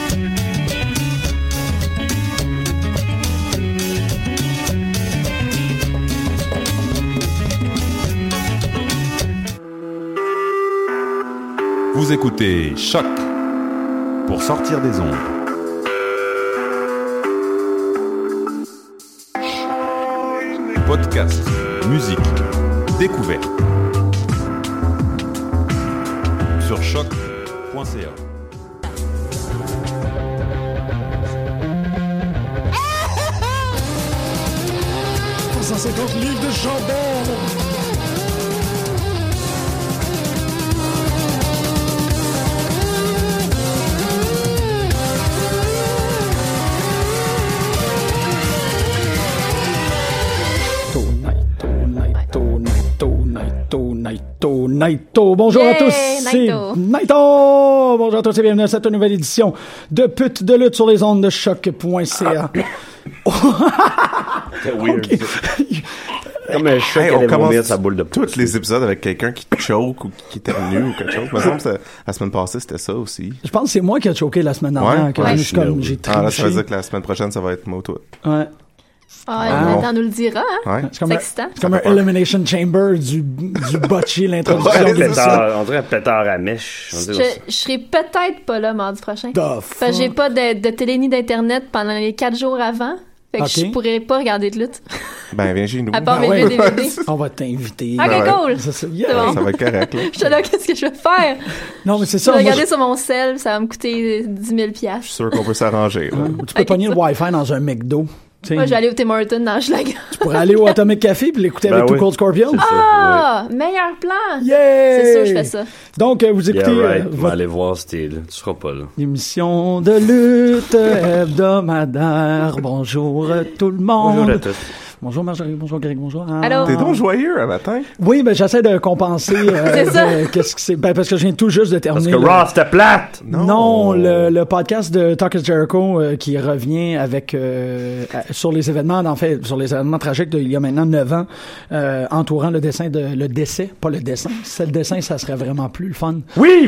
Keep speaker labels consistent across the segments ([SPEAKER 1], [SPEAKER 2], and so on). [SPEAKER 1] Vous écoutez Choc pour sortir des ondes. Podcast, musique, découverte. Sur choc.ca.
[SPEAKER 2] Naito, Naito, Naito, Naito, Naito. Bonjour à
[SPEAKER 3] Yeah,
[SPEAKER 2] tous. c'est
[SPEAKER 3] Naito.
[SPEAKER 2] Naito. Bonjour à tous et bienvenue à cette nouvelle édition de Pute de lutte sur les ondes de choc.ca.
[SPEAKER 4] C'est weird.
[SPEAKER 5] Comme un chat
[SPEAKER 6] Hey,
[SPEAKER 5] qui
[SPEAKER 6] on
[SPEAKER 5] allait vomir
[SPEAKER 6] commence
[SPEAKER 5] sa boule de poule.
[SPEAKER 6] tous les épisodes avec quelqu'un qui choke ou qui éternue ou quelque chose. Il me semble que ça- la semaine passée, c'était ça aussi.
[SPEAKER 2] Je pense que c'est moi qui ai choqué la semaine dernière. que
[SPEAKER 6] ouais,
[SPEAKER 2] Ah, je
[SPEAKER 6] je
[SPEAKER 2] suis
[SPEAKER 5] suis
[SPEAKER 2] comme,
[SPEAKER 5] là,
[SPEAKER 2] j'ai
[SPEAKER 5] oui.
[SPEAKER 6] Ah, là,
[SPEAKER 2] triché.
[SPEAKER 6] ça veut dire que la semaine prochaine, ça va être moi, toi.
[SPEAKER 2] Ouais.
[SPEAKER 3] Ah,
[SPEAKER 6] bon.
[SPEAKER 3] Jonathan nous le dira, hein?
[SPEAKER 6] Ouais.
[SPEAKER 2] C'est comme,
[SPEAKER 3] C'est
[SPEAKER 2] un-
[SPEAKER 3] excitant.
[SPEAKER 2] c'est comme un Elimination Chamber du, du botché, l'introduction.
[SPEAKER 6] Ouais,
[SPEAKER 5] Un
[SPEAKER 2] de
[SPEAKER 6] c'est
[SPEAKER 2] ça.
[SPEAKER 5] pétard, on dirait un pétard à mèche. On
[SPEAKER 3] Je,
[SPEAKER 5] dirait-
[SPEAKER 3] je serai peut-être pas là mardi prochain.
[SPEAKER 2] The
[SPEAKER 3] Parce que j'ai
[SPEAKER 2] fuck?
[SPEAKER 3] pas de, de télé ni d'internet pendant les quatre jours avant. Fait que
[SPEAKER 2] Ok.
[SPEAKER 3] je pourrais pas regarder de lutte.
[SPEAKER 6] Ben, viens chez nous.
[SPEAKER 3] À part
[SPEAKER 2] Ah
[SPEAKER 3] mes
[SPEAKER 2] ouais.
[SPEAKER 3] vieux DVD.
[SPEAKER 2] On va t'inviter.
[SPEAKER 3] Ok,
[SPEAKER 6] ouais.
[SPEAKER 3] cool!
[SPEAKER 2] Ça, c'est-
[SPEAKER 3] C'est
[SPEAKER 2] yeah.
[SPEAKER 3] bon.
[SPEAKER 6] Ça va être correct, là.
[SPEAKER 3] Je suis là, qu'est-ce que je vais faire?
[SPEAKER 2] Non, mais c'est
[SPEAKER 3] Je
[SPEAKER 2] ça.
[SPEAKER 3] vais
[SPEAKER 2] moi,
[SPEAKER 3] regarder
[SPEAKER 2] je-
[SPEAKER 3] sur mon sel, ça va me coûter 10 000
[SPEAKER 6] Je suis sûr qu'on peut s'arranger, là.
[SPEAKER 2] tu peux
[SPEAKER 3] Ok,
[SPEAKER 2] pogner le
[SPEAKER 3] ça-
[SPEAKER 2] Wi-Fi dans un McDo. tu sais.
[SPEAKER 3] Moi, je vais aller au Tim Hortons dans Schlag.
[SPEAKER 2] Tu pourrais aller au Atomic Café puis l'écouter
[SPEAKER 5] Ben
[SPEAKER 2] avec
[SPEAKER 5] oui.
[SPEAKER 2] tout Cold Scorpion.
[SPEAKER 5] C'est ça,
[SPEAKER 3] Ah! Meilleur plan!
[SPEAKER 2] Yeah!
[SPEAKER 3] C'est sûr, je fais ça.
[SPEAKER 2] Donc, euh, vous
[SPEAKER 5] ouais. Yeah,
[SPEAKER 2] écoutez
[SPEAKER 5] right.
[SPEAKER 2] euh,
[SPEAKER 5] On va
[SPEAKER 2] votre
[SPEAKER 5] aller voir si t'es là. Tu seras pas là.
[SPEAKER 2] émission de lutte euh, hebdomadaire. Bonjour euh, tout le monde.
[SPEAKER 5] Bonjour à tous.
[SPEAKER 2] Bonjour Marjorie, bonjour Greg, bonjour. Anne.
[SPEAKER 3] Allô?
[SPEAKER 6] T'es donc joyeux un matin.
[SPEAKER 2] Oui, ben j'essaie de compenser. euh,
[SPEAKER 3] C'est ça.
[SPEAKER 2] euh, Qu'est-ce que c'est ben, parce que je viens tout juste de
[SPEAKER 5] Parce
[SPEAKER 2] terminer.
[SPEAKER 5] que
[SPEAKER 2] le-
[SPEAKER 5] Raw, c'était plate!
[SPEAKER 2] Non, le, le podcast de Talk is Jericho euh, qui revient avec euh, à- sur les événements, en fait, sur les événements tragiques d'il y a maintenant 9 ans, euh, entourant le dessin de le décès, pas le dessin. Si c'est le dessin, ça serait vraiment plus le fun.
[SPEAKER 5] Oui,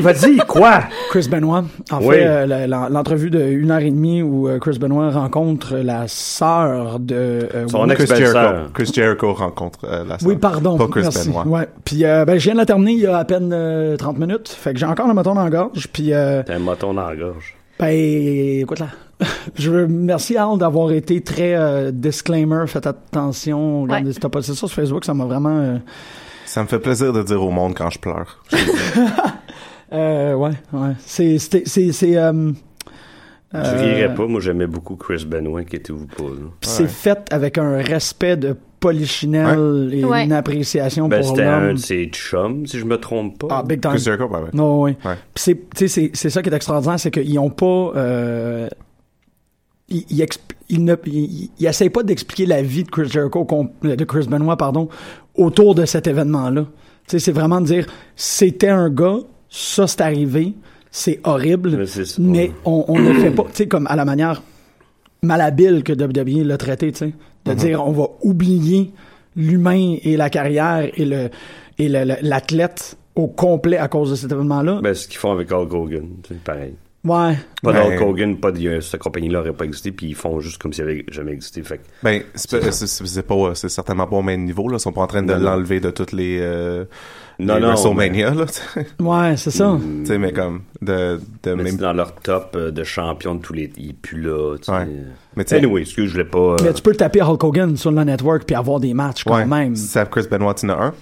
[SPEAKER 5] vas-y, quoi?
[SPEAKER 2] Chris Benoit. En
[SPEAKER 5] Oui.
[SPEAKER 2] fait, euh, la- la- l'entrevue de une heure et demie où euh, Chris Benoit rencontre la sœur de. euh,
[SPEAKER 5] Son
[SPEAKER 2] Will-
[SPEAKER 5] ex-
[SPEAKER 6] Chris
[SPEAKER 5] belle
[SPEAKER 6] Jericho.
[SPEAKER 5] sœur.
[SPEAKER 6] Chris Jericho rencontre euh, la sœur.
[SPEAKER 2] Oui, pardon.
[SPEAKER 6] Pas Chris
[SPEAKER 2] merci.
[SPEAKER 6] Benoit.
[SPEAKER 2] Ouais. Puis euh, ben, je viens de la terminer il y a à peine euh, 30 minutes. Fait que j'ai encore le moton dans la gorge. Puis euh,
[SPEAKER 5] T'as un moton dans la gorge.
[SPEAKER 2] ben écoute là. Je veux merci Al d'avoir été très euh, disclaimer. Faites attention. Regardez,
[SPEAKER 3] Ouais.
[SPEAKER 2] si t'as pas ça sur Facebook, ça m'a vraiment. euh,
[SPEAKER 6] Ça me fait plaisir de dire au monde quand je pleure.
[SPEAKER 2] euh, ouais, ouais. C'est c'était- c'est c'est euh,
[SPEAKER 5] Je
[SPEAKER 2] euh,
[SPEAKER 5] rirais pas, moi j'aimais beaucoup Chris Benoit, qui était vous pas là.
[SPEAKER 2] Puis c'est fait avec un respect de polichinelle et
[SPEAKER 3] Ouais.
[SPEAKER 2] une appréciation
[SPEAKER 5] Ben,
[SPEAKER 2] pour
[SPEAKER 5] c'était un
[SPEAKER 2] l'homme.
[SPEAKER 5] de ses chums, si je me trompe pas.
[SPEAKER 2] Ah, big time.
[SPEAKER 6] Chris Jericho, ben ouais.
[SPEAKER 2] Non, oui.
[SPEAKER 6] Ouais.
[SPEAKER 2] Puis c'est, tu sais, c'est, c'est ça qui est extraordinaire, c'est qu'ils ont pas... euh, ils, ils, exp- ils ne, ils, ils essayent pas d'expliquer la vie de Chris Jericho, com- de Chris Benoit, pardon, autour de cet événement-là. Tu sais, c'est vraiment de dire, c'était un gars, ça c'est arrivé, c'est horrible,
[SPEAKER 5] Mais c'est ça.
[SPEAKER 2] mais on, on ne fait pas, tu sais, comme à la manière malhabile que WWE l'a traité, tu sais. De
[SPEAKER 5] Mm-hmm.
[SPEAKER 2] dire, on va oublier l'humain et la carrière et le et le- le- l'athlète au complet à cause de cet événement-là.
[SPEAKER 5] Ben, ce qu'ils font avec Hulk Hogan, c'est pareil.
[SPEAKER 2] Ouais.
[SPEAKER 5] Pas
[SPEAKER 6] Ben-
[SPEAKER 5] Hulk Hogan, pas de, cette compagnie-là aurait pas existé, puis ils font juste comme s'il avait jamais existé. Fait que
[SPEAKER 6] Ben, c'est pas- c'est- c'est- c'est pas, euh, c'est certainement pas au même niveau, là. Ils sont pas en train de
[SPEAKER 5] Non, non.
[SPEAKER 6] l'enlever de toutes les, euh,
[SPEAKER 5] Non,
[SPEAKER 6] les
[SPEAKER 5] non,
[SPEAKER 6] WrestleMania, là. Tu
[SPEAKER 2] Ouais, c'est ça.
[SPEAKER 6] sais, mais comme, de, de
[SPEAKER 5] mais
[SPEAKER 6] même.
[SPEAKER 5] c'est dans leur top euh, de champion de tous les. Il pue là. Tu
[SPEAKER 6] Ouais.
[SPEAKER 5] sais.
[SPEAKER 6] Mais tu sais-
[SPEAKER 5] Anyway, excuse, je voulais pas. euh,
[SPEAKER 2] Mais tu peux taper Hulk Hogan sur le network puis avoir des matchs quand
[SPEAKER 6] Ouais.
[SPEAKER 2] même.
[SPEAKER 6] Ça, Chris Benoit, tu en as un?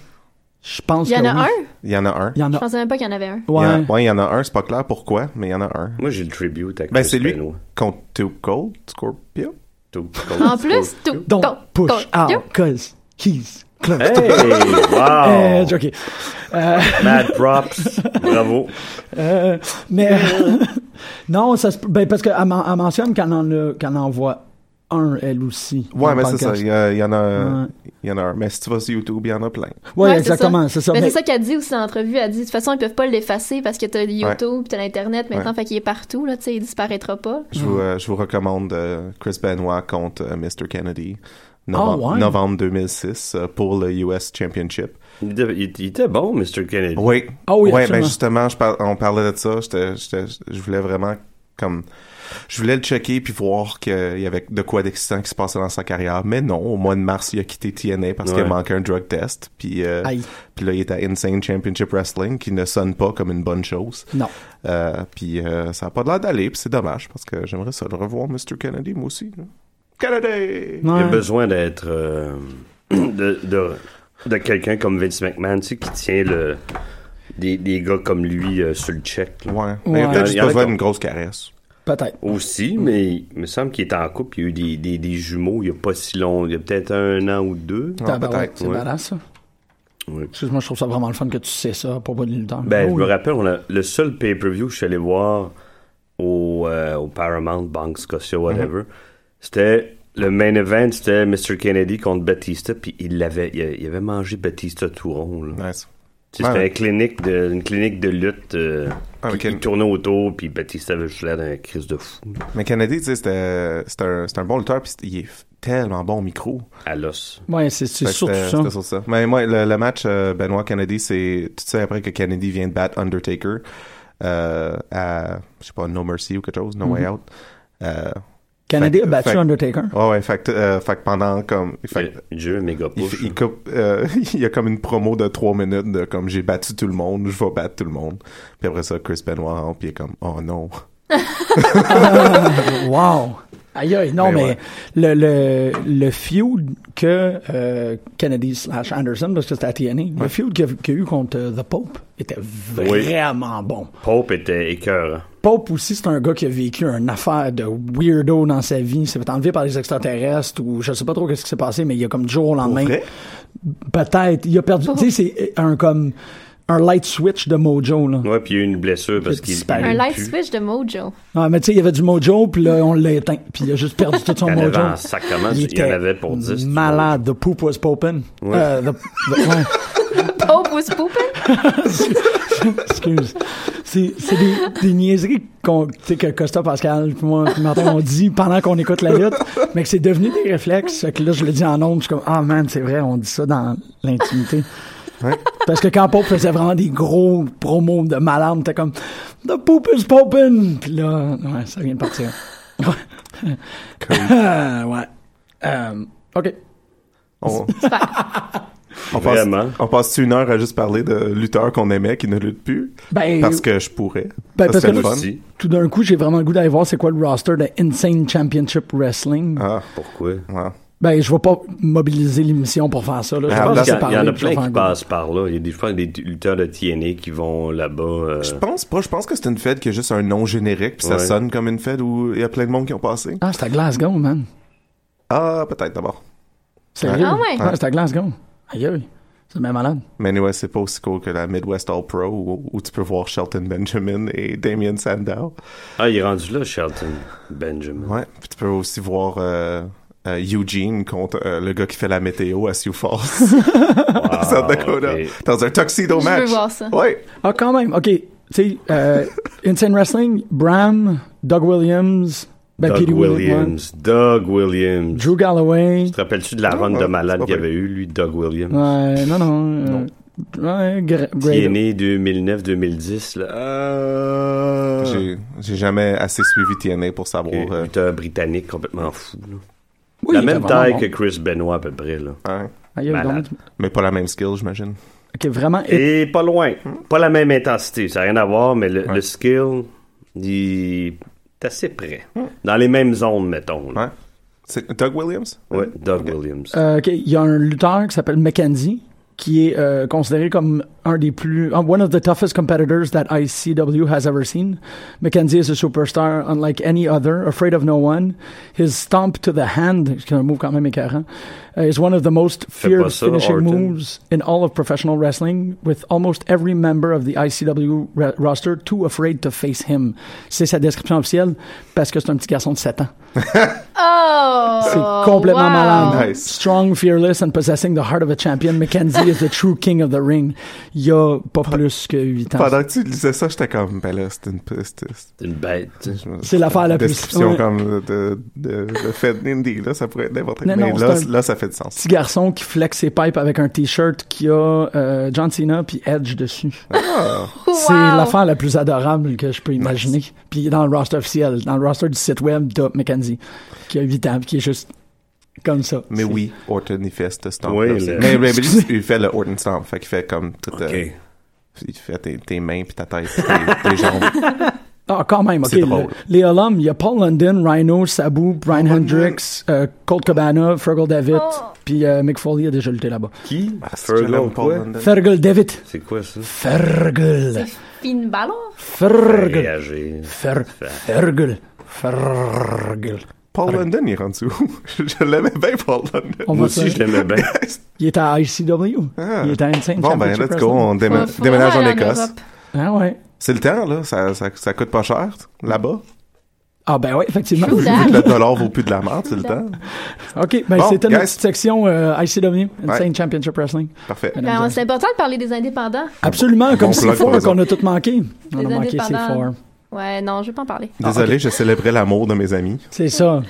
[SPEAKER 2] Je pense
[SPEAKER 3] Il y en
[SPEAKER 2] que
[SPEAKER 3] a
[SPEAKER 2] oui.
[SPEAKER 3] un?
[SPEAKER 6] Il y en a un.
[SPEAKER 2] Il y en
[SPEAKER 3] Je
[SPEAKER 2] a
[SPEAKER 3] pensais même pas qu'il y en avait un.
[SPEAKER 6] Il y en-
[SPEAKER 2] Ouais.
[SPEAKER 6] ouais, il y en a un, c'est pas clair pourquoi, mais il y en a un.
[SPEAKER 5] euh, Moi, j'ai le tribute à Chris
[SPEAKER 6] Ben, c'est lui
[SPEAKER 5] Benoit.
[SPEAKER 6] contre Too Cold, Scorpio.
[SPEAKER 5] Tout-
[SPEAKER 3] En plus, tout.
[SPEAKER 2] Don't
[SPEAKER 3] tout-
[SPEAKER 2] push
[SPEAKER 3] tout-
[SPEAKER 2] out, cause he's close.
[SPEAKER 5] Hey! Wow!
[SPEAKER 6] Oh. Eh,
[SPEAKER 2] Euh, joker.
[SPEAKER 5] Mad props! Bravo!
[SPEAKER 2] Euh, mais non, ça se peut- ben parce qu'elle men- elle mentionne qu'elle en, a- qu'elle en voit un, elle aussi. dans
[SPEAKER 6] Ouais,
[SPEAKER 2] le
[SPEAKER 6] mais c'est ça.
[SPEAKER 2] podcast.
[SPEAKER 6] Il y, a- il y en a,
[SPEAKER 2] Ouais.
[SPEAKER 6] il y en a un. Mais si tu vas sur YouTube, il y en a plein.
[SPEAKER 2] Ouais,
[SPEAKER 3] Ouais, c'est
[SPEAKER 2] exactement, c'est ça.
[SPEAKER 3] Mais
[SPEAKER 2] Mais-
[SPEAKER 3] c'est ça qu'elle dit aussi dans l'entrevue. Elle dit, de toute façon, ils peuvent pas l'effacer parce que t'as YouTube, puis t'as l'Internet maintenant,
[SPEAKER 6] Ouais.
[SPEAKER 3] fait qu'il est partout, là, tu sais, il disparaîtra pas.
[SPEAKER 6] Je vous, euh, je vous recommande euh, Chris Benoit contre euh, Mr. Kennedy.
[SPEAKER 2] Ah,
[SPEAKER 6] Novembre,
[SPEAKER 2] ouais.
[SPEAKER 6] novembre 2006 euh, pour le US Championship.
[SPEAKER 5] Il était, il- il était bon, Mr. Kennedy.
[SPEAKER 6] Oui.
[SPEAKER 2] Ah oui,
[SPEAKER 6] ouais,
[SPEAKER 2] absolument.
[SPEAKER 6] ben justement, je par- on parlait de ça. J'étais- j'étais- je voulais vraiment comme je voulais le checker puis voir qu'il y avait de quoi d'excitant qui se passait dans sa carrière. Mais non, au mois de mars, il a quitté TNA parce qu'il
[SPEAKER 5] Ouais.
[SPEAKER 6] manquait un drug test. Puis, euh,
[SPEAKER 2] Aïe.
[SPEAKER 6] puis là, il est à Insane Championship Wrestling qui ne sonne pas comme une bonne chose.
[SPEAKER 2] Non.
[SPEAKER 6] Euh, puis euh, ça a pas l'air d'aller, puis c'est dommage parce que j'aimerais ça le revoir, Mr. Kennedy, moi aussi. là. Kennedy!
[SPEAKER 5] Il a
[SPEAKER 2] Ouais.
[SPEAKER 5] besoin d'être. euh, de de, de quelqu'un comme Vince McMahon, tu sais, qui tient le, des, des gars comme lui euh, sur le check. là.
[SPEAKER 6] Ouais. Mais Il a
[SPEAKER 2] Ouais.
[SPEAKER 6] peut-être
[SPEAKER 5] Il
[SPEAKER 6] juste
[SPEAKER 5] y en a
[SPEAKER 6] besoin
[SPEAKER 5] qui ont-
[SPEAKER 6] d'une grosse caresse.
[SPEAKER 2] Peut-être.
[SPEAKER 5] Aussi, mais il me semble qu'il est en couple. Il y a eu des, des, des jumeaux il n'y a pas si long. Il y a peut-être un an ou deux.
[SPEAKER 6] Ouais,
[SPEAKER 2] Tabarouette,
[SPEAKER 6] Ah, peut-être,
[SPEAKER 2] C'est
[SPEAKER 5] ouais.
[SPEAKER 2] badass, ça.
[SPEAKER 5] Ouais.
[SPEAKER 2] Excuse-moi, je trouve ça vraiment le fun que tu sais ça pour pas de lutter.
[SPEAKER 6] Ah
[SPEAKER 5] Ben,
[SPEAKER 2] Oh,
[SPEAKER 5] je me
[SPEAKER 2] oui.
[SPEAKER 5] rappelle, on a, le seul pay-per-view que je suis allé voir au, euh, au Paramount, Bank Scotia, whatever,
[SPEAKER 6] Mm-hmm.
[SPEAKER 5] c'était le main event, c'était Mr. Kennedy contre Batista, puis il l'avait, il, a- il avait mangé Batista tout rond. là.
[SPEAKER 6] Nice.
[SPEAKER 5] Tu sais, C'était
[SPEAKER 6] Ouais.
[SPEAKER 5] une, clinique de, une clinique de lutte, euh,
[SPEAKER 6] Ah,
[SPEAKER 5] puis
[SPEAKER 6] ok.
[SPEAKER 5] il tournait autour, puis Batista avait juste l'air d'un crise de fou, là,
[SPEAKER 6] Mais Kennedy, tu sais, c'était c'était un, c'était un bon lutteur, puis c'est- il est f- tellement bon au micro.
[SPEAKER 5] à l'os.
[SPEAKER 2] Ouais, c'est c'est
[SPEAKER 6] Fait que
[SPEAKER 2] surtout
[SPEAKER 6] c'était-
[SPEAKER 2] ça.
[SPEAKER 6] c'était surtout ça. Mais moi, le, le match euh, Benoit Kennedy, c'est tu sais après que Kennedy vient de battre Undertaker euh, à je sais pas No Mercy ou quelque chose, No
[SPEAKER 2] Mm-hmm.
[SPEAKER 6] Way Out. Euh,
[SPEAKER 2] Kennedy
[SPEAKER 6] fait
[SPEAKER 2] a
[SPEAKER 6] que-
[SPEAKER 2] battu
[SPEAKER 6] fait que-
[SPEAKER 2] Undertaker.
[SPEAKER 6] ouais, ouais, fait que, euh, fait que pendant comme fait que-
[SPEAKER 5] Euh, Dieu, méga
[SPEAKER 6] il,
[SPEAKER 5] push.
[SPEAKER 6] il
[SPEAKER 5] là.
[SPEAKER 6] coupe, euh, il y a comme une promo de trois minutes de comme j'ai battu tout le monde, je vais battre tout le monde. Puis après ça, Chris Benoit rentre, puis il est comme oh non.
[SPEAKER 2] Wow! Aïe, aïe, non, mais, le,
[SPEAKER 6] Mais
[SPEAKER 2] le, le feud que euh, Kennedy slash Anderson, parce que c'était à TNA, le feud qu'il y a- qu'il y a eu contre euh, The Pope était vraiment bon.
[SPEAKER 5] Pope était écœurant.
[SPEAKER 2] Pope aussi, c'est un gars qui a vécu une affaire de weirdo dans sa vie. Il s'est fait enlever par les extraterrestres ou je sais pas trop qu'est-ce qui s'est passé, mais il y a comme du jour au lendemain.
[SPEAKER 6] vrai?
[SPEAKER 2] Peut-être. Il a perdu. Tu sais, c'est euh, un comme un light switch de mojo, là.
[SPEAKER 5] Ouais, puis il y a eu une blessure parce qu'il
[SPEAKER 2] disparu.
[SPEAKER 5] il
[SPEAKER 3] Un
[SPEAKER 2] Il
[SPEAKER 3] light
[SPEAKER 5] pue.
[SPEAKER 3] switch de Mojo.
[SPEAKER 2] Ah, mais tu sais, il y avait du mojo, puis là, on l'a éteint. Puis il a juste perdu tout son
[SPEAKER 5] Il y en avait
[SPEAKER 2] mojo.
[SPEAKER 5] en sacrement, il y en
[SPEAKER 2] était
[SPEAKER 5] avait pour 10, tu vois.
[SPEAKER 2] Malade. The poop was poppin'. Euh, the- the- ouais,
[SPEAKER 3] Oh, pouce poupin!
[SPEAKER 2] excuse. C'est c'est des, des niaiseries qu'on- tu sais, que Costa Pascal, puis moi, puis Martin, on dit pendant qu'on écoute la lutte, mais que c'est devenu des réflexes. Fait que là, je le dis en nombre, je suis comme, ah man, c'est vrai, on dit ça dans l'intimité. Parce que quand Pope faisait vraiment des gros promos de malade, t'es comme The poop is poppin'! Puis là, ouais, ça vient de partir. Ouais. Euh, ouais. Euh, OK.
[SPEAKER 6] On, on passe,
[SPEAKER 5] Vraiment.
[SPEAKER 6] on passe une heure à juste parler de lutteurs qu'on aimait qui ne luttent plus
[SPEAKER 2] Ben,
[SPEAKER 6] parce que je pourrais.
[SPEAKER 2] ben, parce
[SPEAKER 6] parce que
[SPEAKER 2] que-
[SPEAKER 6] le fun.
[SPEAKER 5] Aussi.
[SPEAKER 2] tout d'un coup, j'ai vraiment le goût d'aller voir c'est quoi le roster de Insane Championship Wrestling.
[SPEAKER 6] Ah,
[SPEAKER 5] Pourquoi?
[SPEAKER 6] ouais.
[SPEAKER 2] Ben, je vais pas mobiliser l'émission pour faire ça. Là. Je
[SPEAKER 6] Ah,
[SPEAKER 2] pense
[SPEAKER 6] là,
[SPEAKER 2] que c'est
[SPEAKER 5] Il y Ben, en
[SPEAKER 2] parler,
[SPEAKER 5] a
[SPEAKER 2] puis je vais faire
[SPEAKER 5] plein qui
[SPEAKER 2] un goût.
[SPEAKER 5] passent par là. Il y a des, je pense, des lutteurs de TNA qui vont là-bas. euh,
[SPEAKER 6] Je pense pas. Je pense que c'est une fête qui a juste un nom générique, puis ça
[SPEAKER 5] Ouais.
[SPEAKER 6] sonne comme une fête où il y a plein de monde qui ont passé.
[SPEAKER 2] Ah, c'est à Glasgow, man.
[SPEAKER 6] Ah, peut-être d'abord.
[SPEAKER 2] Sérieux?
[SPEAKER 3] Ah ouais?
[SPEAKER 2] c'est à Glasgow. Aïe, aïe. C'est même malade.
[SPEAKER 6] Mais anyway, c'est pas aussi cool que la Midwest All Pro où, où tu peux voir Shelton Benjamin et Damien Sandow.
[SPEAKER 5] Ah, il est rendu là, Shelton Benjamin.
[SPEAKER 6] Ouais. Puis tu peux aussi voir euh, euh, Eugene contre euh, le gars qui fait la météo à Sioux Falls,
[SPEAKER 5] Ah,
[SPEAKER 6] South Dakota,
[SPEAKER 5] ok.
[SPEAKER 6] dans un tuxedo
[SPEAKER 3] Je
[SPEAKER 6] match.
[SPEAKER 3] veux voir ça.
[SPEAKER 6] Ouais.
[SPEAKER 2] Ah, quand même. OK. Tu sais, euh, Insane Wrestling, Bram, Doug Williams, ben,
[SPEAKER 5] Doug
[SPEAKER 2] Petey Williams,
[SPEAKER 5] Williams. Doug Williams.
[SPEAKER 2] Drew Galloway.
[SPEAKER 5] Te rappelles-tu de la run
[SPEAKER 6] ouais,
[SPEAKER 5] de malade
[SPEAKER 6] c'est pas
[SPEAKER 5] qu'il
[SPEAKER 6] vrai.
[SPEAKER 5] avait eu, lui, Doug Williams?
[SPEAKER 2] Ouais, non, non. euh, Ouais, gra-
[SPEAKER 5] Qui est
[SPEAKER 2] great.
[SPEAKER 5] né 2009-2010, là. Ah!
[SPEAKER 6] J'ai- J'ai jamais assez suivi TNA pour savoir.
[SPEAKER 5] Un
[SPEAKER 6] euh,
[SPEAKER 5] lutteur britannique complètement fou, là.
[SPEAKER 2] Oui,
[SPEAKER 5] la
[SPEAKER 2] il
[SPEAKER 5] même
[SPEAKER 2] était
[SPEAKER 5] taille
[SPEAKER 2] vraiment
[SPEAKER 5] que
[SPEAKER 2] bon.
[SPEAKER 5] Chris Benoit, à peu près, là.
[SPEAKER 6] hein,
[SPEAKER 2] Ah, il y a eu
[SPEAKER 5] Malade.
[SPEAKER 2] donc-
[SPEAKER 6] mais pas la même skill, j'imagine.
[SPEAKER 2] Ok, vraiment. Et...
[SPEAKER 5] Et pas loin. Pas la même intensité. Ça n'a rien à voir, mais le, le skill, il est assez près. Dans les mêmes zones, mettons. là.
[SPEAKER 6] Ouais. C'est Doug Williams?
[SPEAKER 5] Ouais, Doug Williams.
[SPEAKER 2] euh, ok, il y a un lutteur qui s'appelle Mackenzie, qui est euh, considéré comme un des plus. un- one of the toughest competitors that ICW has ever seen. Mackenzie is a superstar unlike any other, afraid of no one. His stomp to the hand, qui est un move quand même écœurant, euh, is one of the most
[SPEAKER 5] Fais pas
[SPEAKER 2] feared
[SPEAKER 5] ça,
[SPEAKER 2] finishing
[SPEAKER 5] Orton.
[SPEAKER 2] moves in all of professional wrestling, with almost every member of the ICW ra- roster too afraid to face him. C'est sa description officielle parce que c'est un petit garçon de 7 ans.
[SPEAKER 3] Oh!
[SPEAKER 2] C'est complètement
[SPEAKER 3] wow.
[SPEAKER 2] malade.
[SPEAKER 6] Nice.
[SPEAKER 2] Strong, fearless and possessing the heart of a champion, Mackenzie is the true king of the ring. Il y a pas plus que 8 ans.
[SPEAKER 6] Pendant que tu lisais ça, j'étais comme, ben là, c'est une piste.
[SPEAKER 5] C'est une bête. tu sais.
[SPEAKER 2] C'est l'affaire la plus-
[SPEAKER 6] Description
[SPEAKER 2] ouais.
[SPEAKER 6] comme de, de, de fait d'Indy, là, ça pourrait être n'importe
[SPEAKER 2] Non,
[SPEAKER 6] quoi. Mais
[SPEAKER 2] non,
[SPEAKER 6] là,
[SPEAKER 2] c'est un-
[SPEAKER 6] là, ça fait du sens.
[SPEAKER 2] Petit garçon qui flex ses pipes avec un t-shirt qui a euh, John Cena puis Edge dessus.
[SPEAKER 6] Ah,
[SPEAKER 2] C'est
[SPEAKER 3] Wow.
[SPEAKER 2] l'affaire la plus adorable que je peux imaginer. Puis il est dans le roster officiel, dans le roster du site web de Mackenzie, qui a 8 ans, puis qui est juste comme ça.
[SPEAKER 6] Mais
[SPEAKER 2] C'est-
[SPEAKER 6] oui, Orton, il fait ce stomp
[SPEAKER 5] Oui, le-
[SPEAKER 6] mais, mais- mais lui, il fait le Orton stomp. Fait qu'il fait comme tout. euh,
[SPEAKER 5] Ok.
[SPEAKER 6] il fait tes, tes mains, puis ta tête, puis tes, tes jambes.
[SPEAKER 2] Ah, quand même, ok.
[SPEAKER 6] C'est drôle.
[SPEAKER 2] le- les alums, il y a Paul London, Rhino, Sabu, Brian Hendricks, euh, Colt Cabana, Fergal David,
[SPEAKER 3] Oh.
[SPEAKER 2] puis euh, Mick Foley a déjà lutté là-bas.
[SPEAKER 5] Qui?
[SPEAKER 6] Ah, c'est que
[SPEAKER 5] Fergal,
[SPEAKER 6] j'aime Paul
[SPEAKER 5] quoi?
[SPEAKER 6] London.
[SPEAKER 2] Fergal David.
[SPEAKER 5] C'est quoi ça?
[SPEAKER 2] Fergal.
[SPEAKER 3] Fine ballon?
[SPEAKER 2] Fergal.
[SPEAKER 5] Réagir.
[SPEAKER 2] Fer- Fergal. Fergal.
[SPEAKER 6] Paul London, il est rendu où? Je l'aimais bien, Paul London.
[SPEAKER 2] On
[SPEAKER 5] Moi
[SPEAKER 2] va
[SPEAKER 5] aussi, je
[SPEAKER 2] se-
[SPEAKER 5] l'aimais bien.
[SPEAKER 2] Il est à ICW.
[SPEAKER 6] Ah.
[SPEAKER 2] Il est à Insane
[SPEAKER 6] Bon, ben,
[SPEAKER 2] Championship
[SPEAKER 6] let's go,
[SPEAKER 2] Wrestling.
[SPEAKER 6] on déma-
[SPEAKER 3] Faut- faut
[SPEAKER 6] déménage en
[SPEAKER 3] aller
[SPEAKER 6] Écosse.
[SPEAKER 3] Europe.
[SPEAKER 2] Ah ouais.
[SPEAKER 6] C'est le temps, là. Ça, ça, ça coûte pas cher, là-bas.
[SPEAKER 2] Ah ben ouais, effectivement.
[SPEAKER 3] True that.
[SPEAKER 6] Vu que le dollar vaut plus de la merde, c'est le temps.
[SPEAKER 2] OK, ben
[SPEAKER 6] Bon,
[SPEAKER 2] c'était notre
[SPEAKER 6] guys.
[SPEAKER 2] petite section euh, ICW, Insane
[SPEAKER 6] Ouais.
[SPEAKER 2] Championship Wrestling.
[SPEAKER 6] Parfait.
[SPEAKER 3] Ben, c'est important de parler des indépendants.
[SPEAKER 2] Absolument, comme
[SPEAKER 6] Bon
[SPEAKER 2] c'est
[SPEAKER 6] plug,
[SPEAKER 2] fort
[SPEAKER 6] par
[SPEAKER 2] qu'on a
[SPEAKER 6] exemple.
[SPEAKER 2] tout manqué. On a
[SPEAKER 3] Les
[SPEAKER 2] manqué c'est
[SPEAKER 3] indépendants.
[SPEAKER 2] fort.
[SPEAKER 3] Ouais, non, je vais pas en parler.
[SPEAKER 6] Désolé, je célébrais l'amour de mes amis.
[SPEAKER 2] C'est ça.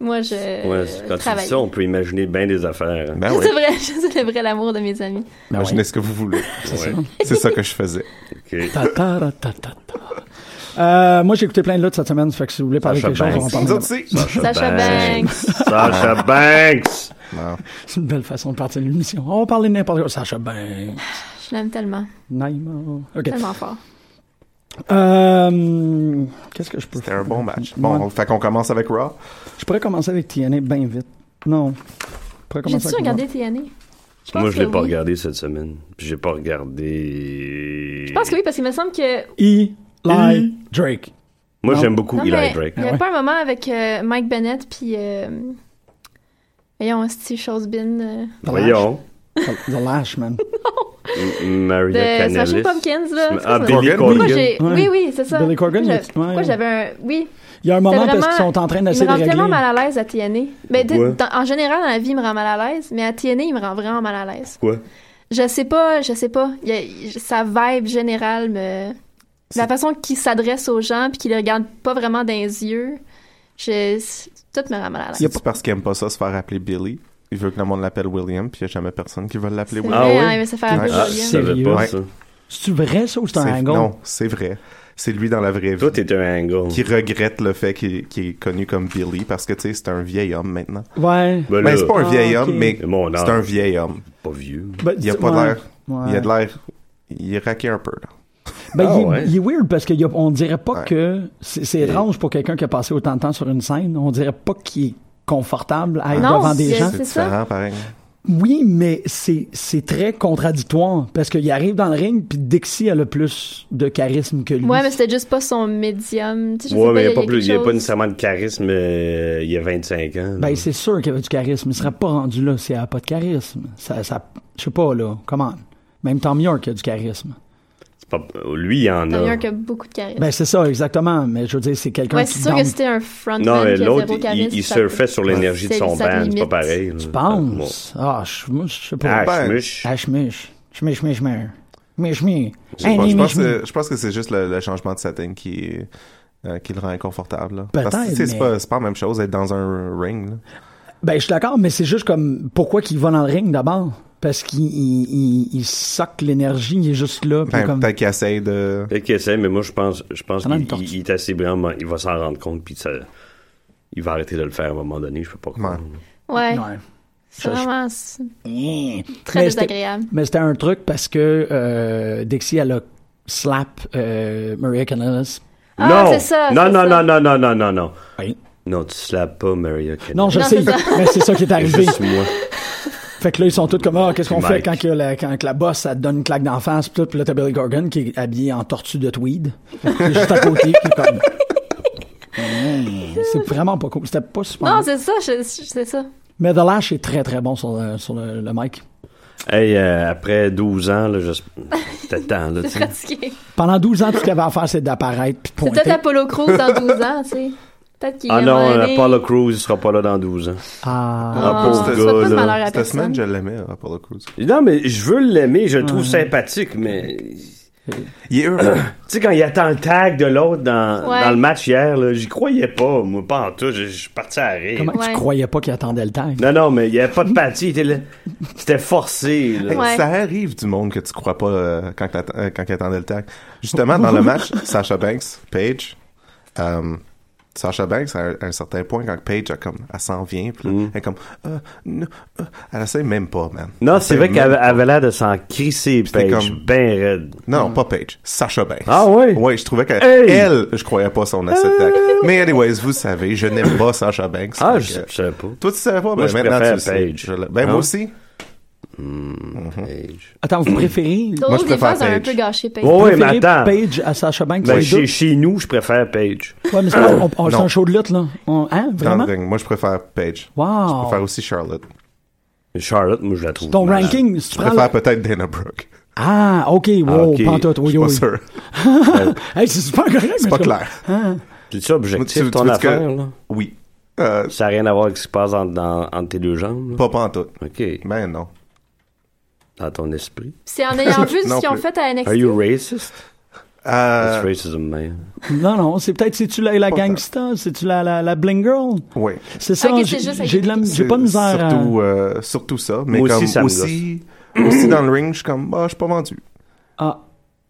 [SPEAKER 3] Moi, je
[SPEAKER 5] Ouais,
[SPEAKER 3] je
[SPEAKER 5] quand tu dis
[SPEAKER 3] travaille.
[SPEAKER 5] ça, on peut imaginer bien des affaires. hein.
[SPEAKER 6] Ben oui.
[SPEAKER 3] C'est vrai, je célébrais l'amour de mes amis.
[SPEAKER 2] Ben
[SPEAKER 6] Imaginez
[SPEAKER 2] ouais.
[SPEAKER 6] ce que vous voulez.
[SPEAKER 5] Ouais.
[SPEAKER 6] C'est ça que je faisais.
[SPEAKER 5] Ok.
[SPEAKER 2] Ta ta ra ta ta ta. Euh, moi, j'ai écouté plein de luttes cette semaine, fait que si vous voulez parler
[SPEAKER 5] Sacha
[SPEAKER 2] quelque chose, on va
[SPEAKER 5] Banks.
[SPEAKER 2] en
[SPEAKER 6] Nous
[SPEAKER 2] parler.
[SPEAKER 6] autres, c'est...
[SPEAKER 3] Sacha Banks.
[SPEAKER 5] Sasha Banks!
[SPEAKER 6] Non.
[SPEAKER 2] C'est une belle façon de partir l'émission. On va parler de n'importe quoi. Sacha, ben...
[SPEAKER 3] Je l'aime tellement,
[SPEAKER 2] Naïma. OK.
[SPEAKER 3] tellement fort.
[SPEAKER 2] Euh, Qu'est-ce que je peux
[SPEAKER 6] C'était un
[SPEAKER 2] faire?
[SPEAKER 6] bon match. Bon,
[SPEAKER 2] Ouais.
[SPEAKER 6] fait qu'on commence avec Raw.
[SPEAKER 2] Je pourrais commencer avec TNA bien vite. Non. Je pourrais commencer
[SPEAKER 3] J'ai-tu
[SPEAKER 2] avec
[SPEAKER 3] regardé TNA? Je pense
[SPEAKER 5] Moi, je
[SPEAKER 3] que
[SPEAKER 5] l'ai pas
[SPEAKER 3] oui.
[SPEAKER 5] regardé cette semaine. Puis j'ai pas regardé.
[SPEAKER 3] Je pense que oui, parce qu'il me semble que.
[SPEAKER 2] E. Lie. Drake.
[SPEAKER 5] Moi,
[SPEAKER 2] Non.
[SPEAKER 5] j'aime beaucoup
[SPEAKER 3] Non,
[SPEAKER 5] Eli
[SPEAKER 3] mais
[SPEAKER 5] Drake.
[SPEAKER 3] Il y
[SPEAKER 2] Ah
[SPEAKER 3] a
[SPEAKER 2] ouais.
[SPEAKER 3] pas un moment avec euh, Mike Bennett puis. euh, Voyons, Steve Chosbin euh,
[SPEAKER 2] The
[SPEAKER 5] Voyons.
[SPEAKER 2] Lash. The Lash, man.
[SPEAKER 5] M- Maria
[SPEAKER 3] de
[SPEAKER 5] Canellis.
[SPEAKER 3] Smashing Pumpkins, Ben, là. C'est
[SPEAKER 5] Ah,
[SPEAKER 3] quoi ça?
[SPEAKER 5] Billy
[SPEAKER 6] Corgan.
[SPEAKER 3] Pourquoi
[SPEAKER 5] Corgan.
[SPEAKER 3] j'ai-
[SPEAKER 2] Ouais.
[SPEAKER 3] Oui, oui, c'est ça.
[SPEAKER 2] Billy Corgan,
[SPEAKER 3] Pourquoi
[SPEAKER 2] il
[SPEAKER 3] j'ai-
[SPEAKER 2] est tout- ouais.
[SPEAKER 3] Pourquoi j'avais un. Oui,
[SPEAKER 2] Il y a un
[SPEAKER 3] c'était
[SPEAKER 2] moment
[SPEAKER 3] vraiment.
[SPEAKER 2] parce qu'ils sont en train d'essayer
[SPEAKER 3] il
[SPEAKER 2] de
[SPEAKER 3] me rend
[SPEAKER 2] régler.
[SPEAKER 3] tellement mal à l'aise à TNA. Mais d-
[SPEAKER 5] Pourquoi?
[SPEAKER 3] dans- en général, dans la vie, il me rend mal à l'aise. Mais à TNA, il me rend vraiment mal à l'aise.
[SPEAKER 5] Quoi?
[SPEAKER 3] Je sais pas, je sais pas. Il y a- il- sa vibe générale me. La façon qu'il s'adresse aux gens puis qu'il les regarde pas vraiment dans les yeux, je... c'est- tout me rend mal à l'aise.
[SPEAKER 6] C'est parce qu'il aime pas ça se faire appeler Billy. Il veut que le monde l'appelle William, puis il y a jamais personne qui veut l'appeler
[SPEAKER 3] C'est
[SPEAKER 6] William.
[SPEAKER 5] Ah
[SPEAKER 3] vrai,
[SPEAKER 5] oui?
[SPEAKER 3] hein, il me fait faire appeler
[SPEAKER 6] Ah,
[SPEAKER 5] Ah, je
[SPEAKER 3] William.
[SPEAKER 5] savais
[SPEAKER 2] Sérieux?
[SPEAKER 5] pas
[SPEAKER 6] Ouais.
[SPEAKER 5] ça.
[SPEAKER 2] C'est vrai, ça, ou c'est un
[SPEAKER 6] C'est-
[SPEAKER 2] angle?
[SPEAKER 6] Non, c'est vrai. C'est lui dans la vraie vie
[SPEAKER 5] Toi, t'es un angle.
[SPEAKER 6] qui regrette le fait qu'il qu'il est connu comme Billy parce que tu sais, c'est un vieil homme maintenant.
[SPEAKER 2] Ouais.
[SPEAKER 5] Ben
[SPEAKER 6] Mais
[SPEAKER 5] là,
[SPEAKER 6] c'est pas un
[SPEAKER 2] Ah,
[SPEAKER 6] vieil
[SPEAKER 2] ok.
[SPEAKER 6] homme, mais
[SPEAKER 5] C'est mon âge.
[SPEAKER 6] c'est un vieil homme.
[SPEAKER 5] pas vieux.
[SPEAKER 2] Ben,
[SPEAKER 6] Il a
[SPEAKER 2] tu-
[SPEAKER 6] pas
[SPEAKER 2] ouais.
[SPEAKER 6] l'air. Il a de
[SPEAKER 2] Ouais.
[SPEAKER 6] l'air. Il est raqué un peu. là.
[SPEAKER 2] Ben,
[SPEAKER 5] Ah
[SPEAKER 2] il, est,
[SPEAKER 5] ouais.
[SPEAKER 2] il est weird parce qu'on dirait pas
[SPEAKER 6] Ouais.
[SPEAKER 2] que. C'est c'est étrange pour quelqu'un qui a passé autant de temps sur une scène. On dirait pas qu'il est confortable à être
[SPEAKER 3] Non,
[SPEAKER 2] devant des
[SPEAKER 3] c'est-
[SPEAKER 2] gens.
[SPEAKER 6] C'est
[SPEAKER 3] c'est ça.
[SPEAKER 6] différent, pareil.
[SPEAKER 2] Oui, mais c'est c'est très contradictoire parce qu'il arrive dans le ring puis Dixie a le plus de charisme que lui.
[SPEAKER 3] Ouais, mais c'était juste pas son médium. Tu sais, je sais
[SPEAKER 5] Ouais, mais il
[SPEAKER 3] pas,
[SPEAKER 5] n'y a
[SPEAKER 3] ben,
[SPEAKER 5] pas plus, il y a
[SPEAKER 3] quelque
[SPEAKER 5] pas
[SPEAKER 3] chose.
[SPEAKER 5] nécessairement de charisme euh, il y a 25 ans. là.
[SPEAKER 2] Ben, c'est sûr qu'il avait du charisme. Il serait pas rendu là s'il n'avait pas de charisme. Ça, ça, je sais pas, là. Comment? Même Tom York a du charisme.
[SPEAKER 5] C'est pas- lui, il y en
[SPEAKER 3] Tom
[SPEAKER 5] a.
[SPEAKER 3] York a beaucoup de charisme.
[SPEAKER 2] Ben, c'est ça, exactement. Mais je veux dire, c'est quelqu'un
[SPEAKER 3] ouais,
[SPEAKER 2] qui
[SPEAKER 3] c'est sûr
[SPEAKER 2] down-
[SPEAKER 3] que c'était un frontman
[SPEAKER 5] Non, mais
[SPEAKER 3] qui a
[SPEAKER 5] l'autre,
[SPEAKER 3] zéro
[SPEAKER 5] il,
[SPEAKER 3] charisme.
[SPEAKER 5] il
[SPEAKER 3] ça-
[SPEAKER 5] surfait sur l'énergie de
[SPEAKER 3] C'est-
[SPEAKER 5] son
[SPEAKER 3] ça
[SPEAKER 5] band. C'est pas
[SPEAKER 3] limite.
[SPEAKER 5] pareil. là.
[SPEAKER 2] Tu penses? Ah, je, moi, je sais pas.
[SPEAKER 5] Ah,
[SPEAKER 6] Ben,
[SPEAKER 5] chmuche.
[SPEAKER 2] Ah, chmiche. Chmiche, chmiche, chmiche. Chmiche, chmiche.
[SPEAKER 6] Je
[SPEAKER 2] Hein,
[SPEAKER 6] pense- je,
[SPEAKER 2] chmiche,
[SPEAKER 6] pense
[SPEAKER 2] chmiche.
[SPEAKER 6] que, je pense que c'est juste le, le changement de setting qui, euh, qui le rend inconfortable. là.
[SPEAKER 2] Peut-être,
[SPEAKER 6] Parce que tu sais,
[SPEAKER 2] mais-
[SPEAKER 6] c'est pas, c'est pas la même chose être dans un ring. là.
[SPEAKER 2] Ben, je suis d'accord, mais c'est juste comme pourquoi qu'il va dans le ring d'abord? Parce qu'il il, il- il soque l'énergie, il est juste là. puis
[SPEAKER 6] Ben,
[SPEAKER 2] comme...
[SPEAKER 6] Peut-être qu'il essaie de.
[SPEAKER 5] Peut-être qu'il essaie, mais moi, je pense, je pense
[SPEAKER 2] Ça donne
[SPEAKER 5] qu'il
[SPEAKER 2] une tortue.
[SPEAKER 5] il- il est assez brillant, mais il va s'en rendre compte, puis ça, il va arrêter de le faire à un moment donné. Je peux pas comprendre.
[SPEAKER 3] Ouais,
[SPEAKER 2] Ouais.
[SPEAKER 3] c'est
[SPEAKER 2] ça, je-
[SPEAKER 3] vraiment c'est
[SPEAKER 2] Eh.
[SPEAKER 3] très
[SPEAKER 2] Mais c'était-
[SPEAKER 3] désagréable.
[SPEAKER 2] Mais c'était un truc parce que euh, Dixie, elle a slap euh, Maria Canales.
[SPEAKER 3] Ah,
[SPEAKER 5] non!
[SPEAKER 3] c'est ça,
[SPEAKER 5] non,
[SPEAKER 3] c'est
[SPEAKER 5] non,
[SPEAKER 3] ça.
[SPEAKER 5] non, non, non, non, non, non.
[SPEAKER 2] Oui.
[SPEAKER 5] Non, tu slappes pas Maria Kennedy.
[SPEAKER 2] Non, je
[SPEAKER 3] Non,
[SPEAKER 2] sais,
[SPEAKER 3] c'est ça.
[SPEAKER 2] mais c'est ça qui est arrivé.
[SPEAKER 5] Juste moi.
[SPEAKER 2] Fait que là, ils sont tous comme, ah, qu'est-ce qu'on fait
[SPEAKER 5] Mike.
[SPEAKER 2] quand, que la, quand que la boss, ça te donne une claque d'en face, pis tout, pis là, t'as Billy Gorgon qui est habillé en tortue de tweed. qui est juste à côté, pis comme. Hmm, C'est vraiment pas cool. C'était pas super.
[SPEAKER 3] Non, c'est ça, je- je- c'est ça.
[SPEAKER 2] Mais The Lash est très très bon sur le, sur le, le mic.
[SPEAKER 5] Hey, euh, après 12 ans, là, je... t'attends, là, tu
[SPEAKER 3] C'est
[SPEAKER 5] sais.
[SPEAKER 3] fatigué.
[SPEAKER 2] Pendant 12 ans, tout ce qu'il avait à faire, c'est d'apparaître pis de
[SPEAKER 3] C'est
[SPEAKER 2] pointer.
[SPEAKER 3] peut-être Apollo Crews dans 12 ans, tu sais. Peut-être qu'il
[SPEAKER 5] Ah
[SPEAKER 3] va
[SPEAKER 5] non,
[SPEAKER 3] aller-
[SPEAKER 5] Apollo Crews, il sera pas là dans 12 ans.
[SPEAKER 2] Ah,
[SPEAKER 5] Ah,
[SPEAKER 3] Ah,
[SPEAKER 5] pauvre
[SPEAKER 3] souhaite
[SPEAKER 5] gars,
[SPEAKER 3] pas de
[SPEAKER 5] là.
[SPEAKER 3] malheur à
[SPEAKER 6] Cette
[SPEAKER 3] personne.
[SPEAKER 6] semaine, je l'aimais, hein, Apollo Crews.
[SPEAKER 5] Non, mais je veux l'aimer, je le trouve sympathique, mais.
[SPEAKER 6] Il est heureux.
[SPEAKER 5] Tu sais, quand il attend le tag de l'autre dans,
[SPEAKER 3] Ouais.
[SPEAKER 5] dans le match hier, là, j'y croyais pas, moi, pas en tout, je je suis parti à rire.
[SPEAKER 2] comment tu
[SPEAKER 3] Ouais.
[SPEAKER 2] croyais pas qu'il attendait le tag?
[SPEAKER 5] Non, non, mais il n'y avait pas de pâtis, il était là- c'était forcé, là.
[SPEAKER 6] Hey,
[SPEAKER 3] Ouais.
[SPEAKER 6] Ça arrive du monde que tu crois pas euh, quand, t'att- euh, quand il attendait le tag. Justement, dans le match, Sasha Banks, Paige, euh, Sasha Banks, à un, à un certain point, quand Paige, elle, comme, elle s'en vient, puis là,
[SPEAKER 5] Mm.
[SPEAKER 6] elle est comme, Ah, non, ah. elle essaie même pas, man.
[SPEAKER 5] Non,
[SPEAKER 6] Elle
[SPEAKER 5] c'est
[SPEAKER 6] essaie
[SPEAKER 5] vrai
[SPEAKER 6] même
[SPEAKER 5] qu'elle
[SPEAKER 6] pas.
[SPEAKER 5] avait l'air de s'en crisser,
[SPEAKER 6] C'était
[SPEAKER 5] Paige,
[SPEAKER 6] comme-
[SPEAKER 5] ben raide.
[SPEAKER 6] Non, pas Paige, Sasha Banks.
[SPEAKER 5] Ah ouais?
[SPEAKER 6] Oui, je trouvais qu'elle,
[SPEAKER 5] Hey! Euh!
[SPEAKER 6] elle, je croyais pas son asset tag. Mais anyways, vous savez, je n'aime pas Sasha Banks.
[SPEAKER 5] Ah,
[SPEAKER 6] donc,
[SPEAKER 5] je sais,
[SPEAKER 6] euh,
[SPEAKER 5] je savais pas.
[SPEAKER 6] Toi, tu savais pas,
[SPEAKER 5] Moi,
[SPEAKER 6] mais
[SPEAKER 5] je
[SPEAKER 6] maintenant, tu
[SPEAKER 5] préfère
[SPEAKER 6] le sais.
[SPEAKER 5] Paige.
[SPEAKER 6] Je le- Ben,
[SPEAKER 5] Hein?
[SPEAKER 6] moi aussi.
[SPEAKER 5] Paige.
[SPEAKER 2] Attends, vous préférez.
[SPEAKER 3] D'autres,
[SPEAKER 6] Moi, je
[SPEAKER 3] des
[SPEAKER 6] préfère
[SPEAKER 3] fois, ça a un
[SPEAKER 6] Paige.
[SPEAKER 3] peu gâché Paige.
[SPEAKER 5] Oh,
[SPEAKER 2] vous
[SPEAKER 5] oui, mais
[SPEAKER 2] préférez
[SPEAKER 5] attends.
[SPEAKER 2] Paige à Sasha Banks?
[SPEAKER 5] Ben,
[SPEAKER 2] les deux?
[SPEAKER 5] chez, chez nous, je préfère Paige.
[SPEAKER 2] Ouais, mais c'est pas- on- on- c'est
[SPEAKER 6] Non.
[SPEAKER 2] un show de lutte, là. On- hein?
[SPEAKER 6] Dans le
[SPEAKER 2] Vraiment?
[SPEAKER 6] ring, moi, je préfère Paige. Je
[SPEAKER 2] Wow.
[SPEAKER 6] préfère aussi Charlotte.
[SPEAKER 5] Charlotte, moi, je la trouve.
[SPEAKER 2] Ton
[SPEAKER 5] malade.
[SPEAKER 2] ranking, si tu
[SPEAKER 6] Je
[SPEAKER 2] prends. le-
[SPEAKER 6] préfère peut-être Dana Brooke.
[SPEAKER 2] Ah, ok, wow,
[SPEAKER 5] ok.
[SPEAKER 2] pantoute,
[SPEAKER 6] Je
[SPEAKER 2] oui,
[SPEAKER 6] suis pas
[SPEAKER 2] oui.
[SPEAKER 6] sûr.
[SPEAKER 5] Ah,
[SPEAKER 2] Hey, c'est super correct,
[SPEAKER 6] C'est
[SPEAKER 2] mais
[SPEAKER 6] pas
[SPEAKER 2] je-
[SPEAKER 6] clair.
[SPEAKER 5] C'est-tu objectif,
[SPEAKER 6] Tu- tu
[SPEAKER 5] Hein? ton
[SPEAKER 6] veux-tu
[SPEAKER 5] affaire,
[SPEAKER 6] que-
[SPEAKER 5] là?
[SPEAKER 6] Oui. Euh,
[SPEAKER 5] Ça n'a rien à voir avec ce qui se passe en- dans- entre tes deux jambes, là?
[SPEAKER 6] pas pantoute.
[SPEAKER 5] OK.
[SPEAKER 6] Ben non.
[SPEAKER 5] Dans ton esprit.
[SPEAKER 3] C'est en ayant vu ce
[SPEAKER 6] Non
[SPEAKER 3] qu'ils ont
[SPEAKER 6] plus.
[SPEAKER 3] fait à NXT.
[SPEAKER 5] Are you racist? That's
[SPEAKER 6] Euh,
[SPEAKER 5] racism, man.
[SPEAKER 2] Non, non, c'est peut-être, c'est-tu la, la gangsta, c'est-tu la, la, la bling girl?
[SPEAKER 6] oui.
[SPEAKER 2] C'est ça,
[SPEAKER 3] Ok, c'est
[SPEAKER 2] j'ai-
[SPEAKER 3] juste avec
[SPEAKER 2] j'ai de la-
[SPEAKER 3] les-
[SPEAKER 2] j'ai pas de misère à-
[SPEAKER 6] Surtout, euh, surtout ça. Mais
[SPEAKER 5] Moi aussi,
[SPEAKER 6] comme
[SPEAKER 5] ça me
[SPEAKER 6] aussi, aussi dans le ring, je suis comme, bah, je suis pas vendu.
[SPEAKER 2] Ah,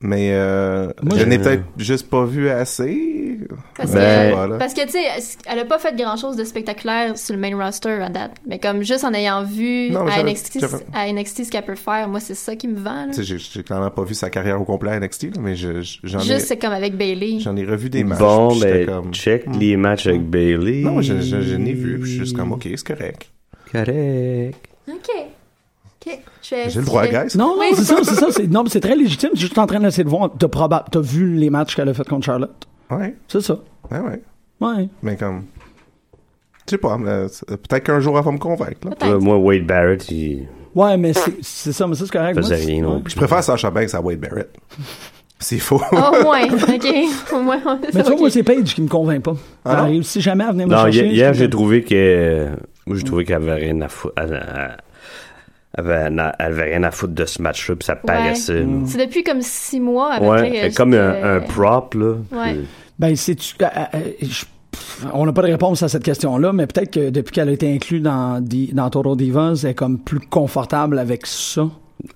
[SPEAKER 6] Mais euh,
[SPEAKER 2] Moi,
[SPEAKER 6] je
[SPEAKER 2] je-
[SPEAKER 6] n'ai peut-être juste pas vu assez.
[SPEAKER 3] Parce,
[SPEAKER 5] Ben-
[SPEAKER 3] que,
[SPEAKER 6] Voilà.
[SPEAKER 3] parce que, tu sais, elle a pas fait grand chose de spectaculaire sur le main roster à date. Mais comme juste en ayant vu
[SPEAKER 6] Non, mais
[SPEAKER 3] à,
[SPEAKER 6] j'avais-
[SPEAKER 3] NXT,
[SPEAKER 6] j'avais-
[SPEAKER 3] à NXT ce qu'elle peut faire, moi, c'est ça qui me vend. là.
[SPEAKER 6] Tu sais, J'ai j'ai clairement pas vu sa carrière au complet à NXT, là, mais je- je- j'en
[SPEAKER 3] Juste,
[SPEAKER 6] ai,
[SPEAKER 3] c'est comme avec Bailey.
[SPEAKER 6] j'en ai revu des matchs.
[SPEAKER 5] bon,
[SPEAKER 6] puis j'étais
[SPEAKER 5] ben,
[SPEAKER 6] comme-
[SPEAKER 5] check
[SPEAKER 6] Hmm.
[SPEAKER 5] les matchs avec Bailey.
[SPEAKER 6] Non, je, je, je n'ai vu. puis Je suis juste comme, ok, c'est correct.
[SPEAKER 5] Correct.
[SPEAKER 3] OK. OK. Je vais-
[SPEAKER 6] J'ai le droit,
[SPEAKER 3] je vais-
[SPEAKER 6] guys.
[SPEAKER 2] non, non,
[SPEAKER 3] Oui.
[SPEAKER 2] c'est ça, c'est ça, c'est, non, mais c'est très légitime, je suis juste en train d'essayer de voir, t'as probable, t'as vu les matchs qu'elle a fait contre Charlotte.
[SPEAKER 6] Ouais,
[SPEAKER 2] C'est ça.
[SPEAKER 6] ouais, ouais.
[SPEAKER 2] Ouais.
[SPEAKER 6] Mais comme. Je sais pas, mais c'est- peut-être qu'un jour elle va me convaincre. là.
[SPEAKER 3] Peut-être.
[SPEAKER 5] Euh, moi, Wade Barrett, il
[SPEAKER 2] Ouais, mais c'est, c'est ça, mais ça, c'est correct.
[SPEAKER 5] faisait
[SPEAKER 2] Moi, c'est-
[SPEAKER 5] rien non
[SPEAKER 2] ouais.
[SPEAKER 5] plus.
[SPEAKER 6] Je préfère Sasha Banks à Wade Barrett. C'est faux.
[SPEAKER 3] Au moins, OK. Au moins, on-
[SPEAKER 2] Mais tu vois,
[SPEAKER 3] OK.
[SPEAKER 2] moi, c'est Paige qui me convainc pas.
[SPEAKER 6] Ah
[SPEAKER 2] Elle
[SPEAKER 6] non?
[SPEAKER 2] réussit jamais à venir me
[SPEAKER 5] Non,
[SPEAKER 2] chercher.
[SPEAKER 5] hier, hier,
[SPEAKER 2] je-
[SPEAKER 5] j'ai trouvé que. Moi, j'ai trouvé qu'elle avait rien à foutre. Elle, elle- elle avait, elle avait rien à foutre de ce match-là, puis ça paraissait. là.
[SPEAKER 3] C'est depuis comme six mois. à peu
[SPEAKER 5] Ouais,
[SPEAKER 3] près,
[SPEAKER 5] elle est
[SPEAKER 3] je-
[SPEAKER 5] comme
[SPEAKER 3] que-
[SPEAKER 5] un, un prop, là.
[SPEAKER 3] euh, Ouais.
[SPEAKER 5] Puis-
[SPEAKER 2] Ben, c'est-tu. euh, euh, je- pff, On n'a pas de réponse à cette question-là, mais peut-être que depuis qu'elle a été inclue dans, Di- dans Toro Divas, elle est comme plus confortable avec ça.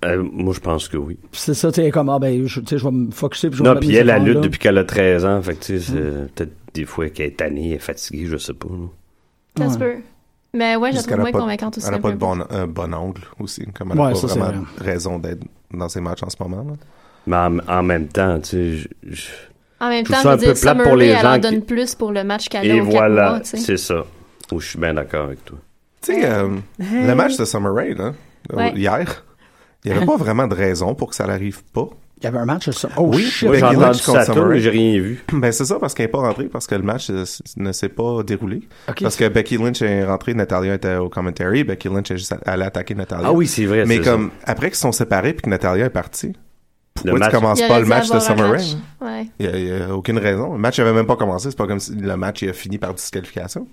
[SPEAKER 5] Euh, moi, je pense que oui.
[SPEAKER 2] Puis C'est ça, tu sais, elle est comme, ah ben, je, tu sais, je vais me focusser. Puis je vais
[SPEAKER 5] Non,
[SPEAKER 2] mettre
[SPEAKER 5] puis
[SPEAKER 2] mes
[SPEAKER 5] elle, elle
[SPEAKER 2] efforts
[SPEAKER 5] lutte
[SPEAKER 2] là.
[SPEAKER 5] depuis qu'elle a 13 ans. Fait que, tu sais, c'est
[SPEAKER 3] Mm.
[SPEAKER 5] peut-être des fois qu'elle est tannée, elle est fatiguée, je sais pas. là.
[SPEAKER 3] Ça se peut. Mais ouais, je la
[SPEAKER 6] Parce
[SPEAKER 3] trouve
[SPEAKER 6] qu'elle a
[SPEAKER 3] moins
[SPEAKER 6] pas de-
[SPEAKER 3] convaincante aussi.
[SPEAKER 6] Elle n'a
[SPEAKER 3] un
[SPEAKER 6] pas de
[SPEAKER 3] peu.
[SPEAKER 6] bon, un bon angle aussi. Comme elle n'a
[SPEAKER 2] Ouais,
[SPEAKER 6] pas
[SPEAKER 2] ça, c'est
[SPEAKER 6] vraiment raison d'être dans ses matchs en ce moment. là.
[SPEAKER 5] Mais en, en même temps, tu sais, je- je-
[SPEAKER 3] En même
[SPEAKER 5] Je trouve
[SPEAKER 3] temps,
[SPEAKER 5] ça
[SPEAKER 3] je
[SPEAKER 5] un
[SPEAKER 3] veux
[SPEAKER 5] peu
[SPEAKER 3] dire,
[SPEAKER 5] plate
[SPEAKER 3] Summer
[SPEAKER 5] pour
[SPEAKER 3] Rae,
[SPEAKER 5] les
[SPEAKER 3] elle en
[SPEAKER 5] gens qui-
[SPEAKER 3] donne plus pour le match qu'elle a
[SPEAKER 5] et
[SPEAKER 3] au quatre
[SPEAKER 5] voilà,
[SPEAKER 3] mois, tu sais.
[SPEAKER 5] c'est ça. Où je suis bien d'accord avec toi.
[SPEAKER 6] Tu
[SPEAKER 5] Ben
[SPEAKER 6] sais, euh, le match de Summer Rae, là, euh,
[SPEAKER 3] Ouais.
[SPEAKER 6] hier, il n'y avait pas vraiment de raison pour que ça n'arrive pas.
[SPEAKER 2] Il y avait un match, ça. Oh,
[SPEAKER 6] Oui,
[SPEAKER 2] shit.
[SPEAKER 5] Moi,
[SPEAKER 6] Ben,
[SPEAKER 5] j'ai
[SPEAKER 6] Becky
[SPEAKER 5] entendu
[SPEAKER 6] Lynch contre
[SPEAKER 5] ça tourne,
[SPEAKER 6] Summer
[SPEAKER 5] mais
[SPEAKER 6] Rae.
[SPEAKER 5] j'ai rien vu.
[SPEAKER 6] Ben, c'est ça, parce qu'elle n'est pas rentrée, parce que le match euh, s- ne s'est pas déroulé.
[SPEAKER 2] Ok.
[SPEAKER 6] Parce que Becky Lynch est rentrée, Natalia était au commentary, Becky Lynch est juste allée attaquer Natalia.
[SPEAKER 5] Ah oui, c'est vrai.
[SPEAKER 6] Mais
[SPEAKER 5] c'est
[SPEAKER 6] comme, après qu'ils se sont séparés puis que Natalia est partie,
[SPEAKER 5] ça. le
[SPEAKER 6] pourquoi
[SPEAKER 5] match,
[SPEAKER 6] tu commences
[SPEAKER 3] Il
[SPEAKER 6] pas
[SPEAKER 3] aurait
[SPEAKER 6] le
[SPEAKER 3] dû
[SPEAKER 6] match de
[SPEAKER 3] avoir un
[SPEAKER 6] Summer Rae?
[SPEAKER 3] match.
[SPEAKER 6] hein?
[SPEAKER 3] Ouais.
[SPEAKER 6] Il n'y a, aucune raison. Le match n'avait même pas commencé. C'est pas comme si le match il a fini par disqualification.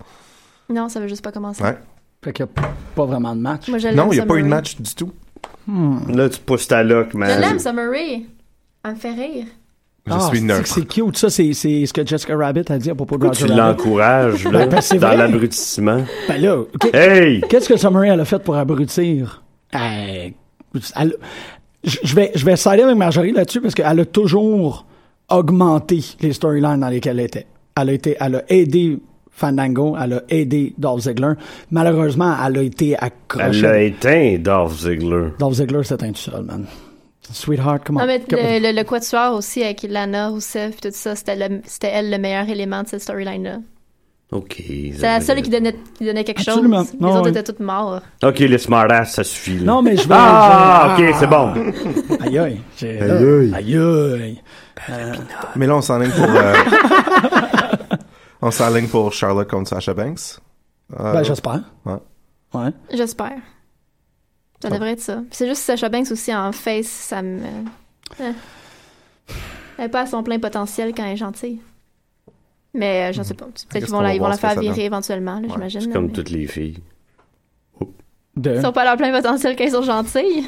[SPEAKER 3] Non, ça veut juste pas commencer.
[SPEAKER 6] Ouais.
[SPEAKER 2] Fait qu'il n'y a pas vraiment de match.
[SPEAKER 3] Moi, je
[SPEAKER 6] Non,
[SPEAKER 3] l'aime,
[SPEAKER 6] il n'y a
[SPEAKER 3] Summer
[SPEAKER 6] pas eu de
[SPEAKER 3] Rae.
[SPEAKER 6] match du tout.
[SPEAKER 2] Mm.
[SPEAKER 5] là, tu pousses ta loque,
[SPEAKER 3] Je
[SPEAKER 2] Euh,
[SPEAKER 3] l'aime,
[SPEAKER 5] man.
[SPEAKER 3] Summer Rae. Elle me fait rire.
[SPEAKER 6] Je
[SPEAKER 2] Ah,
[SPEAKER 6] suis
[SPEAKER 2] c'est-
[SPEAKER 6] neutre.
[SPEAKER 2] C'est cute, ça. C'est c'est ce que Jessica Rabbit a dit à propos de Roger
[SPEAKER 5] Tu
[SPEAKER 2] Rabbit.
[SPEAKER 5] l'encourages, là,
[SPEAKER 2] Ben, ben, c'est
[SPEAKER 5] dans
[SPEAKER 2] vrai.
[SPEAKER 5] l'abrutissement.
[SPEAKER 2] Ben là, qu'est-
[SPEAKER 5] Hey!
[SPEAKER 2] qu'est-ce que Summer Rae, elle a fait pour abrutir? Elle Euh, elle- je je vais, je vais salir avec Marjorie là-dessus parce qu'elle a toujours augmenté les storylines dans lesquelles elle était. Elle a, été, elle a aidé Fandango, elle a aidé Dolph Ziggler. Malheureusement, elle a été
[SPEAKER 5] Elle l'a
[SPEAKER 2] accrochée.
[SPEAKER 5] éteint, Dolph Ziggler.
[SPEAKER 2] Dolph Ziggler s'est éteint tout seul, man. Sweetheart, comment...
[SPEAKER 3] Non, mais euh,
[SPEAKER 2] comment-
[SPEAKER 3] le, le, le quatuor aussi avec Lana, Rousseff et tout ça, c'était le- c'était elle le meilleur élément de cette storyline-là.
[SPEAKER 5] OK.
[SPEAKER 3] C'est la seule qui donnait, qui donnait quelque
[SPEAKER 2] Absolument.
[SPEAKER 3] chose. Les
[SPEAKER 2] Non,
[SPEAKER 3] autres
[SPEAKER 2] oui.
[SPEAKER 3] étaient toutes morts.
[SPEAKER 5] OK, les smartasses, ça suffit. là.
[SPEAKER 2] Non, mais je vais...
[SPEAKER 5] Ah,
[SPEAKER 2] je vais-
[SPEAKER 5] OK, c'est bon.
[SPEAKER 2] Aïe, aïe. J'ai- Aïe, aïe.
[SPEAKER 6] Mais là, on s'enligne pour. euh, on s'enligne pour Charlotte contre Sasha Banks. Euh,
[SPEAKER 2] Ben, j'espère.
[SPEAKER 6] ouais.
[SPEAKER 2] Ouais.
[SPEAKER 3] J'espère. Ça devrait être ça. C'est juste Sacha Banks aussi en face, ça me. Euh.
[SPEAKER 2] Eh.
[SPEAKER 3] Elle est pas à son plein potentiel quand elle est gentille. Mais euh, je
[SPEAKER 2] Hmm.
[SPEAKER 3] sais pas. Peut-être qu'ils
[SPEAKER 6] Qu'est-ce
[SPEAKER 3] vont,
[SPEAKER 6] qu'on
[SPEAKER 3] la-
[SPEAKER 6] va
[SPEAKER 3] ils vont
[SPEAKER 6] voir
[SPEAKER 3] la
[SPEAKER 6] ce que ça
[SPEAKER 3] faire
[SPEAKER 6] donne.
[SPEAKER 3] virer éventuellement, là, j'imagine.
[SPEAKER 5] C'est
[SPEAKER 3] là,
[SPEAKER 5] comme
[SPEAKER 3] mais-
[SPEAKER 5] toutes les filles.
[SPEAKER 2] De-
[SPEAKER 3] Ils sont pas à leur plein potentiel quand ils sont gentils.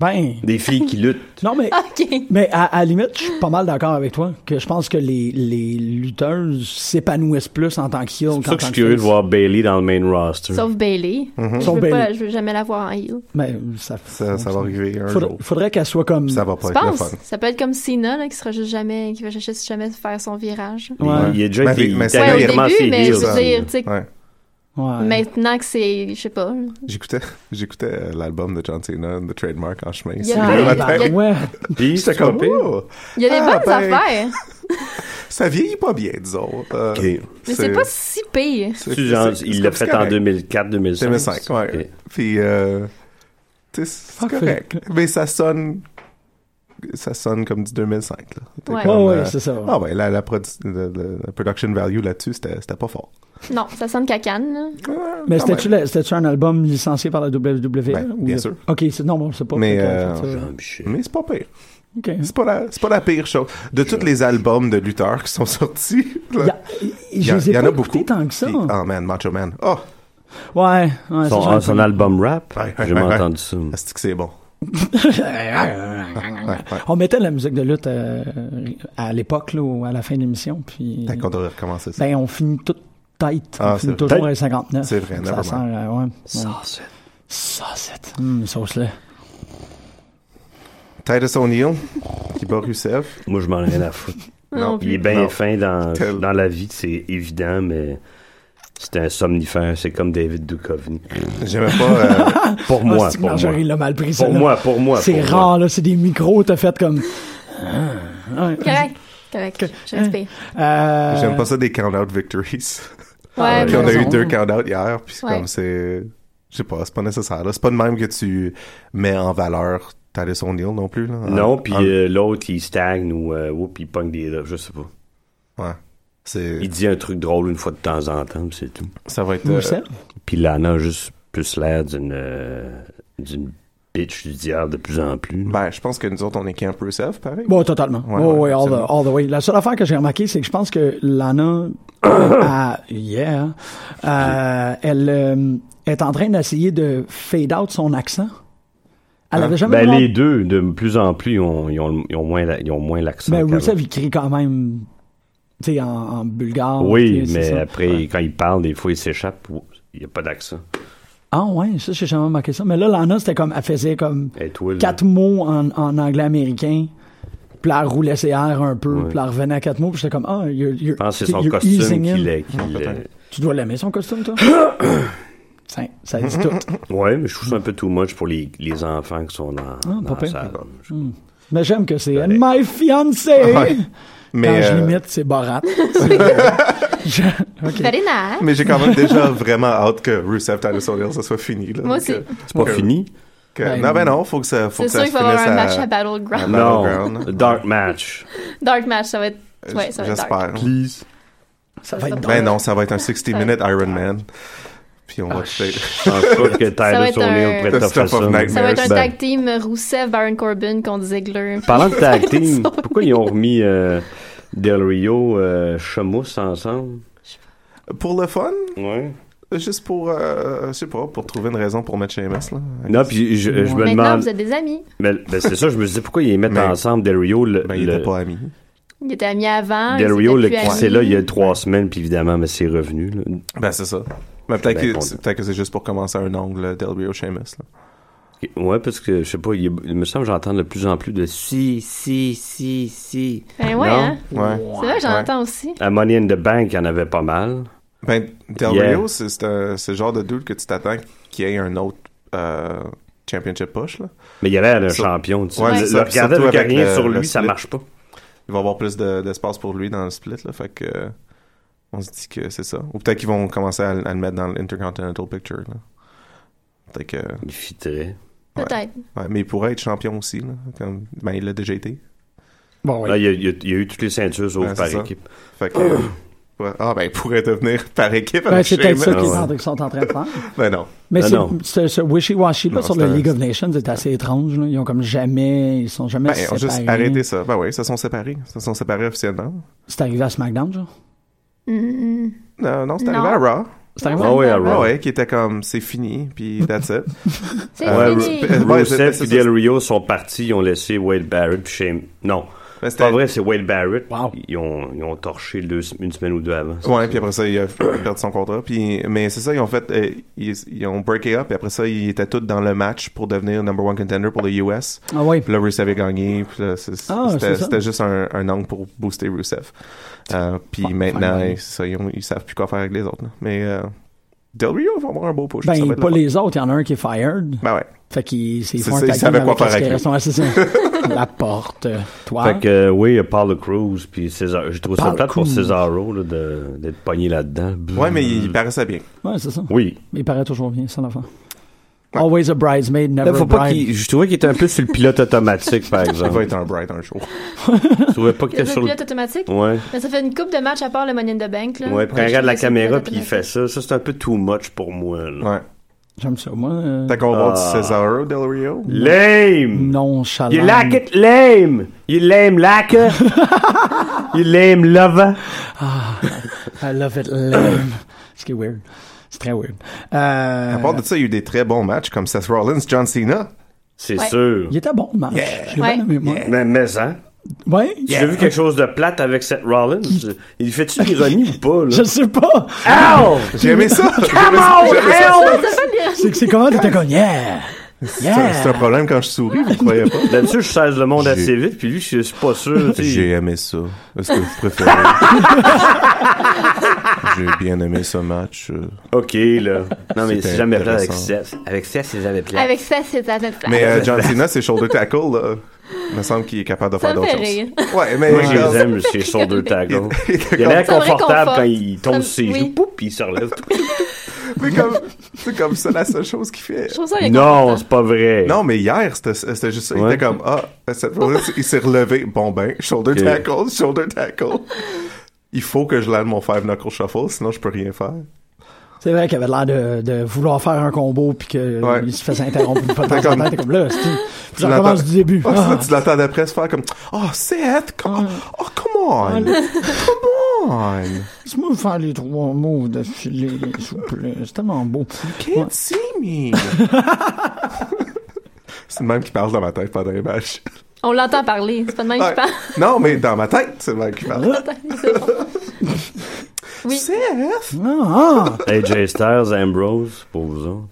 [SPEAKER 2] Ben...
[SPEAKER 5] Des filles qui luttent.
[SPEAKER 2] Non, mais...
[SPEAKER 3] ok.
[SPEAKER 2] Mais à, à la limite, je suis pas mal d'accord avec toi. Que je pense que les, les lutteuses s'épanouissent plus en tant que heel.
[SPEAKER 5] C'est
[SPEAKER 2] qu'en
[SPEAKER 5] pour ça que
[SPEAKER 2] tant
[SPEAKER 5] je suis curieux de
[SPEAKER 2] face.
[SPEAKER 5] voir Bailey dans le main roster.
[SPEAKER 3] Sauf Bailey.
[SPEAKER 6] Mhm.
[SPEAKER 3] Je,
[SPEAKER 2] Sauf
[SPEAKER 3] veux
[SPEAKER 2] Bayley.
[SPEAKER 3] pas- je veux jamais la voir en heel.
[SPEAKER 2] Mais ça,
[SPEAKER 6] Ça, ça va arriver un
[SPEAKER 2] faudrait,
[SPEAKER 6] jour.
[SPEAKER 2] faudrait qu'elle soit comme.
[SPEAKER 6] Ça va
[SPEAKER 3] Tu
[SPEAKER 6] pas être le
[SPEAKER 3] penses?
[SPEAKER 6] fun.
[SPEAKER 3] Ça peut être comme Cena, là, qui sera juste jamais, qui va juste jamais faire son virage.
[SPEAKER 5] Il-
[SPEAKER 2] Ouais.
[SPEAKER 5] Il a déjà
[SPEAKER 6] Mais-
[SPEAKER 5] été
[SPEAKER 6] mais c'est-
[SPEAKER 3] Ouais,
[SPEAKER 6] Cena,
[SPEAKER 3] au
[SPEAKER 6] il
[SPEAKER 5] dernièrement
[SPEAKER 3] début,
[SPEAKER 5] ses
[SPEAKER 3] mais je
[SPEAKER 6] hein.
[SPEAKER 3] veux
[SPEAKER 5] heels.
[SPEAKER 3] dire, tu sais,
[SPEAKER 6] Ouais.
[SPEAKER 2] Ouais.
[SPEAKER 3] maintenant que c'est, je sais pas.
[SPEAKER 6] J'écoutais, j'écoutais euh, l'album de John Cena, The Trademark, en chemin.
[SPEAKER 3] y a
[SPEAKER 6] sur
[SPEAKER 3] pas-
[SPEAKER 6] le
[SPEAKER 3] il y a-
[SPEAKER 6] matin.
[SPEAKER 3] il y a-
[SPEAKER 2] Ouais.
[SPEAKER 5] Puis,
[SPEAKER 6] J'étais
[SPEAKER 5] c'est
[SPEAKER 6] comme,
[SPEAKER 5] pas pire.
[SPEAKER 6] oh,
[SPEAKER 3] Il y a des
[SPEAKER 6] Ah,
[SPEAKER 3] bonnes
[SPEAKER 6] ben,
[SPEAKER 3] affaires,
[SPEAKER 6] ça vieillit pas bien, disons. Euh,
[SPEAKER 5] Ok.
[SPEAKER 3] mais c'est pas si pire.
[SPEAKER 6] c'est-
[SPEAKER 5] Tu, genre,
[SPEAKER 6] c'est-
[SPEAKER 5] il
[SPEAKER 6] c'est
[SPEAKER 5] l'a
[SPEAKER 6] comme
[SPEAKER 5] fait
[SPEAKER 6] c'est
[SPEAKER 5] en
[SPEAKER 6] correct.
[SPEAKER 5] 2004, 2005.
[SPEAKER 6] 2005, ouais.
[SPEAKER 5] Ok.
[SPEAKER 6] Puis, euh, tu sais, c'est
[SPEAKER 2] Fuck,
[SPEAKER 6] correct. Mais ça sonne, ça sonne comme du 2005, là. T'es
[SPEAKER 3] Ouais.
[SPEAKER 6] comme,
[SPEAKER 2] Ouais, ouais,
[SPEAKER 6] euh,
[SPEAKER 2] c'est ça.
[SPEAKER 6] Ah ouais, la, la, produ- le- le- la production value là-dessus, c'était c'était pas fort.
[SPEAKER 3] Non, ça sonne cacane. là.
[SPEAKER 6] Ah,
[SPEAKER 2] Mais
[SPEAKER 6] quand
[SPEAKER 2] c'était-tu
[SPEAKER 6] même.
[SPEAKER 2] la- c'était-tu un album licencié par la WWE?
[SPEAKER 6] Ben,
[SPEAKER 2] ou-
[SPEAKER 6] bien sûr.
[SPEAKER 2] Ok, c'est- non, bon, c'est pas.
[SPEAKER 6] Mais,
[SPEAKER 2] ok,
[SPEAKER 6] euh,
[SPEAKER 2] ça-
[SPEAKER 5] Jean Bichet.
[SPEAKER 6] Mais c'est pas pire.
[SPEAKER 2] ok.
[SPEAKER 6] C'est pas la, c'est pas la pire chose. De tous les albums de lutteurs qui sont sortis, là,
[SPEAKER 2] Il y a-
[SPEAKER 6] il
[SPEAKER 2] Je les ai pas écoutés tant que ça.
[SPEAKER 6] Puis- oh man, Macho Man. Oh,
[SPEAKER 2] Ouais, ouais.
[SPEAKER 5] Son,
[SPEAKER 2] ça, j'en ai
[SPEAKER 5] son
[SPEAKER 2] pas.
[SPEAKER 5] album rap,
[SPEAKER 6] Ouais,
[SPEAKER 5] j'ai
[SPEAKER 6] ouais,
[SPEAKER 5] jamais
[SPEAKER 6] ouais.
[SPEAKER 5] entendu ça.
[SPEAKER 6] c'est que c'est bon. Ouais, ouais.
[SPEAKER 2] On mettait la musique de lutte euh, à l'époque, là, ou à la fin de l'émission, puis.
[SPEAKER 6] Fait qu'on devrait recommencer ça.
[SPEAKER 2] Ben, on finit toute tête.
[SPEAKER 6] Ah,
[SPEAKER 2] on finit
[SPEAKER 6] c'est
[SPEAKER 2] toujours
[SPEAKER 6] vrai.
[SPEAKER 2] à 59.
[SPEAKER 6] C'est vrai,
[SPEAKER 2] Ça
[SPEAKER 6] never
[SPEAKER 2] sent,
[SPEAKER 6] mind.
[SPEAKER 2] euh, ouais. Saucette. Saucette. Hum, sauce-là. Ben-
[SPEAKER 6] Titus O'Neill qui bat Rusev.
[SPEAKER 5] Moi, je m'en ai rien à foutre.
[SPEAKER 3] Non,
[SPEAKER 5] Il est
[SPEAKER 3] plus.
[SPEAKER 5] bien
[SPEAKER 6] Non.
[SPEAKER 5] fin dans,
[SPEAKER 6] Tel-
[SPEAKER 5] dans la vie, c'est évident, mais c'est un somnifère, c'est comme David Duchovny.
[SPEAKER 6] J'aimais pas. euh,
[SPEAKER 5] Pour
[SPEAKER 2] Ah,
[SPEAKER 5] moi,
[SPEAKER 2] c'est que
[SPEAKER 5] pour moi.
[SPEAKER 2] Marjorie l'a mal pris,
[SPEAKER 5] Pour
[SPEAKER 2] celle-là.
[SPEAKER 5] moi, pour moi.
[SPEAKER 2] C'est
[SPEAKER 5] pour
[SPEAKER 2] rare,
[SPEAKER 5] moi.
[SPEAKER 2] là. C'est des micros, t'as fait comme. Ah, ouais.
[SPEAKER 3] Correct, correct. Je respire.
[SPEAKER 2] Euh,
[SPEAKER 6] J'aime pas ça des count-out victories.
[SPEAKER 3] Ouais,
[SPEAKER 6] Puis on a
[SPEAKER 2] raison.
[SPEAKER 6] eu deux count-out hier. Puis c'est
[SPEAKER 3] Ouais.
[SPEAKER 6] comme c'est. Je sais pas, c'est pas nécessaire. là. C'est pas de même que tu mets en valeur Titus O'Neill non plus. Là, En-
[SPEAKER 5] Non, puis
[SPEAKER 6] en-
[SPEAKER 5] euh, l'autre, il stagne ou euh, whoop, il pogne des lèvres, je sais pas.
[SPEAKER 6] ouais. C'est-
[SPEAKER 5] Il dit un truc drôle une fois de temps en temps, puis c'est tout.
[SPEAKER 6] Ça va être.
[SPEAKER 2] Vous
[SPEAKER 6] euh,
[SPEAKER 2] savez?
[SPEAKER 5] Puis Lana a juste plus l'air d'une euh, d'une bitch du diable de plus en plus.
[SPEAKER 6] ben, je pense que nous autres, on est Camp Rusev, pareil.
[SPEAKER 2] Bon, totalement.
[SPEAKER 6] Ouais,
[SPEAKER 2] Oh,
[SPEAKER 6] ouais,
[SPEAKER 2] oui, all the,
[SPEAKER 6] absolument.
[SPEAKER 2] all the way. La seule affaire que j'ai remarqué, c'est que je pense que Lana, a- yeah, euh, elle euh, est en train d'essayer de fade out son accent. Elle
[SPEAKER 6] Hein?
[SPEAKER 2] avait jamais.
[SPEAKER 5] Ben,
[SPEAKER 2] vraiment-
[SPEAKER 5] les deux, de plus en plus, ils ont, ils ont, ils ont moins la- ils ont moins l'accent.
[SPEAKER 2] Ben,
[SPEAKER 5] qu'avant.
[SPEAKER 2] Rusev, il crie quand même, tu sais, en, en bulgare.
[SPEAKER 5] Oui,
[SPEAKER 2] tu sais, c'est
[SPEAKER 5] mais
[SPEAKER 2] ça.
[SPEAKER 5] après, quand il parle, des fois, il s'échappe. ou- Il n'y a pas d'accent.
[SPEAKER 2] Ah ouais, ça j'ai jamais remarqué ça. Mais là, Lana, c'était comme, elle faisait comme
[SPEAKER 5] Hey, toi, là.
[SPEAKER 2] quatre mots en, en anglais américain. Puis là, elle roulait ses airs un peu, puis là, elle revenait à quatre mots, puis j'étais comme, ah, you're, you're,
[SPEAKER 5] Je pense que c'est son
[SPEAKER 2] you're
[SPEAKER 5] costume
[SPEAKER 2] easing in.
[SPEAKER 5] qui l'a. qui l'a-
[SPEAKER 2] Tu dois l'aimer son costume, toi? ça, ça dit tout.
[SPEAKER 5] Ouais, mais je trouve ça un peu too much pour les, les enfants qui sont dans, dans
[SPEAKER 2] Ah, pas pire.
[SPEAKER 5] la
[SPEAKER 2] Mm.
[SPEAKER 5] salle. Je-
[SPEAKER 2] Mais j'aime que c'est
[SPEAKER 5] Correct.
[SPEAKER 2] My fiancée! Quand
[SPEAKER 6] Mais,
[SPEAKER 2] je
[SPEAKER 6] euh,
[SPEAKER 2] l'imite, c'est Borat. Ben, Je- ok.
[SPEAKER 3] Very nice.
[SPEAKER 6] mais j'ai quand même déjà vraiment hâte que Rusev Titus O'Neill, ça soit fini. Là,
[SPEAKER 3] Moi aussi.
[SPEAKER 6] Que-
[SPEAKER 5] C'est pas
[SPEAKER 6] que-
[SPEAKER 5] fini?
[SPEAKER 6] que-
[SPEAKER 2] Ben,
[SPEAKER 6] non, ben non, faut que ça, faut
[SPEAKER 3] C'est
[SPEAKER 6] que
[SPEAKER 3] sûr
[SPEAKER 6] ça
[SPEAKER 3] qu'il
[SPEAKER 6] se
[SPEAKER 3] va y avoir
[SPEAKER 6] finisse
[SPEAKER 3] un match à
[SPEAKER 6] à. Ah,
[SPEAKER 3] Battleground.
[SPEAKER 5] Non.
[SPEAKER 6] Battleground.
[SPEAKER 5] Dark match.
[SPEAKER 3] Dark match, ça va être. Ouais, ça va être dark.
[SPEAKER 6] Euh, J'espère.
[SPEAKER 5] Please.
[SPEAKER 2] Ça va être
[SPEAKER 6] Ben non, ça va être un 60
[SPEAKER 3] va
[SPEAKER 6] minute Iron Man. Puis on va faire.
[SPEAKER 5] Je pense pas que
[SPEAKER 3] va
[SPEAKER 5] Tyler
[SPEAKER 3] être un-
[SPEAKER 5] O'Neill pourrait
[SPEAKER 6] The
[SPEAKER 5] te faire
[SPEAKER 6] stuff of
[SPEAKER 5] ça.
[SPEAKER 6] nightmares.
[SPEAKER 3] Ça va être un
[SPEAKER 5] Ben,
[SPEAKER 3] tag team Rousseff, Baron Corbin contre Ziggler.
[SPEAKER 5] Parlant de tag team, pourquoi ils ont remis euh, Del Rio, euh, Sheamus ensemble?
[SPEAKER 6] Pour le fun,
[SPEAKER 5] Ouais.
[SPEAKER 6] juste pour, euh, je sais pas, pour trouver une raison pour mettre Sheamus là.
[SPEAKER 5] Non, puis je, je me
[SPEAKER 3] Maintenant,
[SPEAKER 5] demande...
[SPEAKER 3] vous êtes des amis.
[SPEAKER 5] Mais, ben, c'est ça, je me disais pourquoi ils les mettent
[SPEAKER 6] Mais-
[SPEAKER 5] ensemble Del Rio. Le,
[SPEAKER 6] Ben il
[SPEAKER 5] le-
[SPEAKER 6] était pas ami.
[SPEAKER 3] Ils étaient amis avant.
[SPEAKER 5] Del
[SPEAKER 3] Ah, ils
[SPEAKER 5] Rio,
[SPEAKER 3] étaient
[SPEAKER 5] le
[SPEAKER 3] plus amis.
[SPEAKER 5] c'est là il y a trois semaines, puis évidemment, mais c'est revenu. là.
[SPEAKER 6] Ben c'est ça. Mais peut-être
[SPEAKER 5] Ben,
[SPEAKER 6] que
[SPEAKER 5] pour-
[SPEAKER 6] c'est- peut-être que c'est juste pour commencer un ongle Del Rio Sheamus là.
[SPEAKER 5] Ouais, parce que je sais pas, il, y a- il me semble que j'entends de plus en plus de si, si, si, si.
[SPEAKER 3] Ben ouais,
[SPEAKER 5] Non.
[SPEAKER 3] hein?
[SPEAKER 6] Ouais.
[SPEAKER 3] C'est vrai que j'en
[SPEAKER 6] Ouais.
[SPEAKER 3] entends aussi.
[SPEAKER 5] À Money in the Bank, il y en avait pas mal.
[SPEAKER 6] Ben, Del
[SPEAKER 5] Yeah.
[SPEAKER 6] Rio, c'est c'est un- c'est le genre de dude que tu t'attends qu'il y ait un autre euh, championship push. Là.
[SPEAKER 5] Mais il y avait le
[SPEAKER 6] Sur-
[SPEAKER 5] champion. Tu sais.
[SPEAKER 6] Ouais,
[SPEAKER 5] Le-
[SPEAKER 6] c'est
[SPEAKER 5] le
[SPEAKER 6] ça, puis
[SPEAKER 5] regarder
[SPEAKER 6] surtout
[SPEAKER 5] avec
[SPEAKER 6] avec
[SPEAKER 5] rien
[SPEAKER 6] le-
[SPEAKER 5] sur
[SPEAKER 6] le
[SPEAKER 5] lui, ça
[SPEAKER 6] split.
[SPEAKER 5] marche pas.
[SPEAKER 6] Il va y avoir plus de- d'espace pour lui dans le split. Là, fait que, euh, on se dit que c'est ça. Ou peut-être qu'ils vont commencer à, le- à le mettre dans l'Intercontinental Picture. là. Peut-être que.
[SPEAKER 5] Il fitrait.
[SPEAKER 6] Ouais.
[SPEAKER 3] Peut-être.
[SPEAKER 6] ouais, mais il pourrait être champion aussi. Là, comme, ben, il l'a déjà été.
[SPEAKER 2] Bon, oui.
[SPEAKER 5] Là, il y, a, il y a- il y a eu toutes les ceintures sauf
[SPEAKER 6] Ouais,
[SPEAKER 5] par
[SPEAKER 6] Ben, c'est ça.
[SPEAKER 5] équipe.
[SPEAKER 6] Fait que. ouais. Ah, ben, il pourrait devenir par équipe
[SPEAKER 2] Ben,
[SPEAKER 6] avec
[SPEAKER 2] c'est peut-être ça
[SPEAKER 6] Sheamus.
[SPEAKER 2] qu'ils
[SPEAKER 5] ouais.
[SPEAKER 2] sont- qu'ils sont en train de faire.
[SPEAKER 6] Ben non.
[SPEAKER 2] Mais
[SPEAKER 5] Ben
[SPEAKER 2] c'est-
[SPEAKER 5] non.
[SPEAKER 2] ce, ce wishy-washy là
[SPEAKER 6] Non,
[SPEAKER 2] sur
[SPEAKER 6] c'est
[SPEAKER 2] le
[SPEAKER 6] un-
[SPEAKER 2] League of Nations est assez étrange. Là. Ils ont comme jamais, ils sont jamais
[SPEAKER 6] Ben, ils ont
[SPEAKER 2] séparés.
[SPEAKER 6] juste arrêté ça. Ben oui, ils se sont séparés. Ils se sont séparés officiellement.
[SPEAKER 2] C'est arrivé à SmackDown, genre.
[SPEAKER 3] Mm, mm.
[SPEAKER 6] Non, non, c'est
[SPEAKER 3] Non.
[SPEAKER 6] arrivé à Raw.
[SPEAKER 2] C'est arrivé.
[SPEAKER 5] Ah ouais, à
[SPEAKER 6] Ah
[SPEAKER 5] Raw.
[SPEAKER 6] ouais, qui était comme c'est fini, puis that's it.
[SPEAKER 3] C'est
[SPEAKER 5] Ouais,
[SPEAKER 3] fini.
[SPEAKER 6] Ru- Ouais, c'est- ben, c'est-
[SPEAKER 5] Rusev
[SPEAKER 6] c'est-
[SPEAKER 5] et Del Rio sont partis, ils ont laissé Wade Barrett puis Shane. Non,
[SPEAKER 6] Ben,
[SPEAKER 5] c'est pas vrai, c'est Wade Barrett.
[SPEAKER 2] Wow.
[SPEAKER 5] Ils, ont, ils ont torché deux, sem- une semaine ou deux avant.
[SPEAKER 6] Ouais, puis après ça, il a perdu son contrat. Puis, mais c'est ça, ils ont fait. euh, ils, ils ont breaké up, puis après ça, ils étaient tous dans le match pour devenir number one contender pour les US.
[SPEAKER 2] Ah ouais.
[SPEAKER 6] Puis là, Rusev avait gagné. Puis là, c'est-
[SPEAKER 2] Ah, c'est
[SPEAKER 6] c'était
[SPEAKER 2] ça.
[SPEAKER 6] c'était juste un, un angle pour booster Rusev. Euh, puis
[SPEAKER 2] Fin-
[SPEAKER 6] maintenant,
[SPEAKER 2] finally.
[SPEAKER 6] ils, ça, ils, ont- ils savent plus quoi faire avec les autres. là. Mais euh, Del Rio va avoir un beau push. ça va
[SPEAKER 2] Ben,
[SPEAKER 6] être
[SPEAKER 2] pas
[SPEAKER 6] le fun.
[SPEAKER 2] les autres. Il y en a un qui est fired.
[SPEAKER 6] Ben ouais.
[SPEAKER 2] Fait qu'ils c'est
[SPEAKER 6] C'est
[SPEAKER 2] font un
[SPEAKER 6] ça, ils
[SPEAKER 2] tag
[SPEAKER 6] savaient
[SPEAKER 2] team
[SPEAKER 6] quoi
[SPEAKER 2] avec
[SPEAKER 6] faire avec
[SPEAKER 2] Esquire. Ouais, c'est ça. La porte, euh, toi.
[SPEAKER 5] Fait que euh, oui, il y a Paul Cruz puis César. J'ai trouvé ça
[SPEAKER 2] Paul
[SPEAKER 5] plate pour
[SPEAKER 2] Cruz.
[SPEAKER 5] Cesaro là, de- d'être pogné là-dedans.
[SPEAKER 6] Ouais, mais
[SPEAKER 5] Hmm.
[SPEAKER 6] il paraissait bien.
[SPEAKER 2] Ouais, c'est ça.
[SPEAKER 5] Oui.
[SPEAKER 2] Il paraît toujours bien, ça l'enfant. Always a bridesmaid, never
[SPEAKER 5] Là, faut
[SPEAKER 2] a
[SPEAKER 5] pas
[SPEAKER 2] bride.
[SPEAKER 5] qu'il. Je trouvais qu'il était un peu sur le pilote automatique, par
[SPEAKER 6] Il va
[SPEAKER 5] exemple.
[SPEAKER 6] être un bright un jour.
[SPEAKER 5] Je trouvais pas qu'il
[SPEAKER 3] Le
[SPEAKER 5] était sur le.
[SPEAKER 3] pilote automatique.
[SPEAKER 5] Ouais.
[SPEAKER 3] Mais ça fait une coupe de match à part le Money in the Bank. Là.
[SPEAKER 5] Ouais, puis quand il regarde la
[SPEAKER 3] C'est le
[SPEAKER 5] caméra
[SPEAKER 3] pilote
[SPEAKER 5] puis il fait
[SPEAKER 3] automatique.
[SPEAKER 5] ça, ça c'est un peu too much pour moi. Là.
[SPEAKER 6] Ouais.
[SPEAKER 2] J'aime ça. Moi, euh,
[SPEAKER 6] T'as qu'on va voir
[SPEAKER 5] Ah.
[SPEAKER 6] du Cesaro, Del Rio?
[SPEAKER 5] Lame!
[SPEAKER 2] nonchalant.
[SPEAKER 5] You like it lame! You lame like it! you lame lover!
[SPEAKER 2] I love it lame. Ce qui est weird. C'est très weird. Euh,
[SPEAKER 6] À part de ça, il y a eu des très bons matchs comme Seth Rollins, John Cena.
[SPEAKER 5] C'est
[SPEAKER 3] Ouais.
[SPEAKER 5] sûr.
[SPEAKER 2] Il était bon, le match. Je l'ai
[SPEAKER 3] Ouais.
[SPEAKER 2] bien aimé, moi.
[SPEAKER 5] Mais, mais hein?
[SPEAKER 2] Ouais.
[SPEAKER 5] J'ai vu quelque chose de plate avec Seth Rollins. Il fait-tu de l'ironie ou pas,
[SPEAKER 2] Je sais pas.
[SPEAKER 5] là? Ow!
[SPEAKER 6] J'ai aimé ça!
[SPEAKER 5] Come on, help!
[SPEAKER 3] Ça fait bien.
[SPEAKER 2] C'est que c'est comment t'étais comme, yeah.
[SPEAKER 3] Ah.
[SPEAKER 6] C'est
[SPEAKER 2] Yeah.
[SPEAKER 6] c'est un problème quand je souris, vous croyez pas?
[SPEAKER 5] Là-dessus, je saisis le monde
[SPEAKER 6] J'ai-
[SPEAKER 5] assez vite, puis lui, je suis pas sûr. tu sais.
[SPEAKER 6] J'ai aimé ça. Est-ce que vous préférez? J'ai bien aimé ce match. euh.
[SPEAKER 5] Ok, là. Non, mais
[SPEAKER 6] C'était
[SPEAKER 5] c'est jamais plate avec
[SPEAKER 6] intéressant.
[SPEAKER 5] Seth. Avec Seth, c'est jamais plate.
[SPEAKER 3] Avec ça, c'est ça.
[SPEAKER 6] Mais euh, John Cena, c'est shoulder tackle, là. Il me semble qu'il est capable de
[SPEAKER 3] Ça
[SPEAKER 6] faire
[SPEAKER 3] me
[SPEAKER 6] d'autres
[SPEAKER 3] fait
[SPEAKER 6] choses.
[SPEAKER 3] rire.
[SPEAKER 6] Ouais, mais
[SPEAKER 5] Moi, je
[SPEAKER 6] genre,
[SPEAKER 5] les aime, c'est sur deux tagons.
[SPEAKER 6] Il
[SPEAKER 5] Il a l'air
[SPEAKER 3] Ça me
[SPEAKER 5] confortable
[SPEAKER 3] réconforte.
[SPEAKER 5] quand il
[SPEAKER 3] Ça
[SPEAKER 5] tombe
[SPEAKER 3] me-
[SPEAKER 5] sur ses
[SPEAKER 3] oui.
[SPEAKER 5] genoux, poup, puis il se relève.
[SPEAKER 6] mais comme, c'est comme ça la seule chose qu'il fait.
[SPEAKER 3] Je trouve ça
[SPEAKER 5] Non, c'est pas vrai.
[SPEAKER 6] Non, mais hier, c'était c'était juste ça. Il
[SPEAKER 5] Ouais.
[SPEAKER 6] était comme, ah, cette fois-là, il s'est relevé. Bon ben, shoulder
[SPEAKER 5] Ok.
[SPEAKER 6] tackle, shoulder tackle. Il faut que je lance mon five knuckle shuffle, sinon je peux rien faire.
[SPEAKER 2] C'est vrai qu'il avait l'air de, de vouloir faire un combo puis qu'il
[SPEAKER 6] Ouais.
[SPEAKER 2] se faisait interrompre une fois de temps en
[SPEAKER 6] Comme-
[SPEAKER 2] temps. T'es comme là, c'est-
[SPEAKER 6] Tu
[SPEAKER 2] je recommence
[SPEAKER 6] l'entends-
[SPEAKER 2] du début.
[SPEAKER 6] Ah,
[SPEAKER 2] Ah.
[SPEAKER 6] ça, Tu l'entends d'après se faire comme, oh, Seth, com- oh, come on, come on,
[SPEAKER 2] Ah. Laisse-moi faire les trois mots de filet, s'il vous plaît. C'est tellement beau.
[SPEAKER 6] can't see me. c'est le même qui parle dans ma tête pendant les matchs.
[SPEAKER 3] On l'entend parler. C'est pas de même
[SPEAKER 6] Ouais.
[SPEAKER 3] qu'il parle.
[SPEAKER 6] Non, mais dans ma tête, c'est le même qui
[SPEAKER 3] Ah.
[SPEAKER 6] parle.
[SPEAKER 3] C'est bon. Oui.
[SPEAKER 6] Seth!
[SPEAKER 2] Ah, ah.
[SPEAKER 5] AJ Styles, Ambrose, pour vous autres.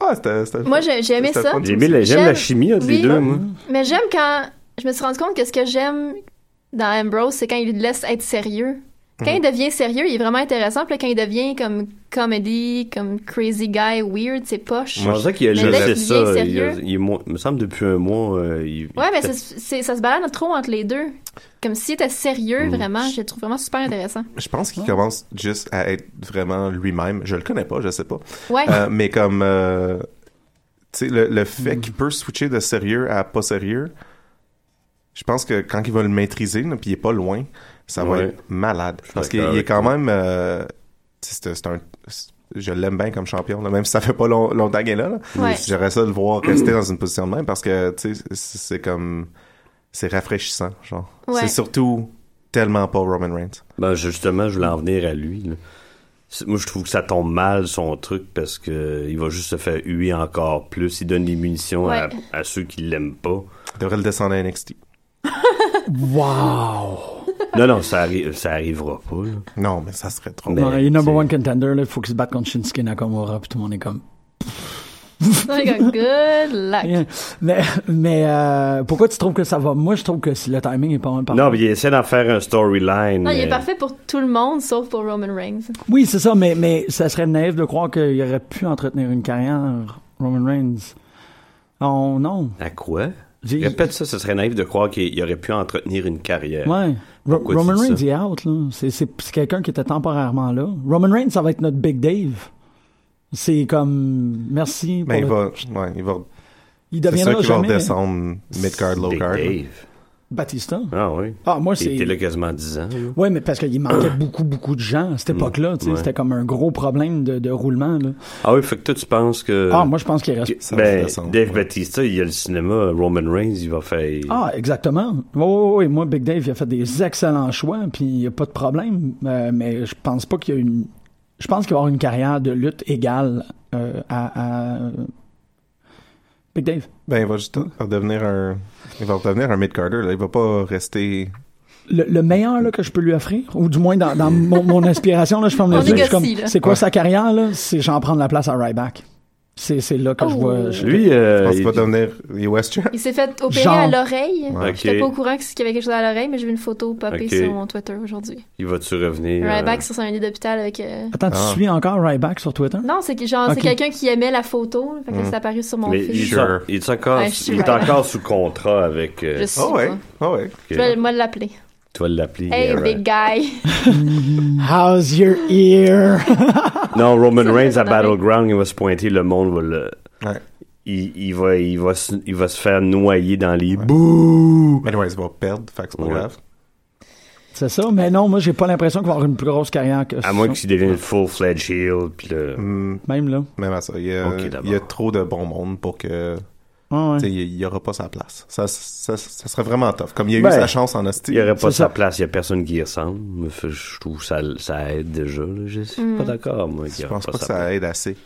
[SPEAKER 6] Ah, c'était. c'était-
[SPEAKER 3] Moi, j'ai j'ai aimé
[SPEAKER 6] c'était
[SPEAKER 3] ça.
[SPEAKER 6] fun,
[SPEAKER 5] J'ai aimé la- J'aime
[SPEAKER 3] J'aime-
[SPEAKER 5] la chimie entre les
[SPEAKER 3] oui.
[SPEAKER 5] deux, moi.
[SPEAKER 3] Mais j'aime quand. Je me suis rendu compte que ce que j'aime dans Ambrose, c'est quand il laisse être sérieux. Quand
[SPEAKER 5] Mhm.
[SPEAKER 3] il devient sérieux, il est vraiment intéressant. Puis là, quand il devient comme comedy, comme crazy guy, weird, c'est poche.
[SPEAKER 5] Je pensais qu'il a
[SPEAKER 3] Mais dès
[SPEAKER 5] laissé
[SPEAKER 3] qu'il devient
[SPEAKER 5] ça. Il, a-
[SPEAKER 3] sérieux-
[SPEAKER 5] il est moins- me semble depuis un mois. euh, il,
[SPEAKER 3] Ouais, mais
[SPEAKER 5] il-
[SPEAKER 3] c'est- c'est- ça se balade trop entre les deux. Comme s'il était sérieux,
[SPEAKER 5] Mhm.
[SPEAKER 3] vraiment. Je le trouve vraiment super intéressant.
[SPEAKER 6] Je pense
[SPEAKER 3] Ah.
[SPEAKER 6] qu'il commence juste à être vraiment lui-même. Je le connais pas, je sais pas.
[SPEAKER 3] Ouais.
[SPEAKER 6] Euh, mais comme. euh, tu sais, le, le fait
[SPEAKER 3] Hmm.
[SPEAKER 6] qu'il peut switcher de sérieux à pas sérieux, je pense que quand il va le maîtriser, là, puis il est pas loin, ça va
[SPEAKER 5] Ouais.
[SPEAKER 6] être malade. Parce qu'il
[SPEAKER 5] d'accord
[SPEAKER 6] il est
[SPEAKER 5] avec
[SPEAKER 6] quand
[SPEAKER 5] toi.
[SPEAKER 6] même. euh, tu sais, c'est c'est un. c'est- Je l'aime bien comme champion, là, même si ça fait pas long- longtemps qu'il est là. là.
[SPEAKER 3] Ouais.
[SPEAKER 6] J'aimerais ça le voir rester dans une position de même parce que, tu sais, c'est- c'est comme. C'est rafraîchissant, genre.
[SPEAKER 3] Ouais.
[SPEAKER 6] C'est surtout tellement pas Roman Reigns.
[SPEAKER 5] Ben, justement, je voulais en venir à lui. là. C'est- Moi, je trouve que ça tombe mal, son truc, parce que euh, il va juste se faire huer encore plus. Il donne des munitions à,
[SPEAKER 3] Ouais.
[SPEAKER 5] à ceux qui l'aiment pas.
[SPEAKER 6] Il devrait le descendre à NXT.
[SPEAKER 2] Wow.
[SPEAKER 5] Non, non, ça, arri- ça arrivera pas. là.
[SPEAKER 6] Non, mais ça serait trop.
[SPEAKER 5] Mais-
[SPEAKER 2] Ouais, il est number
[SPEAKER 5] c'est-
[SPEAKER 2] one contender. Là, faut qu'il se batte contre Shinsuke Nakamura puis tout le monde est comme.
[SPEAKER 3] Like a Oh good luck.
[SPEAKER 2] Mais, mais euh, pourquoi tu trouves que ça va? Moi, je trouve que si le timing est pas mal.
[SPEAKER 5] Non, mais il essaie d'en faire un storyline. euh,
[SPEAKER 3] Non, il est
[SPEAKER 5] mais-
[SPEAKER 3] parfait pour tout le monde, sauf pour Roman Reigns.
[SPEAKER 2] Oui, c'est ça, mais, mais ça serait naïf de croire qu'il aurait pu entretenir une carrière, Roman Reigns. Oh non.
[SPEAKER 5] À quoi?
[SPEAKER 2] J'ai-
[SPEAKER 5] Répète ça, ce serait naïf de croire qu'il il aurait pu entretenir une carrière.
[SPEAKER 6] Euh,
[SPEAKER 2] Ouais. Ro-
[SPEAKER 5] Pourquoi tu
[SPEAKER 2] Roman
[SPEAKER 5] dis ça?
[SPEAKER 2] Reigns est out, là. C'est, c'est, c'est quelqu'un qui était temporairement là. Roman Reigns, ça va être notre Big Dave. C'est comme merci.
[SPEAKER 6] Mais Ben, il
[SPEAKER 2] pour le-
[SPEAKER 6] va, ouais, il va.
[SPEAKER 2] il
[SPEAKER 6] C'est sûr
[SPEAKER 2] deviendra
[SPEAKER 6] qu'il va
[SPEAKER 2] jamais
[SPEAKER 6] redescendre mid-card,
[SPEAKER 5] Big
[SPEAKER 6] low-card.
[SPEAKER 5] Dave.
[SPEAKER 2] Batista.
[SPEAKER 5] Ah oui.
[SPEAKER 2] Ah, moi,
[SPEAKER 5] Il
[SPEAKER 2] c'est.
[SPEAKER 5] était là quasiment 10 ans. hein. là.
[SPEAKER 2] Oui, mais parce qu'il manquait beaucoup, beaucoup de gens à cette époque-là. tu sais,
[SPEAKER 5] ouais.
[SPEAKER 2] C'était comme un gros problème de, de roulement. Là.
[SPEAKER 6] Euh,
[SPEAKER 5] Ah oui, fait que toi, tu penses que.
[SPEAKER 2] Ah, moi, je pense qu'il reste.
[SPEAKER 5] que-
[SPEAKER 6] ça va
[SPEAKER 5] ben,
[SPEAKER 6] descendre,
[SPEAKER 5] Dave
[SPEAKER 6] ouais.
[SPEAKER 5] Batista, il y a le cinéma. Roman Reigns, il va faire.
[SPEAKER 2] Ah, exactement. Oui, oui, oui. Moi, Big Dave, il a fait des excellents choix, puis il n'y a pas de problème. Euh, mais je pense pas qu'il y a une. Je pense qu'il va y avoir une carrière de lutte égale euh, à, à, euh, Big Dave.
[SPEAKER 6] Ben, il va juste redevenir un, il va redevenir un mid-carder, là. Il va pas
[SPEAKER 5] Euh,
[SPEAKER 6] rester.
[SPEAKER 2] Le, le meilleur là, que je peux lui offrir, ou du moins dans, dans mon, mon inspiration, là, je ferme
[SPEAKER 3] On
[SPEAKER 2] les yeux. je suis
[SPEAKER 3] négocie,
[SPEAKER 2] comme,
[SPEAKER 3] là.
[SPEAKER 2] C'est quoi sa carrière là C'est j'en prendre la place à Ryback. C'est c'est là que je
[SPEAKER 3] Oh.
[SPEAKER 2] vois. je-
[SPEAKER 5] Lui, euh,
[SPEAKER 6] Je pense
[SPEAKER 5] il-
[SPEAKER 6] qu'il va devenir US champ.
[SPEAKER 3] Il s'est fait opérer
[SPEAKER 2] Genre.
[SPEAKER 3] à l'oreille.
[SPEAKER 5] Ouais.
[SPEAKER 3] J'étais
[SPEAKER 5] Ok.
[SPEAKER 3] pas au courant que- qu'il y avait quelque chose à l'oreille, mais j'ai vu une photo popper
[SPEAKER 5] Ok.
[SPEAKER 3] sur mon Twitter aujourd'hui.
[SPEAKER 5] il va-tu revenir? euh,
[SPEAKER 3] Ryback sur son lit d'hôpital avec... euh,
[SPEAKER 2] Attends, tu
[SPEAKER 6] Ah.
[SPEAKER 2] suis encore Ryback sur Twitter
[SPEAKER 3] Non, c'est que- genre,
[SPEAKER 2] Ok.
[SPEAKER 3] c'est quelqu'un qui aimait la photo. Fait que là, c'est apparu sur mon
[SPEAKER 5] Mais
[SPEAKER 3] feed.
[SPEAKER 5] il,
[SPEAKER 6] Mm. Sure.
[SPEAKER 5] sort- il est encore,
[SPEAKER 3] Ouais, je suis
[SPEAKER 5] il est
[SPEAKER 3] Ryback.
[SPEAKER 5] encore sous contrat avec. euh,
[SPEAKER 3] Je sais
[SPEAKER 6] Ah ouais,
[SPEAKER 3] pas.
[SPEAKER 6] ah ouais.
[SPEAKER 3] Je vais moi l'appeler.
[SPEAKER 5] Tu vas l'appeler.
[SPEAKER 3] Hey,
[SPEAKER 5] euh,
[SPEAKER 3] big guy.
[SPEAKER 2] How's your ear
[SPEAKER 5] Non, Roman
[SPEAKER 3] Ça,
[SPEAKER 5] Reigns
[SPEAKER 3] ça
[SPEAKER 5] à
[SPEAKER 3] donne rien.
[SPEAKER 5] Battleground, il va se pointer, le monde va le.
[SPEAKER 6] Ouais.
[SPEAKER 5] Il, il va, il, va se, il va se faire noyer dans les bouts.
[SPEAKER 6] Mais ouais, il va perdre, fait que c'est pas
[SPEAKER 5] Ouais.
[SPEAKER 6] grave.
[SPEAKER 2] C'est ça, mais non, moi j'ai pas l'impression qu'il va avoir une plus grosse carrière que ça.
[SPEAKER 5] À moins qu'il devienne full-fledged heel. Puis le...
[SPEAKER 6] Hmm,
[SPEAKER 2] Même là.
[SPEAKER 6] même à ça, il y, a,
[SPEAKER 5] Ok, d'abord.
[SPEAKER 6] il y a trop de bon monde pour que.
[SPEAKER 2] Ah, ouais.
[SPEAKER 6] tu sais, Il n'y aura pas sa place. Ça, ça, ça serait vraiment tough. Comme il a
[SPEAKER 2] Ben,
[SPEAKER 6] eu sa chance en hostie.
[SPEAKER 5] Il n'y aurait
[SPEAKER 2] C'est
[SPEAKER 5] pas
[SPEAKER 2] ça.
[SPEAKER 5] sa place, il n'y a personne qui y ressemble. Mais fait- Je trouve que ça, ça aide déjà. là. Je suis
[SPEAKER 3] Mm.
[SPEAKER 5] pas d'accord, moi. qu'il y
[SPEAKER 6] Je
[SPEAKER 5] aura
[SPEAKER 6] pense pas,
[SPEAKER 5] sa
[SPEAKER 6] que
[SPEAKER 5] place.
[SPEAKER 6] ça aide assez.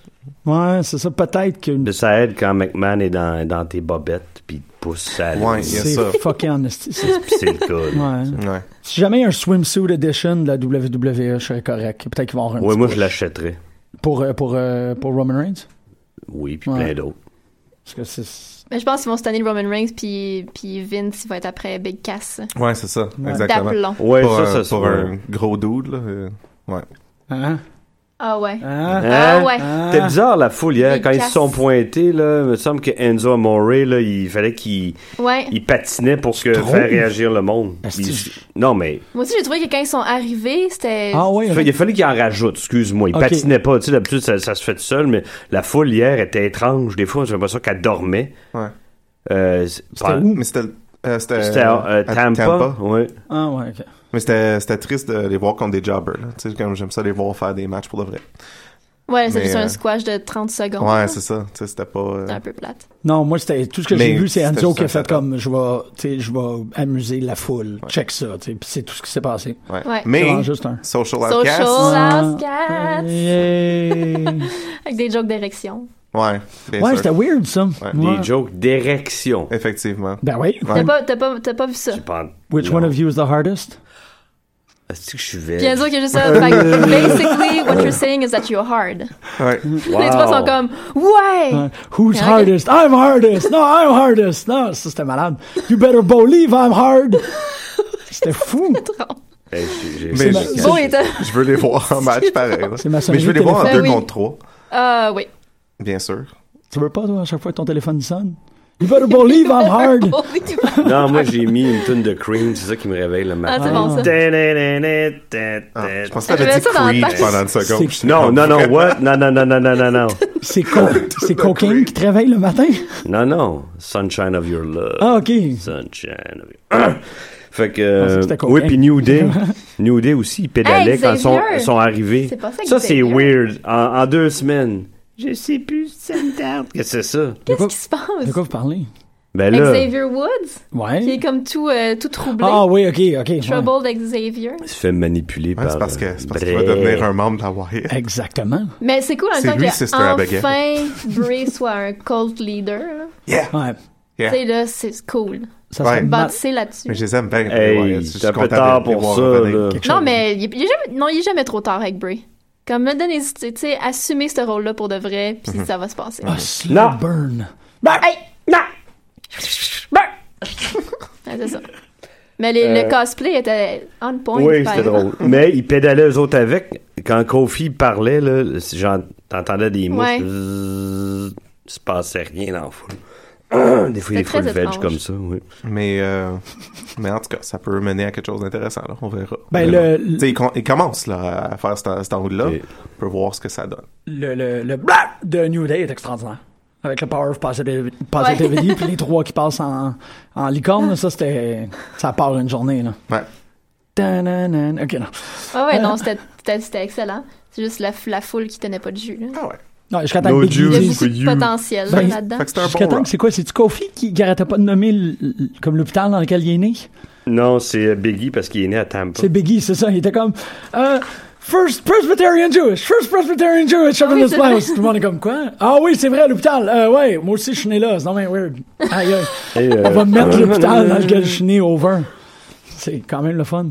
[SPEAKER 2] Ouais, c'est ça. Peut-être qu'une.
[SPEAKER 5] Mais ça aide quand McMahon est dans, dans tes bobettes, puis il te pousse ça.
[SPEAKER 6] Ouais, il y a
[SPEAKER 2] C'est
[SPEAKER 6] ça.
[SPEAKER 2] fucking honesty. ça.
[SPEAKER 5] Puis c'est le cas. là.
[SPEAKER 2] Ouais.
[SPEAKER 6] Ouais.
[SPEAKER 2] Si jamais il y a un swimsuit edition de la WWE, je serais correct. Peut-être qu'il va y avoir un.
[SPEAKER 5] Ouais,
[SPEAKER 2] petit
[SPEAKER 5] moi,
[SPEAKER 2] push.
[SPEAKER 5] je l'achèterais.
[SPEAKER 2] Pour, euh, pour, euh, pour Roman Reigns.
[SPEAKER 5] Oui, puis
[SPEAKER 2] Ouais.
[SPEAKER 5] plein d'autres.
[SPEAKER 2] Parce que c'est.
[SPEAKER 3] Mais Ben, je pense qu'ils vont se tanner de Roman Reigns, puis, puis Vince, il va être après Big Cass.
[SPEAKER 6] Ouais, c'est ça.
[SPEAKER 2] Ouais.
[SPEAKER 6] Exactement.
[SPEAKER 3] D'aplomb.
[SPEAKER 5] Ouais,
[SPEAKER 6] pour
[SPEAKER 5] ça,
[SPEAKER 6] un,
[SPEAKER 5] ça se
[SPEAKER 6] pour
[SPEAKER 5] voit.
[SPEAKER 6] un gros dude, là. euh, Ouais.
[SPEAKER 2] Hein?
[SPEAKER 3] Ah ouais.
[SPEAKER 2] Hein?
[SPEAKER 3] Ah
[SPEAKER 5] Hein?
[SPEAKER 3] ouais.
[SPEAKER 2] Hein?
[SPEAKER 5] C'était bizarre la foule hier
[SPEAKER 3] Les
[SPEAKER 5] quand ils se
[SPEAKER 3] casses.
[SPEAKER 5] sont pointés là. Il me semble que Enzo Amore là, il fallait qu'il
[SPEAKER 3] Ouais.
[SPEAKER 5] il patinait pour que
[SPEAKER 2] trouves?
[SPEAKER 5] faire réagir le monde.
[SPEAKER 2] Est-ce
[SPEAKER 5] Il-
[SPEAKER 2] que-
[SPEAKER 5] Non mais
[SPEAKER 3] Moi aussi, j'ai trouvé que quand ils sont arrivés, c'était.
[SPEAKER 2] Ah ouais,
[SPEAKER 5] il fallait qu'il en rajoute. Excuse-moi, il
[SPEAKER 2] Ok.
[SPEAKER 5] patinait pas. Tu sais d'habitude ça, ça se fait tout seul, mais la foule hier était étrange. Des fois, j'ai l'impression qu'elle dormait.
[SPEAKER 6] Ouais.
[SPEAKER 5] Euh, c'est- par-
[SPEAKER 2] où?
[SPEAKER 6] Mais c'était. euh, c'était
[SPEAKER 5] C'était à, euh,
[SPEAKER 6] à
[SPEAKER 5] Tampa. ouais.
[SPEAKER 2] Ah ouais, ok.
[SPEAKER 6] Mais c'était c'était triste de les voir contre des jobbers. là. Tu sais, comme j'aime ça les voir faire des matchs pour de vrai.
[SPEAKER 3] Ouais, c'est
[SPEAKER 6] Mais,
[SPEAKER 3] juste
[SPEAKER 6] euh,
[SPEAKER 3] un squash de 30 secondes.
[SPEAKER 6] Ouais,
[SPEAKER 3] là.
[SPEAKER 6] c'est ça. Tu sais, c'était pas. euh,
[SPEAKER 3] C'est un peu plate.
[SPEAKER 2] Non, moi, c'était tout ce que
[SPEAKER 6] Mais
[SPEAKER 2] j'ai vu, c'est
[SPEAKER 6] c'était
[SPEAKER 2] Enzo
[SPEAKER 6] juste
[SPEAKER 2] qui a
[SPEAKER 6] un
[SPEAKER 2] fait
[SPEAKER 6] setup.
[SPEAKER 2] comme je vais, tu sais, je vais amuser la foule. Check ça, tu sais. Puis c'est tout ce qui s'est passé.
[SPEAKER 6] ouais.
[SPEAKER 3] Ouais.
[SPEAKER 2] C'est
[SPEAKER 6] Mais
[SPEAKER 2] vraiment juste un.
[SPEAKER 6] Social Outcast.
[SPEAKER 3] Social House
[SPEAKER 2] Ah,
[SPEAKER 3] Cats!
[SPEAKER 2] yeah.
[SPEAKER 3] Avec des jokes d'érection.
[SPEAKER 6] Ouais. bien
[SPEAKER 2] ouais,
[SPEAKER 6] sûr.
[SPEAKER 2] c'était weird, ça.
[SPEAKER 6] Ouais.
[SPEAKER 5] Des
[SPEAKER 2] Ouais.
[SPEAKER 5] jokes d'érection.
[SPEAKER 6] Effectivement.
[SPEAKER 2] Ben oui.
[SPEAKER 3] T'as
[SPEAKER 6] Ouais.
[SPEAKER 3] pas, t'as pas, t'as pas vu ça?
[SPEAKER 5] Je pense-
[SPEAKER 2] Which
[SPEAKER 5] Non.
[SPEAKER 2] one of you is the hardest?
[SPEAKER 5] Est-ce Ah, que je suis
[SPEAKER 3] Puis Enzo
[SPEAKER 5] veg?
[SPEAKER 3] qui est juste ça. fait que basically, what you're saying is that you're hard.
[SPEAKER 6] Ouais.
[SPEAKER 3] Les trois sont comme, ouais!
[SPEAKER 2] Ouais. Who's
[SPEAKER 3] Ouais.
[SPEAKER 2] hardest? I'm hardest! No, I'm hardest! Non, ça c'était malade. You better believe I'm hard! C'était fou!
[SPEAKER 5] Hey, Ben, j'ai- j'ai-
[SPEAKER 6] Mais
[SPEAKER 2] ma-
[SPEAKER 6] je,
[SPEAKER 3] Bon, il était.
[SPEAKER 6] je veux les voir en match pareil. là.
[SPEAKER 2] C'est ma
[SPEAKER 6] Mais je veux les
[SPEAKER 2] sonnerie
[SPEAKER 6] voir en
[SPEAKER 3] téléphone.
[SPEAKER 6] 2
[SPEAKER 3] Ben oui.
[SPEAKER 6] contre 3,
[SPEAKER 3] Ah oui.
[SPEAKER 6] bien sûr.
[SPEAKER 2] Tu veux pas, toi, à chaque fois que ton téléphone sonne? You better believe I'm hard!
[SPEAKER 3] Bon, il était-
[SPEAKER 5] Non, moi j'ai mis une tune de Cream, c'est ça qui me réveille le
[SPEAKER 3] Ah,
[SPEAKER 5] matin.
[SPEAKER 3] c'est bon ça.
[SPEAKER 6] Ah, je
[SPEAKER 5] Non,
[SPEAKER 6] pensais que t'avais
[SPEAKER 3] J'avais
[SPEAKER 6] dit
[SPEAKER 3] ça dans la
[SPEAKER 6] Creed
[SPEAKER 3] tête.
[SPEAKER 6] pendant une seconde.
[SPEAKER 2] C'est-
[SPEAKER 5] non, non, what? Non, non, non, non, non, non, non.
[SPEAKER 2] C'est co c'est cocaine qui te réveille le matin?
[SPEAKER 5] Non, non. Sunshine of your love.
[SPEAKER 2] Ah, ok.
[SPEAKER 5] Sunshine of your... fait que... euh,
[SPEAKER 2] que c'était cocaine.
[SPEAKER 5] oui, puis New Day. New Day aussi, ils pédalaient
[SPEAKER 3] Hey,
[SPEAKER 5] quand ils sont,
[SPEAKER 3] Xavier!
[SPEAKER 5] sont arrivés.
[SPEAKER 3] C'est pas ça que
[SPEAKER 5] Ça, c'est
[SPEAKER 3] Xavier-
[SPEAKER 5] weird. En, en deux semaines. Je sais plus si ça me tente. Qu'est-ce que c'est ça?
[SPEAKER 3] Qu'est-ce qui se passe?
[SPEAKER 2] De quoi vous parlez?
[SPEAKER 5] Ben là...
[SPEAKER 3] Xavier Woods, qui est
[SPEAKER 2] Ouais.
[SPEAKER 3] comme tout, euh, tout troublé.
[SPEAKER 2] Ah oui, ok, ok. ouais.
[SPEAKER 3] Trouble Xavier.
[SPEAKER 5] Il se fait manipuler
[SPEAKER 6] Ouais,
[SPEAKER 5] par...
[SPEAKER 6] c'est parce que- c'est parce
[SPEAKER 5] euh,
[SPEAKER 6] qu'il va
[SPEAKER 5] Bray.
[SPEAKER 6] devenir un membre de la Wyatt.
[SPEAKER 2] Exactement.
[SPEAKER 3] Mais c'est cool en même
[SPEAKER 6] C'est
[SPEAKER 3] temps
[SPEAKER 6] lui,
[SPEAKER 3] que
[SPEAKER 6] Sister Abigail.
[SPEAKER 3] enfin Bray soit un cult leader. là.
[SPEAKER 6] Yeah!
[SPEAKER 2] Ouais.
[SPEAKER 6] Yeah.
[SPEAKER 3] Tu sais, là, c'est cool.
[SPEAKER 2] Ça
[SPEAKER 6] Ouais.
[SPEAKER 2] serait ma-
[SPEAKER 3] Bâtissez là-dessus.
[SPEAKER 6] Mais je les aime bien. les
[SPEAKER 5] Hey,
[SPEAKER 6] Wyatt. Je suis
[SPEAKER 5] c'est un peu
[SPEAKER 6] content de
[SPEAKER 5] tard
[SPEAKER 6] les
[SPEAKER 5] pour
[SPEAKER 6] voir
[SPEAKER 5] ça,
[SPEAKER 6] revenir.
[SPEAKER 5] là.
[SPEAKER 2] quelque chose.
[SPEAKER 3] Non, mais il, il est jamais, non, il est jamais trop tard avec Bray. Comme, me donner, tu sais, assumer ce rôle-là pour de vrai, puis
[SPEAKER 6] Mm-hmm.
[SPEAKER 3] ça va se passer.
[SPEAKER 2] Ah, slow burn.
[SPEAKER 3] Hey! Non! Ouais, c'est ça. Mais les-
[SPEAKER 5] Euh,
[SPEAKER 3] le cosplay était on point. hein.
[SPEAKER 5] Oui,
[SPEAKER 3] par
[SPEAKER 5] c'était
[SPEAKER 3] exemple.
[SPEAKER 5] drôle. Mais ils pédalaient eux autres avec. Quand Kofi parlait, là, si j'en- t'entendais des mouches.
[SPEAKER 3] Ouais.
[SPEAKER 5] Zzz, il se passait rien dans la foule. des fois, il
[SPEAKER 3] C'était
[SPEAKER 5] faut le
[SPEAKER 3] très
[SPEAKER 5] veg
[SPEAKER 3] étrange.
[SPEAKER 5] comme ça, oui.
[SPEAKER 6] Mais, euh, mais en tout cas, ça peut mener à quelque chose d'intéressant, là. On verra.
[SPEAKER 2] Ben,
[SPEAKER 6] On
[SPEAKER 2] le-
[SPEAKER 6] verra.
[SPEAKER 2] le-
[SPEAKER 6] Tu sais, il, com- il commence, là, à faire cet, cet angle-là.
[SPEAKER 5] Ok.
[SPEAKER 6] On peut voir ce que ça donne.
[SPEAKER 2] Le, le, le blah de New Day est extraordinaire. Avec le Power of Positiv- Positivity, puis les trois qui passent en, en licorne, là, ça, c'était. Ça part une journée, là.
[SPEAKER 6] Ouais.
[SPEAKER 2] Ta-na-na. Ok, non.
[SPEAKER 3] Ah ouais, non, c'était- c'était c'était excellent. C'est juste la, f- la foule qui tenait pas de jus. là.
[SPEAKER 6] Ah ouais.
[SPEAKER 2] Non, jusqu'à temps que
[SPEAKER 6] No
[SPEAKER 2] Big
[SPEAKER 3] Il y
[SPEAKER 6] juice.
[SPEAKER 3] a
[SPEAKER 2] Easy-
[SPEAKER 3] beaucoup de potentiel là,
[SPEAKER 2] Ben,
[SPEAKER 3] là-dedans.
[SPEAKER 6] Fait que c'est un
[SPEAKER 2] Jusqu'à
[SPEAKER 6] bon
[SPEAKER 2] temps
[SPEAKER 6] rap.
[SPEAKER 2] que c'est quoi? C'est-tu Kofi qui qui arrêtait pas de nommer l- l- comme l'hôpital dans lequel il est né?
[SPEAKER 5] Non, c'est euh, Biggie parce qu'il est né à Tampa.
[SPEAKER 2] C'est Biggie, c'est ça. Il était comme euh, First Presbyterian Jewish, First Presbyterian Jewish up in
[SPEAKER 3] Ah oui,
[SPEAKER 2] this
[SPEAKER 3] c'est vrai.
[SPEAKER 2] place. Tout le monde est comme quoi? Ah oui, c'est vrai, à l'hôpital. Euh, ouais, moi aussi je suis né là. C'est non mais weird. Aïe, aïe.
[SPEAKER 5] Et, euh,
[SPEAKER 2] On va mettre l'hôpital dans lequel je suis né au vin. C'est quand même le fun.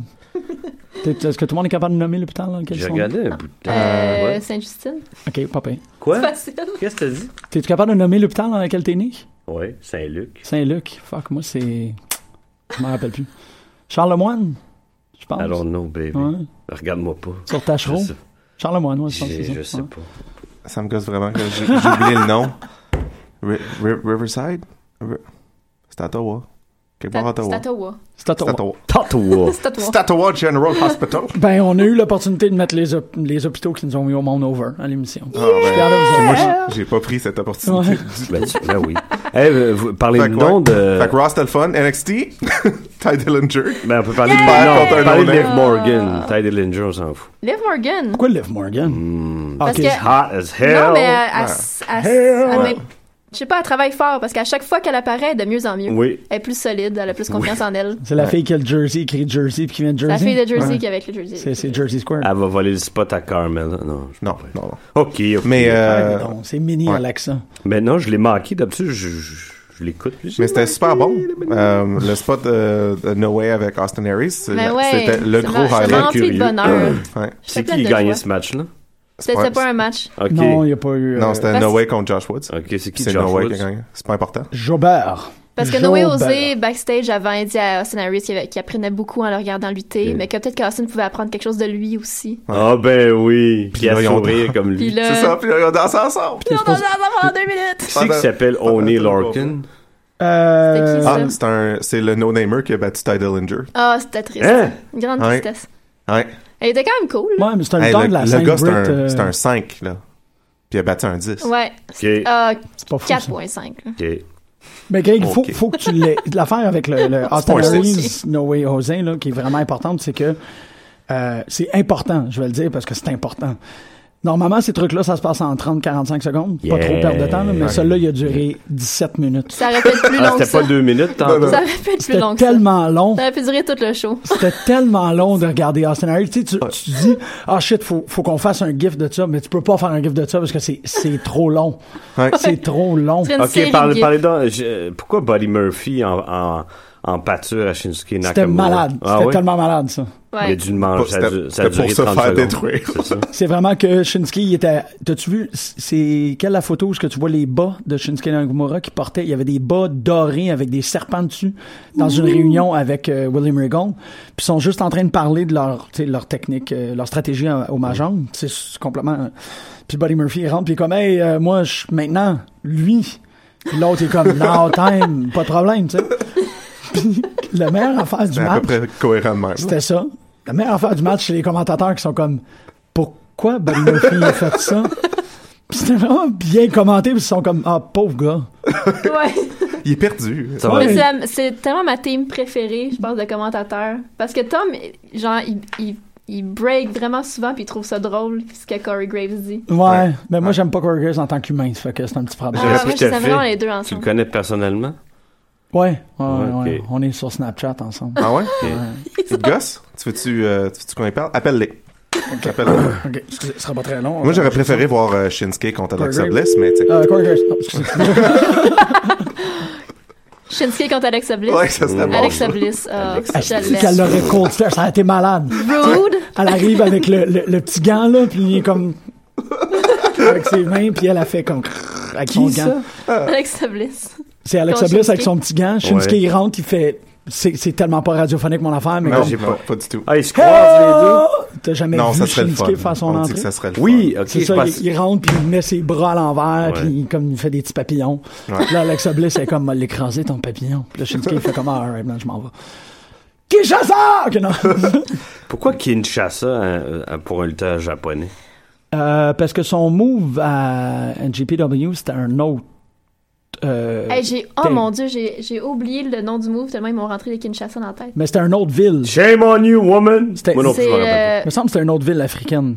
[SPEAKER 2] T'es- Est-ce que tout le monde est capable de nommer l'hôpital dans lequel ils
[SPEAKER 5] J'ai
[SPEAKER 2] sont?
[SPEAKER 5] regardé un bout de temps. Ah,
[SPEAKER 3] Euh,
[SPEAKER 5] Ouais.
[SPEAKER 3] Sainte-Justine.
[SPEAKER 2] Ok, papa.
[SPEAKER 5] Quoi?
[SPEAKER 3] Facile.
[SPEAKER 5] Qu'est-ce que t'as dit?
[SPEAKER 2] T'es-tu capable de nommer l'hôpital dans lequel t'es né?
[SPEAKER 5] Oui, Saint-Luc.
[SPEAKER 2] Saint-Luc. Fuck, moi c'est. Je m'en rappelle plus. Charlemagne, je pense.
[SPEAKER 5] I don't know, baby.
[SPEAKER 2] Ah, Ouais.
[SPEAKER 5] Regarde-moi pas.
[SPEAKER 2] Sur
[SPEAKER 5] Je
[SPEAKER 2] Tachereau.
[SPEAKER 5] sais,
[SPEAKER 2] Charlemagne, ouais, je pense que
[SPEAKER 5] j'ai-
[SPEAKER 2] c'est ça.
[SPEAKER 5] je sais
[SPEAKER 2] Ouais.
[SPEAKER 5] pas.
[SPEAKER 6] Ça me gosse vraiment que j'ai j'ai oublié le nom. Ri- Ri- Riverside? Ri- C'est à Ottawa. Quelque part à
[SPEAKER 3] C'est
[SPEAKER 6] Ottawa.
[SPEAKER 3] Ottawa.
[SPEAKER 2] C'est à
[SPEAKER 6] C'est à
[SPEAKER 2] toi.
[SPEAKER 6] Ottawa.
[SPEAKER 5] Ottawa.
[SPEAKER 3] C'est Ottawa.
[SPEAKER 6] C'est à Ottawa General Hospital.
[SPEAKER 2] Ben, on a eu l'opportunité de mettre les, hôp- les hôpitaux qui nous ont mis au monde over à l'émission.
[SPEAKER 6] Ah, ben,
[SPEAKER 2] Puis alors, vous avez-
[SPEAKER 6] Moi, j'ai- j'ai pas pris cette opportunité.
[SPEAKER 2] Ouais.
[SPEAKER 5] ben, tu- ben oui. Hey, euh, vous-
[SPEAKER 6] Fait
[SPEAKER 5] parlez-nous
[SPEAKER 6] que,
[SPEAKER 5] donc de...
[SPEAKER 6] ouais. Fait que Ross, c'était le fun. NXT, Ty Dillinger.
[SPEAKER 5] Ben, on peut parler de...
[SPEAKER 6] Père
[SPEAKER 5] Non, on
[SPEAKER 6] contre
[SPEAKER 5] peut
[SPEAKER 6] un
[SPEAKER 5] parler de
[SPEAKER 6] Anglais.
[SPEAKER 5] Liv Morgan. Ty Dillinger, on s'en fout.
[SPEAKER 3] Liv Morgan.
[SPEAKER 2] Pourquoi Liv Morgan?
[SPEAKER 6] Hmm.
[SPEAKER 2] Ah,
[SPEAKER 3] Parce
[SPEAKER 2] Ok.
[SPEAKER 3] que-
[SPEAKER 5] Hot as hell.
[SPEAKER 3] Non, mais euh, elle- elle s- elle s- elle met- Je sais pas, elle travaille fort parce qu'à chaque fois qu'elle apparaît, elle est de mieux en mieux.
[SPEAKER 5] Oui.
[SPEAKER 3] Elle est plus solide, elle a plus confiance en elle.
[SPEAKER 2] C'est la fille qui a le jersey, qui écrit jersey, puis qui vient de
[SPEAKER 3] C'est
[SPEAKER 2] jersey.
[SPEAKER 3] La fille de Jersey
[SPEAKER 2] Ouais.
[SPEAKER 3] qui est avec le Jersey.
[SPEAKER 2] C'est, c'est Jersey Square.
[SPEAKER 6] Ah,
[SPEAKER 5] Elle va voler le spot à Carmel. hein. Non, je-
[SPEAKER 6] Non, non, non.
[SPEAKER 5] OK. ok.
[SPEAKER 6] Mais, euh,
[SPEAKER 2] Ah, non, c'est mini
[SPEAKER 6] ouais.
[SPEAKER 2] Alexa.
[SPEAKER 5] Mais non, je l'ai manqué. D'habitude, je, je- je l'écoute.
[SPEAKER 6] mais c'était super bon. Euh, le spot euh, de No Way avec Austin Harris, c'est-
[SPEAKER 3] Ben ouais,
[SPEAKER 6] c'était le
[SPEAKER 3] c'est
[SPEAKER 6] gros
[SPEAKER 3] mar- c'est
[SPEAKER 6] highlight.
[SPEAKER 3] marrant. rempli de
[SPEAKER 5] Curieux.
[SPEAKER 3] bonheur.
[SPEAKER 6] Ouais.
[SPEAKER 5] C'est
[SPEAKER 3] plein
[SPEAKER 5] qui qui
[SPEAKER 3] de
[SPEAKER 5] gagnait
[SPEAKER 3] joie.
[SPEAKER 5] ce match-là?
[SPEAKER 3] C'était c'était pas un match.
[SPEAKER 5] OK.
[SPEAKER 2] Non, il n'y a pas eu. euh,
[SPEAKER 6] Non, c'était
[SPEAKER 3] Parce-
[SPEAKER 6] No Way contre Josh Woods.
[SPEAKER 5] OK, c'est qui
[SPEAKER 6] C'est
[SPEAKER 5] Josh
[SPEAKER 6] No Way
[SPEAKER 5] Woods?
[SPEAKER 6] qui a gagné. C'est pas important.
[SPEAKER 2] Jobert.
[SPEAKER 3] Parce que Noé
[SPEAKER 2] Jobert.
[SPEAKER 3] Osé, backstage avant, il dit à Austin Harris qu'il qu'il apprenait beaucoup en le regardant lutter,
[SPEAKER 5] Ok.
[SPEAKER 3] mais que peut-être qu'Austin pouvait apprendre quelque chose de lui aussi.
[SPEAKER 5] Ah ben oui. Qui
[SPEAKER 6] là,
[SPEAKER 5] a
[SPEAKER 6] ils ont-
[SPEAKER 5] sourire comme
[SPEAKER 3] Puis
[SPEAKER 5] lui.
[SPEAKER 3] là,
[SPEAKER 6] C'est ça, puis on dansait ensemble.
[SPEAKER 3] on en a pendant deux minutes!
[SPEAKER 5] Qui c'est qui s'appelle
[SPEAKER 6] Pendant-
[SPEAKER 5] Oni
[SPEAKER 6] pendant-
[SPEAKER 5] Larkin?
[SPEAKER 2] Euh,
[SPEAKER 3] C'était qui, ça?
[SPEAKER 6] Ah, c'est un, c'est le no-namer qui a battu Ty Dillinger.
[SPEAKER 3] Ah, c'était triste.
[SPEAKER 5] Hein?
[SPEAKER 3] Une grande
[SPEAKER 6] Ouais.
[SPEAKER 3] tristesse.
[SPEAKER 6] Ouais.
[SPEAKER 3] Elle était quand même cool.
[SPEAKER 2] Ouais, mais c'est un
[SPEAKER 6] Hey,
[SPEAKER 2] lutteur
[SPEAKER 6] le
[SPEAKER 2] de la
[SPEAKER 6] le
[SPEAKER 2] scène
[SPEAKER 6] gars, c'est
[SPEAKER 2] Brit,
[SPEAKER 6] un,
[SPEAKER 2] euh,
[SPEAKER 6] c'est un 5, là. Puis il a battu un 10.
[SPEAKER 3] Ouais.
[SPEAKER 5] Ok.
[SPEAKER 3] Ah,
[SPEAKER 2] c'est pas fou, ça.
[SPEAKER 3] 4.5. là.
[SPEAKER 5] OK.
[SPEAKER 2] Mais Greg, il faut,
[SPEAKER 6] Ok.
[SPEAKER 2] faut que tu l'aies. L'affaire avec le, le Austin
[SPEAKER 6] pas un
[SPEAKER 2] Harris, No Way Jose, là, qui est vraiment importante, c'est que euh, c'est important, je vais le dire, parce que c'est important. Normalement, ces trucs-là, ça se passe en 30-45 secondes.
[SPEAKER 5] Yeah.
[SPEAKER 2] Pas trop perdre de temps, là, mais celui-là, il a duré 17 minutes.
[SPEAKER 3] Ça aurait pu être plus
[SPEAKER 5] Ah,
[SPEAKER 3] long
[SPEAKER 5] c'était
[SPEAKER 3] que ça.
[SPEAKER 5] pas deux minutes, tant
[SPEAKER 3] Ça aurait pu être plus
[SPEAKER 2] C'était
[SPEAKER 3] long que ça.
[SPEAKER 2] tellement long.
[SPEAKER 3] Ça aurait pu durer tout le show.
[SPEAKER 2] C'était tellement long de regarder Austin Harris. Tu, sais, tu, tu te dis, ah shit, faut, faut qu'on fasse un gif de ça, mais tu peux pas faire un gif de ça parce que c'est- c'est trop long.
[SPEAKER 6] Ouais.
[SPEAKER 2] C'est trop long.
[SPEAKER 3] C'est une série
[SPEAKER 5] OK,
[SPEAKER 3] de
[SPEAKER 5] parle-
[SPEAKER 3] gifs.
[SPEAKER 5] parlez donc. je- euh, Pourquoi Buddy Murphy en, en, en pâture à Shinsuke Nakamura?
[SPEAKER 2] C'était malade.
[SPEAKER 5] Ah
[SPEAKER 2] C'était
[SPEAKER 5] ouais?
[SPEAKER 2] tellement malade, ça.
[SPEAKER 5] Il a
[SPEAKER 3] Ouais.
[SPEAKER 5] dû le manger. Ça a
[SPEAKER 6] C'était-
[SPEAKER 5] dû- ça a
[SPEAKER 6] c'était pour
[SPEAKER 5] duré
[SPEAKER 6] se
[SPEAKER 5] 30
[SPEAKER 6] faire
[SPEAKER 5] secondes.
[SPEAKER 6] détruire.
[SPEAKER 5] C'est ça.
[SPEAKER 2] C'est vraiment que Shinsuke, il était. T'as-tu vu, c'est quelle la photo où est-ce que tu vois les bas de Shinsuke Nakamura qui portait Il y avait des bas dorés avec des serpents dessus dans une réunion avec euh, William Regal. Puis ils sont juste en train de parler de leur, tu sais, leur technique, euh, leur stratégie en- au Mahjong. C'est c'est complètement. euh, Puis Buddy Murphy il rentre, puis il est comme, hey, euh, moi, je maintenant, lui. Puis l'autre est comme, no time, pas de problème, tu sais. Puis la meilleure affaire du
[SPEAKER 6] C'est Ben, à
[SPEAKER 2] match.
[SPEAKER 6] peu près cohérent de même.
[SPEAKER 2] C'était ça. La meilleure affaire du match, c'est les commentateurs qui sont comme Pourquoi Buddy Murphy a fait ça Puis C'était vraiment bien commenté, puis ils sont comme Ah, pauvre gars.
[SPEAKER 3] Ouais.
[SPEAKER 6] Il est perdu.
[SPEAKER 5] Ça va
[SPEAKER 2] Ouais.
[SPEAKER 3] Mais c'est la- c'est tellement ma team préférée, je pense, de commentateur. Parce que Tom, genre, il, il, il break vraiment souvent, puis il trouve ça drôle, ce que Corey Graves dit.
[SPEAKER 2] Ouais,
[SPEAKER 6] Ouais.
[SPEAKER 2] mais moi, j'aime pas Corey Graves en tant qu'humain, ça fait que c'est un petit problème.
[SPEAKER 3] Ah,
[SPEAKER 5] J'aurais
[SPEAKER 3] moi,
[SPEAKER 5] pu
[SPEAKER 3] je
[SPEAKER 5] te le
[SPEAKER 3] savais
[SPEAKER 5] faire.
[SPEAKER 3] vraiment les deux
[SPEAKER 5] Tu le
[SPEAKER 3] ensemble.
[SPEAKER 5] connais personnellement?
[SPEAKER 2] Ouais, ouais, ouais,
[SPEAKER 5] Ok.
[SPEAKER 2] ouais. on est sur Snapchat ensemble.
[SPEAKER 6] Ah ouais? Il te gosse? Tu veux-tu euh, tu veux-tu qu'on y parle? Appelle-les. Appelle-les.
[SPEAKER 2] Ok, excusez, ce sera pas très long. hein.
[SPEAKER 6] Moi, j'aurais préféré voir euh, Shinsuke contre Alexa
[SPEAKER 2] Burger.
[SPEAKER 6] Bliss, mais tu sais.
[SPEAKER 2] Euh, Corey Graves. Oh, excusez.
[SPEAKER 3] Shinsuke contre Alexa Bliss.
[SPEAKER 6] Ouais, ça
[SPEAKER 5] Mm.
[SPEAKER 6] serait bon.
[SPEAKER 3] Alexa Bliss. ah,
[SPEAKER 5] Alexa
[SPEAKER 3] je
[SPEAKER 2] Asti
[SPEAKER 3] l'aime.
[SPEAKER 2] qu'elle l'aurait cold-stare, ça a été malade.
[SPEAKER 3] Rude.
[SPEAKER 2] Elle arrive avec le, le- le petit gant, là, puis il est comme. avec ses mains, puis elle a fait comme. crrr Avec son
[SPEAKER 6] Qui, ça?
[SPEAKER 2] gant.
[SPEAKER 3] Alexa Bliss.
[SPEAKER 2] C'est Alexa
[SPEAKER 3] Quand
[SPEAKER 2] Bliss avec
[SPEAKER 3] Shinsuke-
[SPEAKER 2] son petit gant. Shinsuke,
[SPEAKER 5] Ouais.
[SPEAKER 2] il rentre, il fait. C'est c'est tellement pas radiophonique, mon affaire, mais.
[SPEAKER 6] Non,
[SPEAKER 2] comme,
[SPEAKER 6] j'ai pas, pas du tout.
[SPEAKER 5] Ah, ils se
[SPEAKER 2] Hello!
[SPEAKER 5] croisent
[SPEAKER 2] T'as jamais
[SPEAKER 6] Non,
[SPEAKER 2] vu
[SPEAKER 6] ça serait le fun.
[SPEAKER 2] Shinsuke faire son
[SPEAKER 6] On dit
[SPEAKER 2] entrée?
[SPEAKER 6] que ça serait le
[SPEAKER 5] les deux. Oui,
[SPEAKER 6] fun.
[SPEAKER 5] ok.
[SPEAKER 2] C'est
[SPEAKER 5] je
[SPEAKER 2] ça,
[SPEAKER 5] pense-
[SPEAKER 2] il, il rentre, puis il met ses bras à l'envers, puis il, comme, il fait des petits papillons.
[SPEAKER 6] Ouais.
[SPEAKER 2] Puis là, Alexa Bliss, elle est comme, l'écraser ton papillon. Puis là, Shinsuke, il fait comme, ah, alright, man, je m'en vais. Kinshasa! Que non.
[SPEAKER 5] Pourquoi Kinshasa euh, euh, pour un lutteur japonais?
[SPEAKER 2] Euh, parce que son move à NGPW, c'était un autre. euh,
[SPEAKER 3] Hey, j'ai... Oh
[SPEAKER 2] t'es-
[SPEAKER 3] mon dieu, j'ai... j'ai oublié le nom du move tellement ils m'ont rentré les Kinshasa dans la tête.
[SPEAKER 2] mais c'était un autre ville.
[SPEAKER 5] Shame on you, woman!
[SPEAKER 2] C'était-
[SPEAKER 5] Moi non plus,
[SPEAKER 3] C'est
[SPEAKER 5] je me rappelle.
[SPEAKER 2] Il me semble que c'était une autre ville africaine.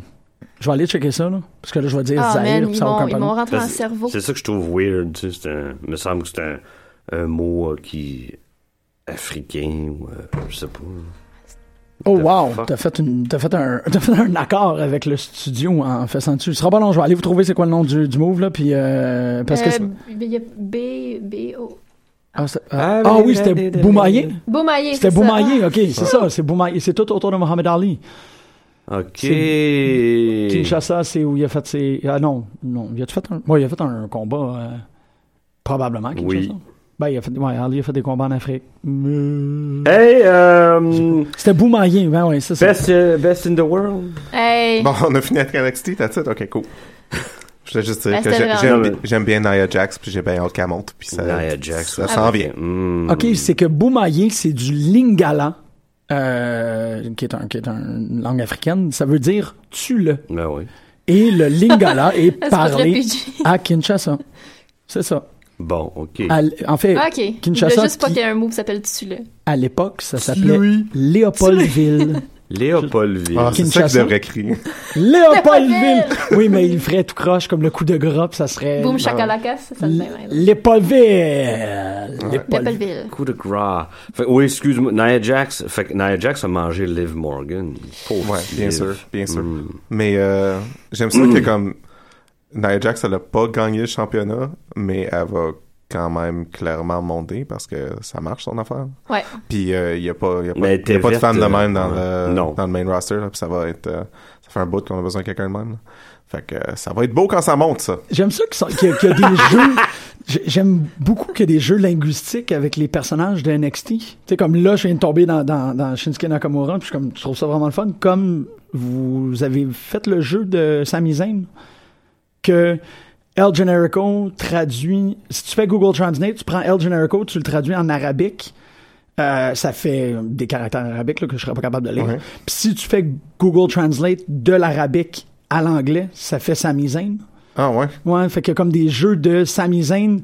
[SPEAKER 2] Je vais aller checker ça, là. Parce que là, je vais dire
[SPEAKER 3] Ah,
[SPEAKER 2] Zaire,
[SPEAKER 3] man,
[SPEAKER 2] puis
[SPEAKER 3] ils
[SPEAKER 2] ça n'a
[SPEAKER 3] m'ont,
[SPEAKER 2] aucun
[SPEAKER 3] ils m'ont
[SPEAKER 2] problème.
[SPEAKER 3] rentré dans le
[SPEAKER 5] Parce-
[SPEAKER 3] cerveau. Euh,
[SPEAKER 5] C'est ça que je trouve weird. Tu sais, c'est un- me semble que c'est un, un mot euh, qui. africain ou. euh, je sais pas.
[SPEAKER 2] Oh,
[SPEAKER 5] the
[SPEAKER 2] wow!
[SPEAKER 5] fuck?
[SPEAKER 2] T'as fait, une- t'as fait, un- t'as fait un accord avec le studio en faisant dessus. Ce sera pas long, je vais aller vous trouver c'est quoi le nom du, du move, là. Puis, euh, parce que.
[SPEAKER 3] Euh,
[SPEAKER 2] c'est-
[SPEAKER 3] B- il y a B, B, O.
[SPEAKER 2] Ah, c'est- ah, ah oui, c'était Boumaillé.
[SPEAKER 3] Boumaillé,
[SPEAKER 2] C'était hein.
[SPEAKER 3] c'est ça.
[SPEAKER 2] Boumaillé, ok, c'est ça, c'est Boumaillé. C'est tout autour de Mohamed Ali.
[SPEAKER 5] Ok.
[SPEAKER 2] Kinshasa, c'est où il a fait ses. Ah non, non. Il a fait un. Ouais, il a fait un combat. euh, probablement, Kinshasa.
[SPEAKER 5] Oui.
[SPEAKER 2] Ben, il a fait. Ouais, Ali a fait des combats en Afrique. Mais-
[SPEAKER 5] Hey, euh,
[SPEAKER 2] C'était Boumaillé, ben ouais, c'est ça.
[SPEAKER 5] best, euh, best in the world.
[SPEAKER 3] Ah. Hey,
[SPEAKER 6] Bon, on a fini avec NXT, t'as it? Ok, cool. Je voulais juste dire
[SPEAKER 3] Ben,
[SPEAKER 6] que
[SPEAKER 3] c'était
[SPEAKER 6] j'ai-
[SPEAKER 3] vraiment-
[SPEAKER 6] j'aime bi- j'aime bien Nia Jax, puis j'ai bien hâte qu'elle monte, puis ça,
[SPEAKER 5] Nia Jax.
[SPEAKER 6] ça s'en vient.
[SPEAKER 5] Hmm.
[SPEAKER 2] OK, c'est que Boumaillé, c'est du Lingala, euh, qui, est un, qui est une langue africaine. Ça veut dire tue-le.
[SPEAKER 5] Ben oui.
[SPEAKER 2] Et le Lingala est
[SPEAKER 3] c'est pas très
[SPEAKER 2] parlé
[SPEAKER 3] PG.
[SPEAKER 2] à Kinshasa. C'est ça.
[SPEAKER 5] Bon, Mm. ok.
[SPEAKER 2] À l- en fait,
[SPEAKER 3] Ah, Ok.
[SPEAKER 2] Kinshasa,
[SPEAKER 3] Je voulais juste pas
[SPEAKER 2] qui-
[SPEAKER 3] qu'il y ait un move qui s'appelle Tue-le.
[SPEAKER 2] à l'époque, ça s'appelait Léopoldville.
[SPEAKER 5] Léopoldville.
[SPEAKER 6] Ah, c'est ça que je
[SPEAKER 2] Kinshasa.
[SPEAKER 6] devrais crier.
[SPEAKER 2] Léopoldville! Oui, mais il ferait tout croche comme le coup de gras, puis ça serait...
[SPEAKER 3] Boom Shakalaka, ça, ça me fait mal.
[SPEAKER 2] Léopoldville! Léopoldville.
[SPEAKER 3] Léopoldville.
[SPEAKER 5] Coup de gras. Fait- oui, excuse-moi. Nia Jax. Fait que Nia Jax a mangé Liv Morgan. Pauvre
[SPEAKER 6] Ouais, bien
[SPEAKER 5] Liv.
[SPEAKER 6] sûr, bien sûr.
[SPEAKER 5] Mm.
[SPEAKER 6] Mais euh, j'aime ça que comme Nia Jax, elle a pas gagné le championnat, mais elle va quand même clairement monter parce que ça marche son affaire.
[SPEAKER 3] Ouais.
[SPEAKER 6] Puis il n'y a pas, y a pas,
[SPEAKER 5] Mais t'es
[SPEAKER 6] y a pas de
[SPEAKER 5] Ben, verte,
[SPEAKER 6] femme de
[SPEAKER 5] euh,
[SPEAKER 6] même dans,
[SPEAKER 5] ouais.
[SPEAKER 6] le,
[SPEAKER 5] Non.
[SPEAKER 6] dans le main roster, là, puis ça va être... euh, ça fait un bout qu'on a besoin de quelqu'un de même. là. Fait que euh, ça va être beau quand ça monte, ça.
[SPEAKER 2] J'aime ça qu'ils sont- qu'il y, a- qu'il y a des jeux. j'ai- J'aime beaucoup qu'il y a des jeux linguistiques avec les personnages de NXT. Tu sais, comme là, je viens de tomber dans, dans, dans Shinsuke Nakamura, puis je, suis comme, je trouve ça vraiment le fun. Comme vous avez fait le jeu de Sami Zayn, que El Generico traduit. Si tu fais Google Translate, tu prends El Generico, tu le traduis en arabique. Euh, ça fait des caractères arabiques là, que je serais pas capable de lire.
[SPEAKER 6] Ouais.
[SPEAKER 2] Puis si tu fais Google Translate de l'arabique à l'anglais, ça fait Sami Zayn.
[SPEAKER 6] Ah ouais?
[SPEAKER 2] Ouais, fait qu'il y a comme des jeux de Sami Zayn,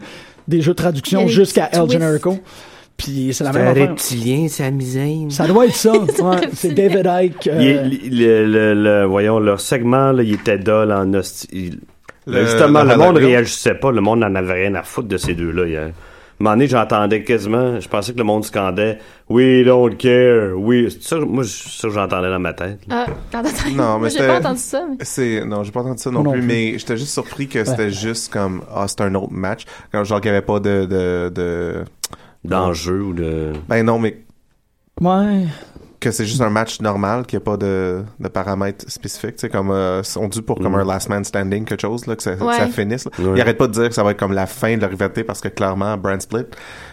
[SPEAKER 2] des jeux de
[SPEAKER 3] Il y
[SPEAKER 2] traduction
[SPEAKER 3] a des
[SPEAKER 2] jusqu'à
[SPEAKER 3] petits
[SPEAKER 2] El
[SPEAKER 3] twists.
[SPEAKER 2] Generico. Puis c'est la
[SPEAKER 5] C'est un
[SPEAKER 2] même affaire.
[SPEAKER 5] reptilien, sa misaine.
[SPEAKER 2] Ça doit être ça. ouais, c'est David euh, Ike.
[SPEAKER 5] Il est- il- le, le- le- voyons, leur segment, là, il était dole en hostie. il-
[SPEAKER 6] Le-
[SPEAKER 5] Justement,
[SPEAKER 6] le
[SPEAKER 5] le, monde
[SPEAKER 6] hologramme.
[SPEAKER 5] réagissait pas. Le monde n'en avait rien à foutre de ces deux-là. hier. un moment donné, j'entendais quasiment, je pensais que le monde scandait « We don't care, we... » C'est ça, moi, c'est ça que j'entendais dans ma tête.
[SPEAKER 3] Ah, attends, attends.
[SPEAKER 6] Non, mais
[SPEAKER 3] Moi, j'ai
[SPEAKER 6] c'était-
[SPEAKER 3] pas entendu ça. mais-
[SPEAKER 6] C'est non, j'ai pas entendu ça non,
[SPEAKER 2] non
[SPEAKER 6] plus,
[SPEAKER 2] plus.
[SPEAKER 6] mais j'étais juste surpris que c'était juste comme ah c'est un autre match, comme genre qu'il y avait pas de, de de
[SPEAKER 5] D'enjeu ou de...
[SPEAKER 6] ben non mais
[SPEAKER 2] Ouais.
[SPEAKER 6] que c'est juste un match normal, qu'il n'y a pas de, de paramètres spécifiques, tu sais comme euh, on dit pour
[SPEAKER 2] Mm.
[SPEAKER 6] comme un last man standing quelque chose là que ça, que ça
[SPEAKER 3] Ouais.
[SPEAKER 6] finisse. là.
[SPEAKER 5] Ouais.
[SPEAKER 6] Ils arrêtent pas de dire que ça va être comme la fin de la rivalité parce que clairement brand split,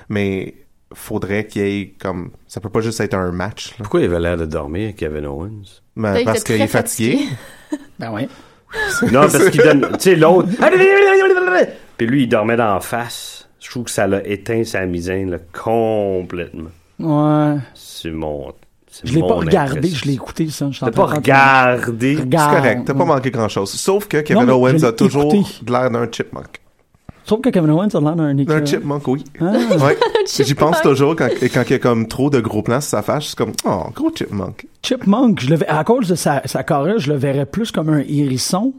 [SPEAKER 6] mais faudrait qu'il y ait comme ça peut pas juste être un match là.
[SPEAKER 5] Pourquoi il avait l'air de dormir, Kevin Owens?
[SPEAKER 6] Mais
[SPEAKER 3] Là, il
[SPEAKER 6] parce
[SPEAKER 3] était
[SPEAKER 6] qu'il
[SPEAKER 3] très
[SPEAKER 6] est fatigué.
[SPEAKER 2] Ben ouais.
[SPEAKER 5] Non, parce qu'il donne... Tu sais, l'autre... Puis lui, il dormait d'en face. Je trouve que ça l'a éteint sa misaine là, complètement.
[SPEAKER 2] Ouais.
[SPEAKER 5] C'est mon... c'est
[SPEAKER 2] Je l'ai pas
[SPEAKER 5] mon
[SPEAKER 2] regardé,
[SPEAKER 5] impression.
[SPEAKER 2] je l'ai écouté, ça. Je
[SPEAKER 5] T'as pas regardé...
[SPEAKER 6] C'est correct,
[SPEAKER 3] Ah.
[SPEAKER 6] t'as pas manqué grand chose. Sauf que Kevin
[SPEAKER 2] mais je
[SPEAKER 6] Owens a
[SPEAKER 2] l'ai
[SPEAKER 6] toujours
[SPEAKER 2] écouté.
[SPEAKER 6] de l'air d'un chipmunk.
[SPEAKER 2] Sauf que Kevin Owens a l'air d'un
[SPEAKER 6] D'un
[SPEAKER 2] équipe.
[SPEAKER 6] chipmunk, oui.
[SPEAKER 2] Ah.
[SPEAKER 6] Ouais.
[SPEAKER 3] chipmunk.
[SPEAKER 6] J'y pense toujours quand, et quand il y a comme trop de gros plans sur sa face, je suis comme oh gros chipmunk.
[SPEAKER 2] Chipmunk, je le, ver- à cause de sa, sa carrure, je le verrais plus comme un hérisson.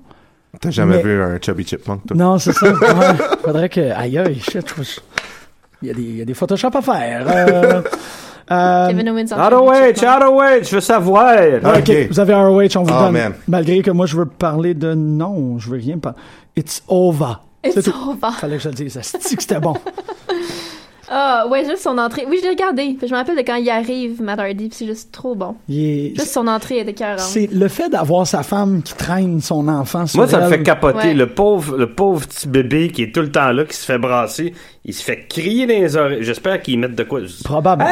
[SPEAKER 6] T'as jamais
[SPEAKER 2] Mais-
[SPEAKER 6] vu un chubby chipmunk toi
[SPEAKER 2] Non, c'est ça. Ouais. Faudrait que. Aïe, aïe, shit. faut- Il y, a des, il y a des Photoshop à faire. Euh, euh,
[SPEAKER 3] Kevin Owens en
[SPEAKER 5] Haraway,
[SPEAKER 3] Chipmunk.
[SPEAKER 5] Haraway, je veux savoir.
[SPEAKER 2] Ok, vous avez ROH, on vous
[SPEAKER 5] Ah,
[SPEAKER 6] Oh,
[SPEAKER 2] donne.
[SPEAKER 6] man.
[SPEAKER 2] Malgré que moi, je veux parler de... Non, je veux rien parler. It's over.
[SPEAKER 3] It's
[SPEAKER 2] C'est tout.
[SPEAKER 3] over.
[SPEAKER 2] Fallait que je le dise. Ça que c'était bon.
[SPEAKER 3] Ah, ouais, juste son entrée. Oui, je l'ai regardé. Puis je me rappelle de quand il arrive, Matt Hardy, puis c'est juste trop bon.
[SPEAKER 2] Il est-
[SPEAKER 3] Juste son entrée était écœurante.
[SPEAKER 2] C'est le fait d'avoir sa femme qui traîne son enfant sur
[SPEAKER 5] Moi, ça me
[SPEAKER 2] elle.
[SPEAKER 5] fait capoter.
[SPEAKER 3] Ouais.
[SPEAKER 5] Le, pauvre, le pauvre petit bébé qui est tout le temps là, qui se fait brasser, il se fait crier dans les oreilles. J'espère qu'ils mettent de quoi.
[SPEAKER 2] Probablement.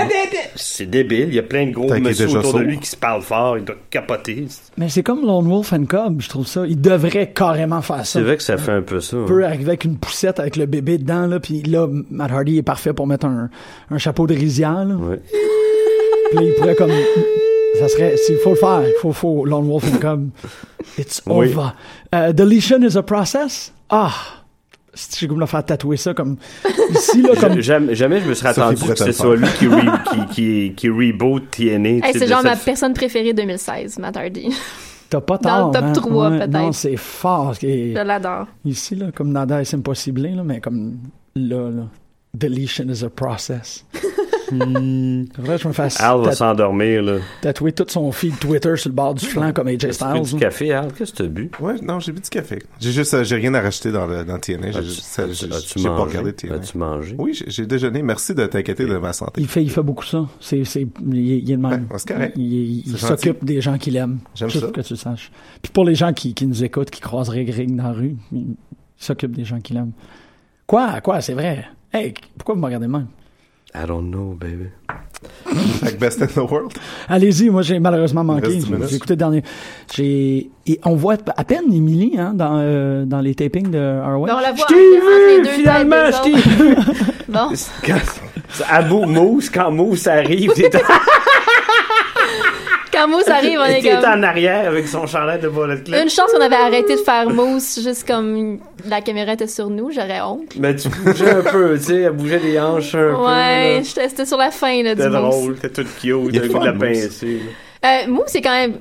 [SPEAKER 5] C'est débile. Il y a plein de gros
[SPEAKER 6] T'inquiète,
[SPEAKER 5] messieurs
[SPEAKER 6] déjà
[SPEAKER 5] autour de
[SPEAKER 6] sourd.
[SPEAKER 5] lui qui se parlent fort. Il doit capoter.
[SPEAKER 2] Mais c'est comme Lone Wolf and Cub, je trouve ça. Il devrait carrément faire ça.
[SPEAKER 5] C'est vrai que ça fait un peu ça. hein.
[SPEAKER 2] peut arriver avec une poussette avec le bébé dedans, là, puis là, Matt Hardy est parfait pour mettre un, un chapeau de rizière, là.
[SPEAKER 5] Ouais.
[SPEAKER 2] Puis là, il pourrait comme... Ça serait... Il faut le faire. Il faut, faut... Lone Wolf and Cub. It's
[SPEAKER 5] Oui.
[SPEAKER 2] over. Euh, deletion is a process? Ah! Si j'ai comme me faire tatouer ça, comme... Ici, là, comme...
[SPEAKER 5] Je- Jamais, jamais je me serais
[SPEAKER 6] Sophie
[SPEAKER 5] attendu
[SPEAKER 6] pourrait
[SPEAKER 5] que
[SPEAKER 6] te
[SPEAKER 5] ce
[SPEAKER 6] le
[SPEAKER 5] soit lui qui, re- qui, qui, qui reboot TNA. tu
[SPEAKER 3] Hey,
[SPEAKER 5] sais,
[SPEAKER 3] c'est
[SPEAKER 5] de
[SPEAKER 3] genre ma
[SPEAKER 5] cette-
[SPEAKER 3] personne préférée 2016, Matt Hardy.
[SPEAKER 2] T'as pas tort,
[SPEAKER 3] Dans le top
[SPEAKER 2] hein.
[SPEAKER 3] trois, peut-être.
[SPEAKER 2] Non, c'est fort. ce qui est-
[SPEAKER 3] je l'adore.
[SPEAKER 2] Ici, là, comme Nada est impossible, là, mais comme là, là. Deletion is a process. C'est vrai, je me fasse
[SPEAKER 5] Al va
[SPEAKER 2] tat-
[SPEAKER 5] s'endormir. là.
[SPEAKER 2] tatouer tout son feed Twitter sur le bord du flanc comme AJ
[SPEAKER 5] Tu veux du
[SPEAKER 2] Styles. là.
[SPEAKER 5] café, Al? Qu'est-ce que tu as bu?
[SPEAKER 6] Ouais, non, j'ai bu du café. J'ai juste, euh, j'ai rien à racheter dans, le, dans TNA. J'ai juste- ça- J'ai
[SPEAKER 5] As-tu
[SPEAKER 6] j'ai pas
[SPEAKER 5] mangé?
[SPEAKER 6] regardé TNA.
[SPEAKER 5] As-tu mangé?
[SPEAKER 6] Oui, j'ai- j'ai déjeuné. Merci de t'inquiéter de ma santé.
[SPEAKER 2] Il fait, il fait beaucoup ça. C'est, c'est, il, est- il est le même.
[SPEAKER 6] Ouais, c'est correct.
[SPEAKER 2] Il, il- il
[SPEAKER 6] C'est
[SPEAKER 2] s'occupe des gens qu'il aime.
[SPEAKER 6] J'aime
[SPEAKER 2] Juste
[SPEAKER 6] ça.
[SPEAKER 2] pour que tu le saches. Puis pour les gens qui, qui nous écoutent, qui croiseraient Greg dans la rue, il s'occupe des gens qu'il aime. Quoi? Quoi? C'est vrai? Hey, pourquoi vous me regardez de même?
[SPEAKER 5] I don't know, baby.
[SPEAKER 6] Fait que Best in the World.
[SPEAKER 2] Allez-y, moi j'ai malheureusement manqué.
[SPEAKER 6] reste dix minutes.
[SPEAKER 2] J'ai écouté le dernier. J'ai et on voit à peine Émilie hein, dans, euh, dans les tapings de ROH.
[SPEAKER 3] Ben, on la voit
[SPEAKER 2] Je t'ai
[SPEAKER 3] entre- entre les
[SPEAKER 2] vu,
[SPEAKER 3] deux hein.
[SPEAKER 2] finalement,
[SPEAKER 3] têtes des
[SPEAKER 2] je t'ai vu.
[SPEAKER 3] Bon,
[SPEAKER 5] À bout, Mousse, quand Mousse arrive, il est en-
[SPEAKER 3] quand Moose arrive, on est
[SPEAKER 5] il est
[SPEAKER 3] comme...
[SPEAKER 5] en arrière avec son chandail de Bullet Club.
[SPEAKER 3] Une chance qu'on avait arrêté de faire Moose juste comme la caméra était sur nous, j'aurais honte.
[SPEAKER 5] Mais tu bougeais un peu, tu sais, elle bougeait les hanches un peu.
[SPEAKER 3] Ouais,
[SPEAKER 5] là.
[SPEAKER 3] j'étais- c'était sur la fin là, du
[SPEAKER 5] C'était
[SPEAKER 3] Moose.
[SPEAKER 5] drôle, c'était tout cute,
[SPEAKER 6] Il est
[SPEAKER 5] le goût
[SPEAKER 6] fun,
[SPEAKER 5] de la
[SPEAKER 6] Moose.
[SPEAKER 5] pincée. là.
[SPEAKER 3] Euh, Moose, c'est quand même...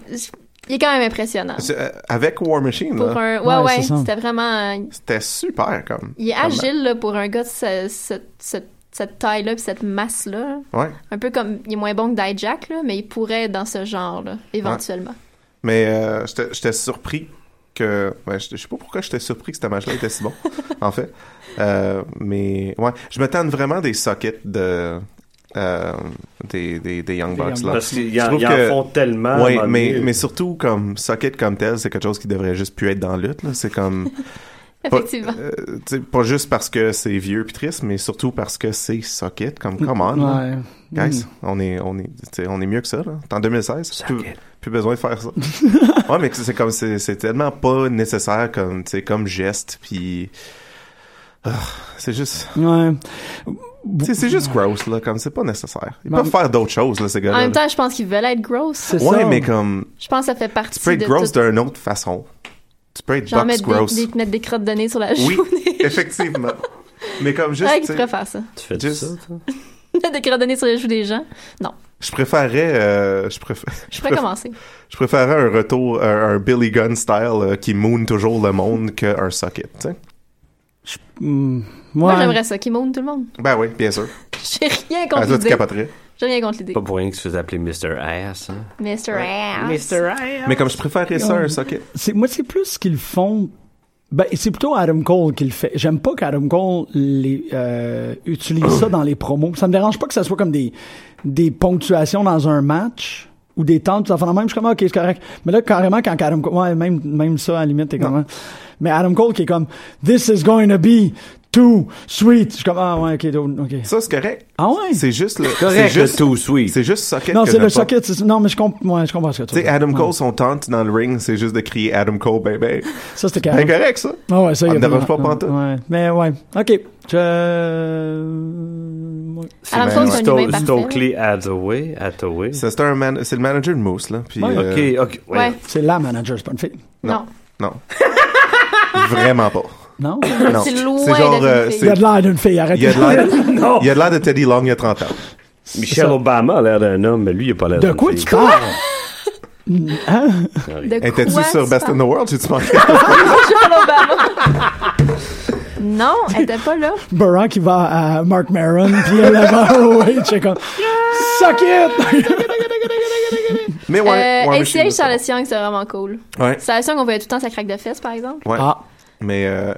[SPEAKER 3] Il est quand même impressionnant.
[SPEAKER 6] C'est, euh, Avec War Machine,
[SPEAKER 3] Pour
[SPEAKER 6] là,
[SPEAKER 3] un...
[SPEAKER 2] Ouais,
[SPEAKER 3] Ouais,
[SPEAKER 2] c'est
[SPEAKER 3] ouais,
[SPEAKER 2] ça.
[SPEAKER 3] c'était vraiment...
[SPEAKER 6] c'était super comme.
[SPEAKER 3] Il est
[SPEAKER 6] comme-
[SPEAKER 3] agile là, pour un gars de ce- ce- ce- cette taille-là puis cette masse-là.
[SPEAKER 6] Ouais.
[SPEAKER 3] Un peu comme... Il est moins bon que Dijak, là, mais il pourrait être dans ce genre-là, éventuellement.
[SPEAKER 6] Mais euh, j'étais j'étais surpris que. ouais, je je sais pas pourquoi j'étais surpris que ce match-là était si bon, en fait. Euh, mais ouais, je me tente vraiment des sockets de. euh, des, des, des Young
[SPEAKER 2] Des
[SPEAKER 6] Bucks
[SPEAKER 2] Young
[SPEAKER 6] là.
[SPEAKER 5] Parce qu'ils
[SPEAKER 6] Je
[SPEAKER 5] en,
[SPEAKER 6] trouve
[SPEAKER 5] ils en
[SPEAKER 6] que-
[SPEAKER 5] font tellement. à un
[SPEAKER 6] Oui,
[SPEAKER 5] moment
[SPEAKER 6] mais,
[SPEAKER 5] donné.
[SPEAKER 6] mais surtout, comme socket comme tel, c'est quelque chose qui devrait juste plus être dans la lutte. là. C'est comme. pas-
[SPEAKER 3] Effectivement.
[SPEAKER 6] euh, tu sais, pas juste parce que c'est vieux pis triste, mais surtout parce que c'est socket.
[SPEAKER 5] Mm.
[SPEAKER 6] Comme, come on. là.
[SPEAKER 2] Ouais.
[SPEAKER 6] Guys, on, est, on, est, tu sais, on est mieux que ça. Là. T'es en 2016. Plus,
[SPEAKER 5] Socket.
[SPEAKER 6] plus besoin de faire ça. ouais, mais c'est comme. C'est, c'est tellement pas nécessaire comme, tu sais, comme geste. Puis. Ah, c'est juste.
[SPEAKER 2] Ouais.
[SPEAKER 6] tu sais, C'est juste gross, là. Comme, c'est pas nécessaire. Ils
[SPEAKER 2] Mais-
[SPEAKER 6] peuvent faire d'autres choses, là, ces
[SPEAKER 3] En
[SPEAKER 6] gars-là.
[SPEAKER 3] même
[SPEAKER 6] là.
[SPEAKER 3] temps, je pense qu'ils veulent être gross.
[SPEAKER 2] C'est
[SPEAKER 5] Oh.
[SPEAKER 6] ouais,
[SPEAKER 2] ça. Mm.
[SPEAKER 6] mais comme.
[SPEAKER 3] Je pense que ça fait
[SPEAKER 6] Tu
[SPEAKER 3] partie
[SPEAKER 6] peux
[SPEAKER 3] de
[SPEAKER 6] être gross
[SPEAKER 3] tout.
[SPEAKER 6] d'une autre façon. Tu peux être
[SPEAKER 3] Genre
[SPEAKER 6] box
[SPEAKER 3] mettre
[SPEAKER 6] gross.
[SPEAKER 3] des, des, mettre des crottes de nez sur la
[SPEAKER 6] Oui,
[SPEAKER 3] journée.
[SPEAKER 6] effectivement. Mais comme juste,
[SPEAKER 3] Ouais,
[SPEAKER 6] tu
[SPEAKER 3] qu'ils
[SPEAKER 6] sais,
[SPEAKER 3] préfèrent ça.
[SPEAKER 5] Tu fais
[SPEAKER 6] Just-
[SPEAKER 5] ça, toi?
[SPEAKER 3] Mettre des crottes de nez sur les joues des gens.
[SPEAKER 6] je préférais, euh, je préfère,
[SPEAKER 3] Je pourrais
[SPEAKER 6] préf-
[SPEAKER 3] commencer.
[SPEAKER 6] je préférais un retour, un, un Billy Gunn style euh, qui moon toujours le monde qu'un socket. tu sais.
[SPEAKER 2] Hmm,
[SPEAKER 3] Moi,
[SPEAKER 2] ouais.
[SPEAKER 3] j'aimerais ça. Qu'ils montent tout le monde.
[SPEAKER 6] Ben oui, bien sûr.
[SPEAKER 3] J'ai rien
[SPEAKER 6] Ah,
[SPEAKER 3] contre
[SPEAKER 6] ça, tu
[SPEAKER 3] l'idée.
[SPEAKER 6] capoterais.
[SPEAKER 3] J'ai rien contre l'idée.
[SPEAKER 5] Pas pour rien que tu faisais appeler Mr. Ass. Hein?
[SPEAKER 3] Mr. Ass.
[SPEAKER 5] Ass.
[SPEAKER 6] Mais comme je préférais ça, un socket.
[SPEAKER 2] C'est- moi, c'est plus ce qu'ils font. Ben, c'est plutôt Adam Cole qui le fait. J'aime pas qu'Adam Cole les, euh, utilise ça dans les promos. Ça me dérange pas que ça soit comme des, des ponctuations dans un match ou des temps tout à fait même. Je suis comme, ok, c'est correct. Mais là, carrément, quand Adam Cole, ouais, même, même ça, à la limite, t'es comme, hein. mais Adam Cole qui est comme, this is going to be too sweet. Je suis comme, ah ouais, ok, dude, ok.
[SPEAKER 6] Ça, c'est correct.
[SPEAKER 2] Ah ouais?
[SPEAKER 6] C'est juste le.
[SPEAKER 5] Correct,
[SPEAKER 6] c'est juste,
[SPEAKER 5] le too sweet.
[SPEAKER 6] C'est juste socket.
[SPEAKER 2] Non,
[SPEAKER 6] que
[SPEAKER 2] c'est le
[SPEAKER 6] j'aime pas.
[SPEAKER 2] socket. c'est- Non, mais je comprends, ouais, je comprends ce que tu
[SPEAKER 6] Tu
[SPEAKER 2] veux
[SPEAKER 6] sais,
[SPEAKER 2] dire.
[SPEAKER 6] Adam
[SPEAKER 2] Ouais.
[SPEAKER 6] Cole, son taunt dans le ring, c'est juste de crier Adam Cole, baby.
[SPEAKER 2] Ça, c'était carré.
[SPEAKER 6] C'est correct, ça.
[SPEAKER 2] Ah ouais, ça,
[SPEAKER 6] Ça
[SPEAKER 2] il y
[SPEAKER 6] me
[SPEAKER 2] a
[SPEAKER 6] dérange
[SPEAKER 2] vraiment-
[SPEAKER 6] pas pantoute.
[SPEAKER 2] Ouais. Mais ouais. OK. euh, Je... ouais.
[SPEAKER 3] Adam
[SPEAKER 6] Ben, ouais.
[SPEAKER 3] Cole, c'est un
[SPEAKER 5] Sto-
[SPEAKER 3] humain parfait.
[SPEAKER 5] Stokely Hathaway. Hathaway.
[SPEAKER 6] Ça, C'est un man- c'est le manager de Moose, là. Puis,
[SPEAKER 2] Ouais.
[SPEAKER 6] euh,
[SPEAKER 5] Ok, ok. ouais.
[SPEAKER 3] Ouais.
[SPEAKER 2] C'est la manager, c'est pas une fille.
[SPEAKER 3] Non.
[SPEAKER 6] Non. Vraiment pas.
[SPEAKER 2] Non?
[SPEAKER 6] Non.
[SPEAKER 3] C'est loin
[SPEAKER 6] C'est genre,
[SPEAKER 3] d'être une
[SPEAKER 6] euh,
[SPEAKER 3] fille.
[SPEAKER 2] Il y a
[SPEAKER 6] c'est-
[SPEAKER 2] de l'air d'une fille, arrête.
[SPEAKER 6] Il y a de l'air.
[SPEAKER 5] Non.
[SPEAKER 6] Il y a de l'air de Teddy Long il y a 30 ans.
[SPEAKER 5] Michelle
[SPEAKER 2] Ça.
[SPEAKER 5] Obama a l'air d'un homme, mais lui, il a pas l'air
[SPEAKER 2] De
[SPEAKER 5] d'une
[SPEAKER 2] quoi
[SPEAKER 5] fille.
[SPEAKER 2] tu parles? Hein?
[SPEAKER 3] De quoi
[SPEAKER 6] Étais-tu sur
[SPEAKER 3] tu
[SPEAKER 6] Best in
[SPEAKER 3] parles?
[SPEAKER 6] the World? J'ai-tu manqué?
[SPEAKER 3] Michelle Obama. non, elle était pas là.
[SPEAKER 2] Barack, il va à Mark Maron, puis elle va au c'est comme... Suck it!
[SPEAKER 6] Mais ouais.
[SPEAKER 3] euh,
[SPEAKER 6] ouais, mais je suis
[SPEAKER 3] ACH
[SPEAKER 6] juste-
[SPEAKER 3] Charles Young, c'est vraiment cool.
[SPEAKER 6] Ouais.
[SPEAKER 3] Charles Young, on voyait tout le temps sa craque de fesses, par exemple.
[SPEAKER 6] Ouais.
[SPEAKER 2] ah,
[SPEAKER 6] Mais euh,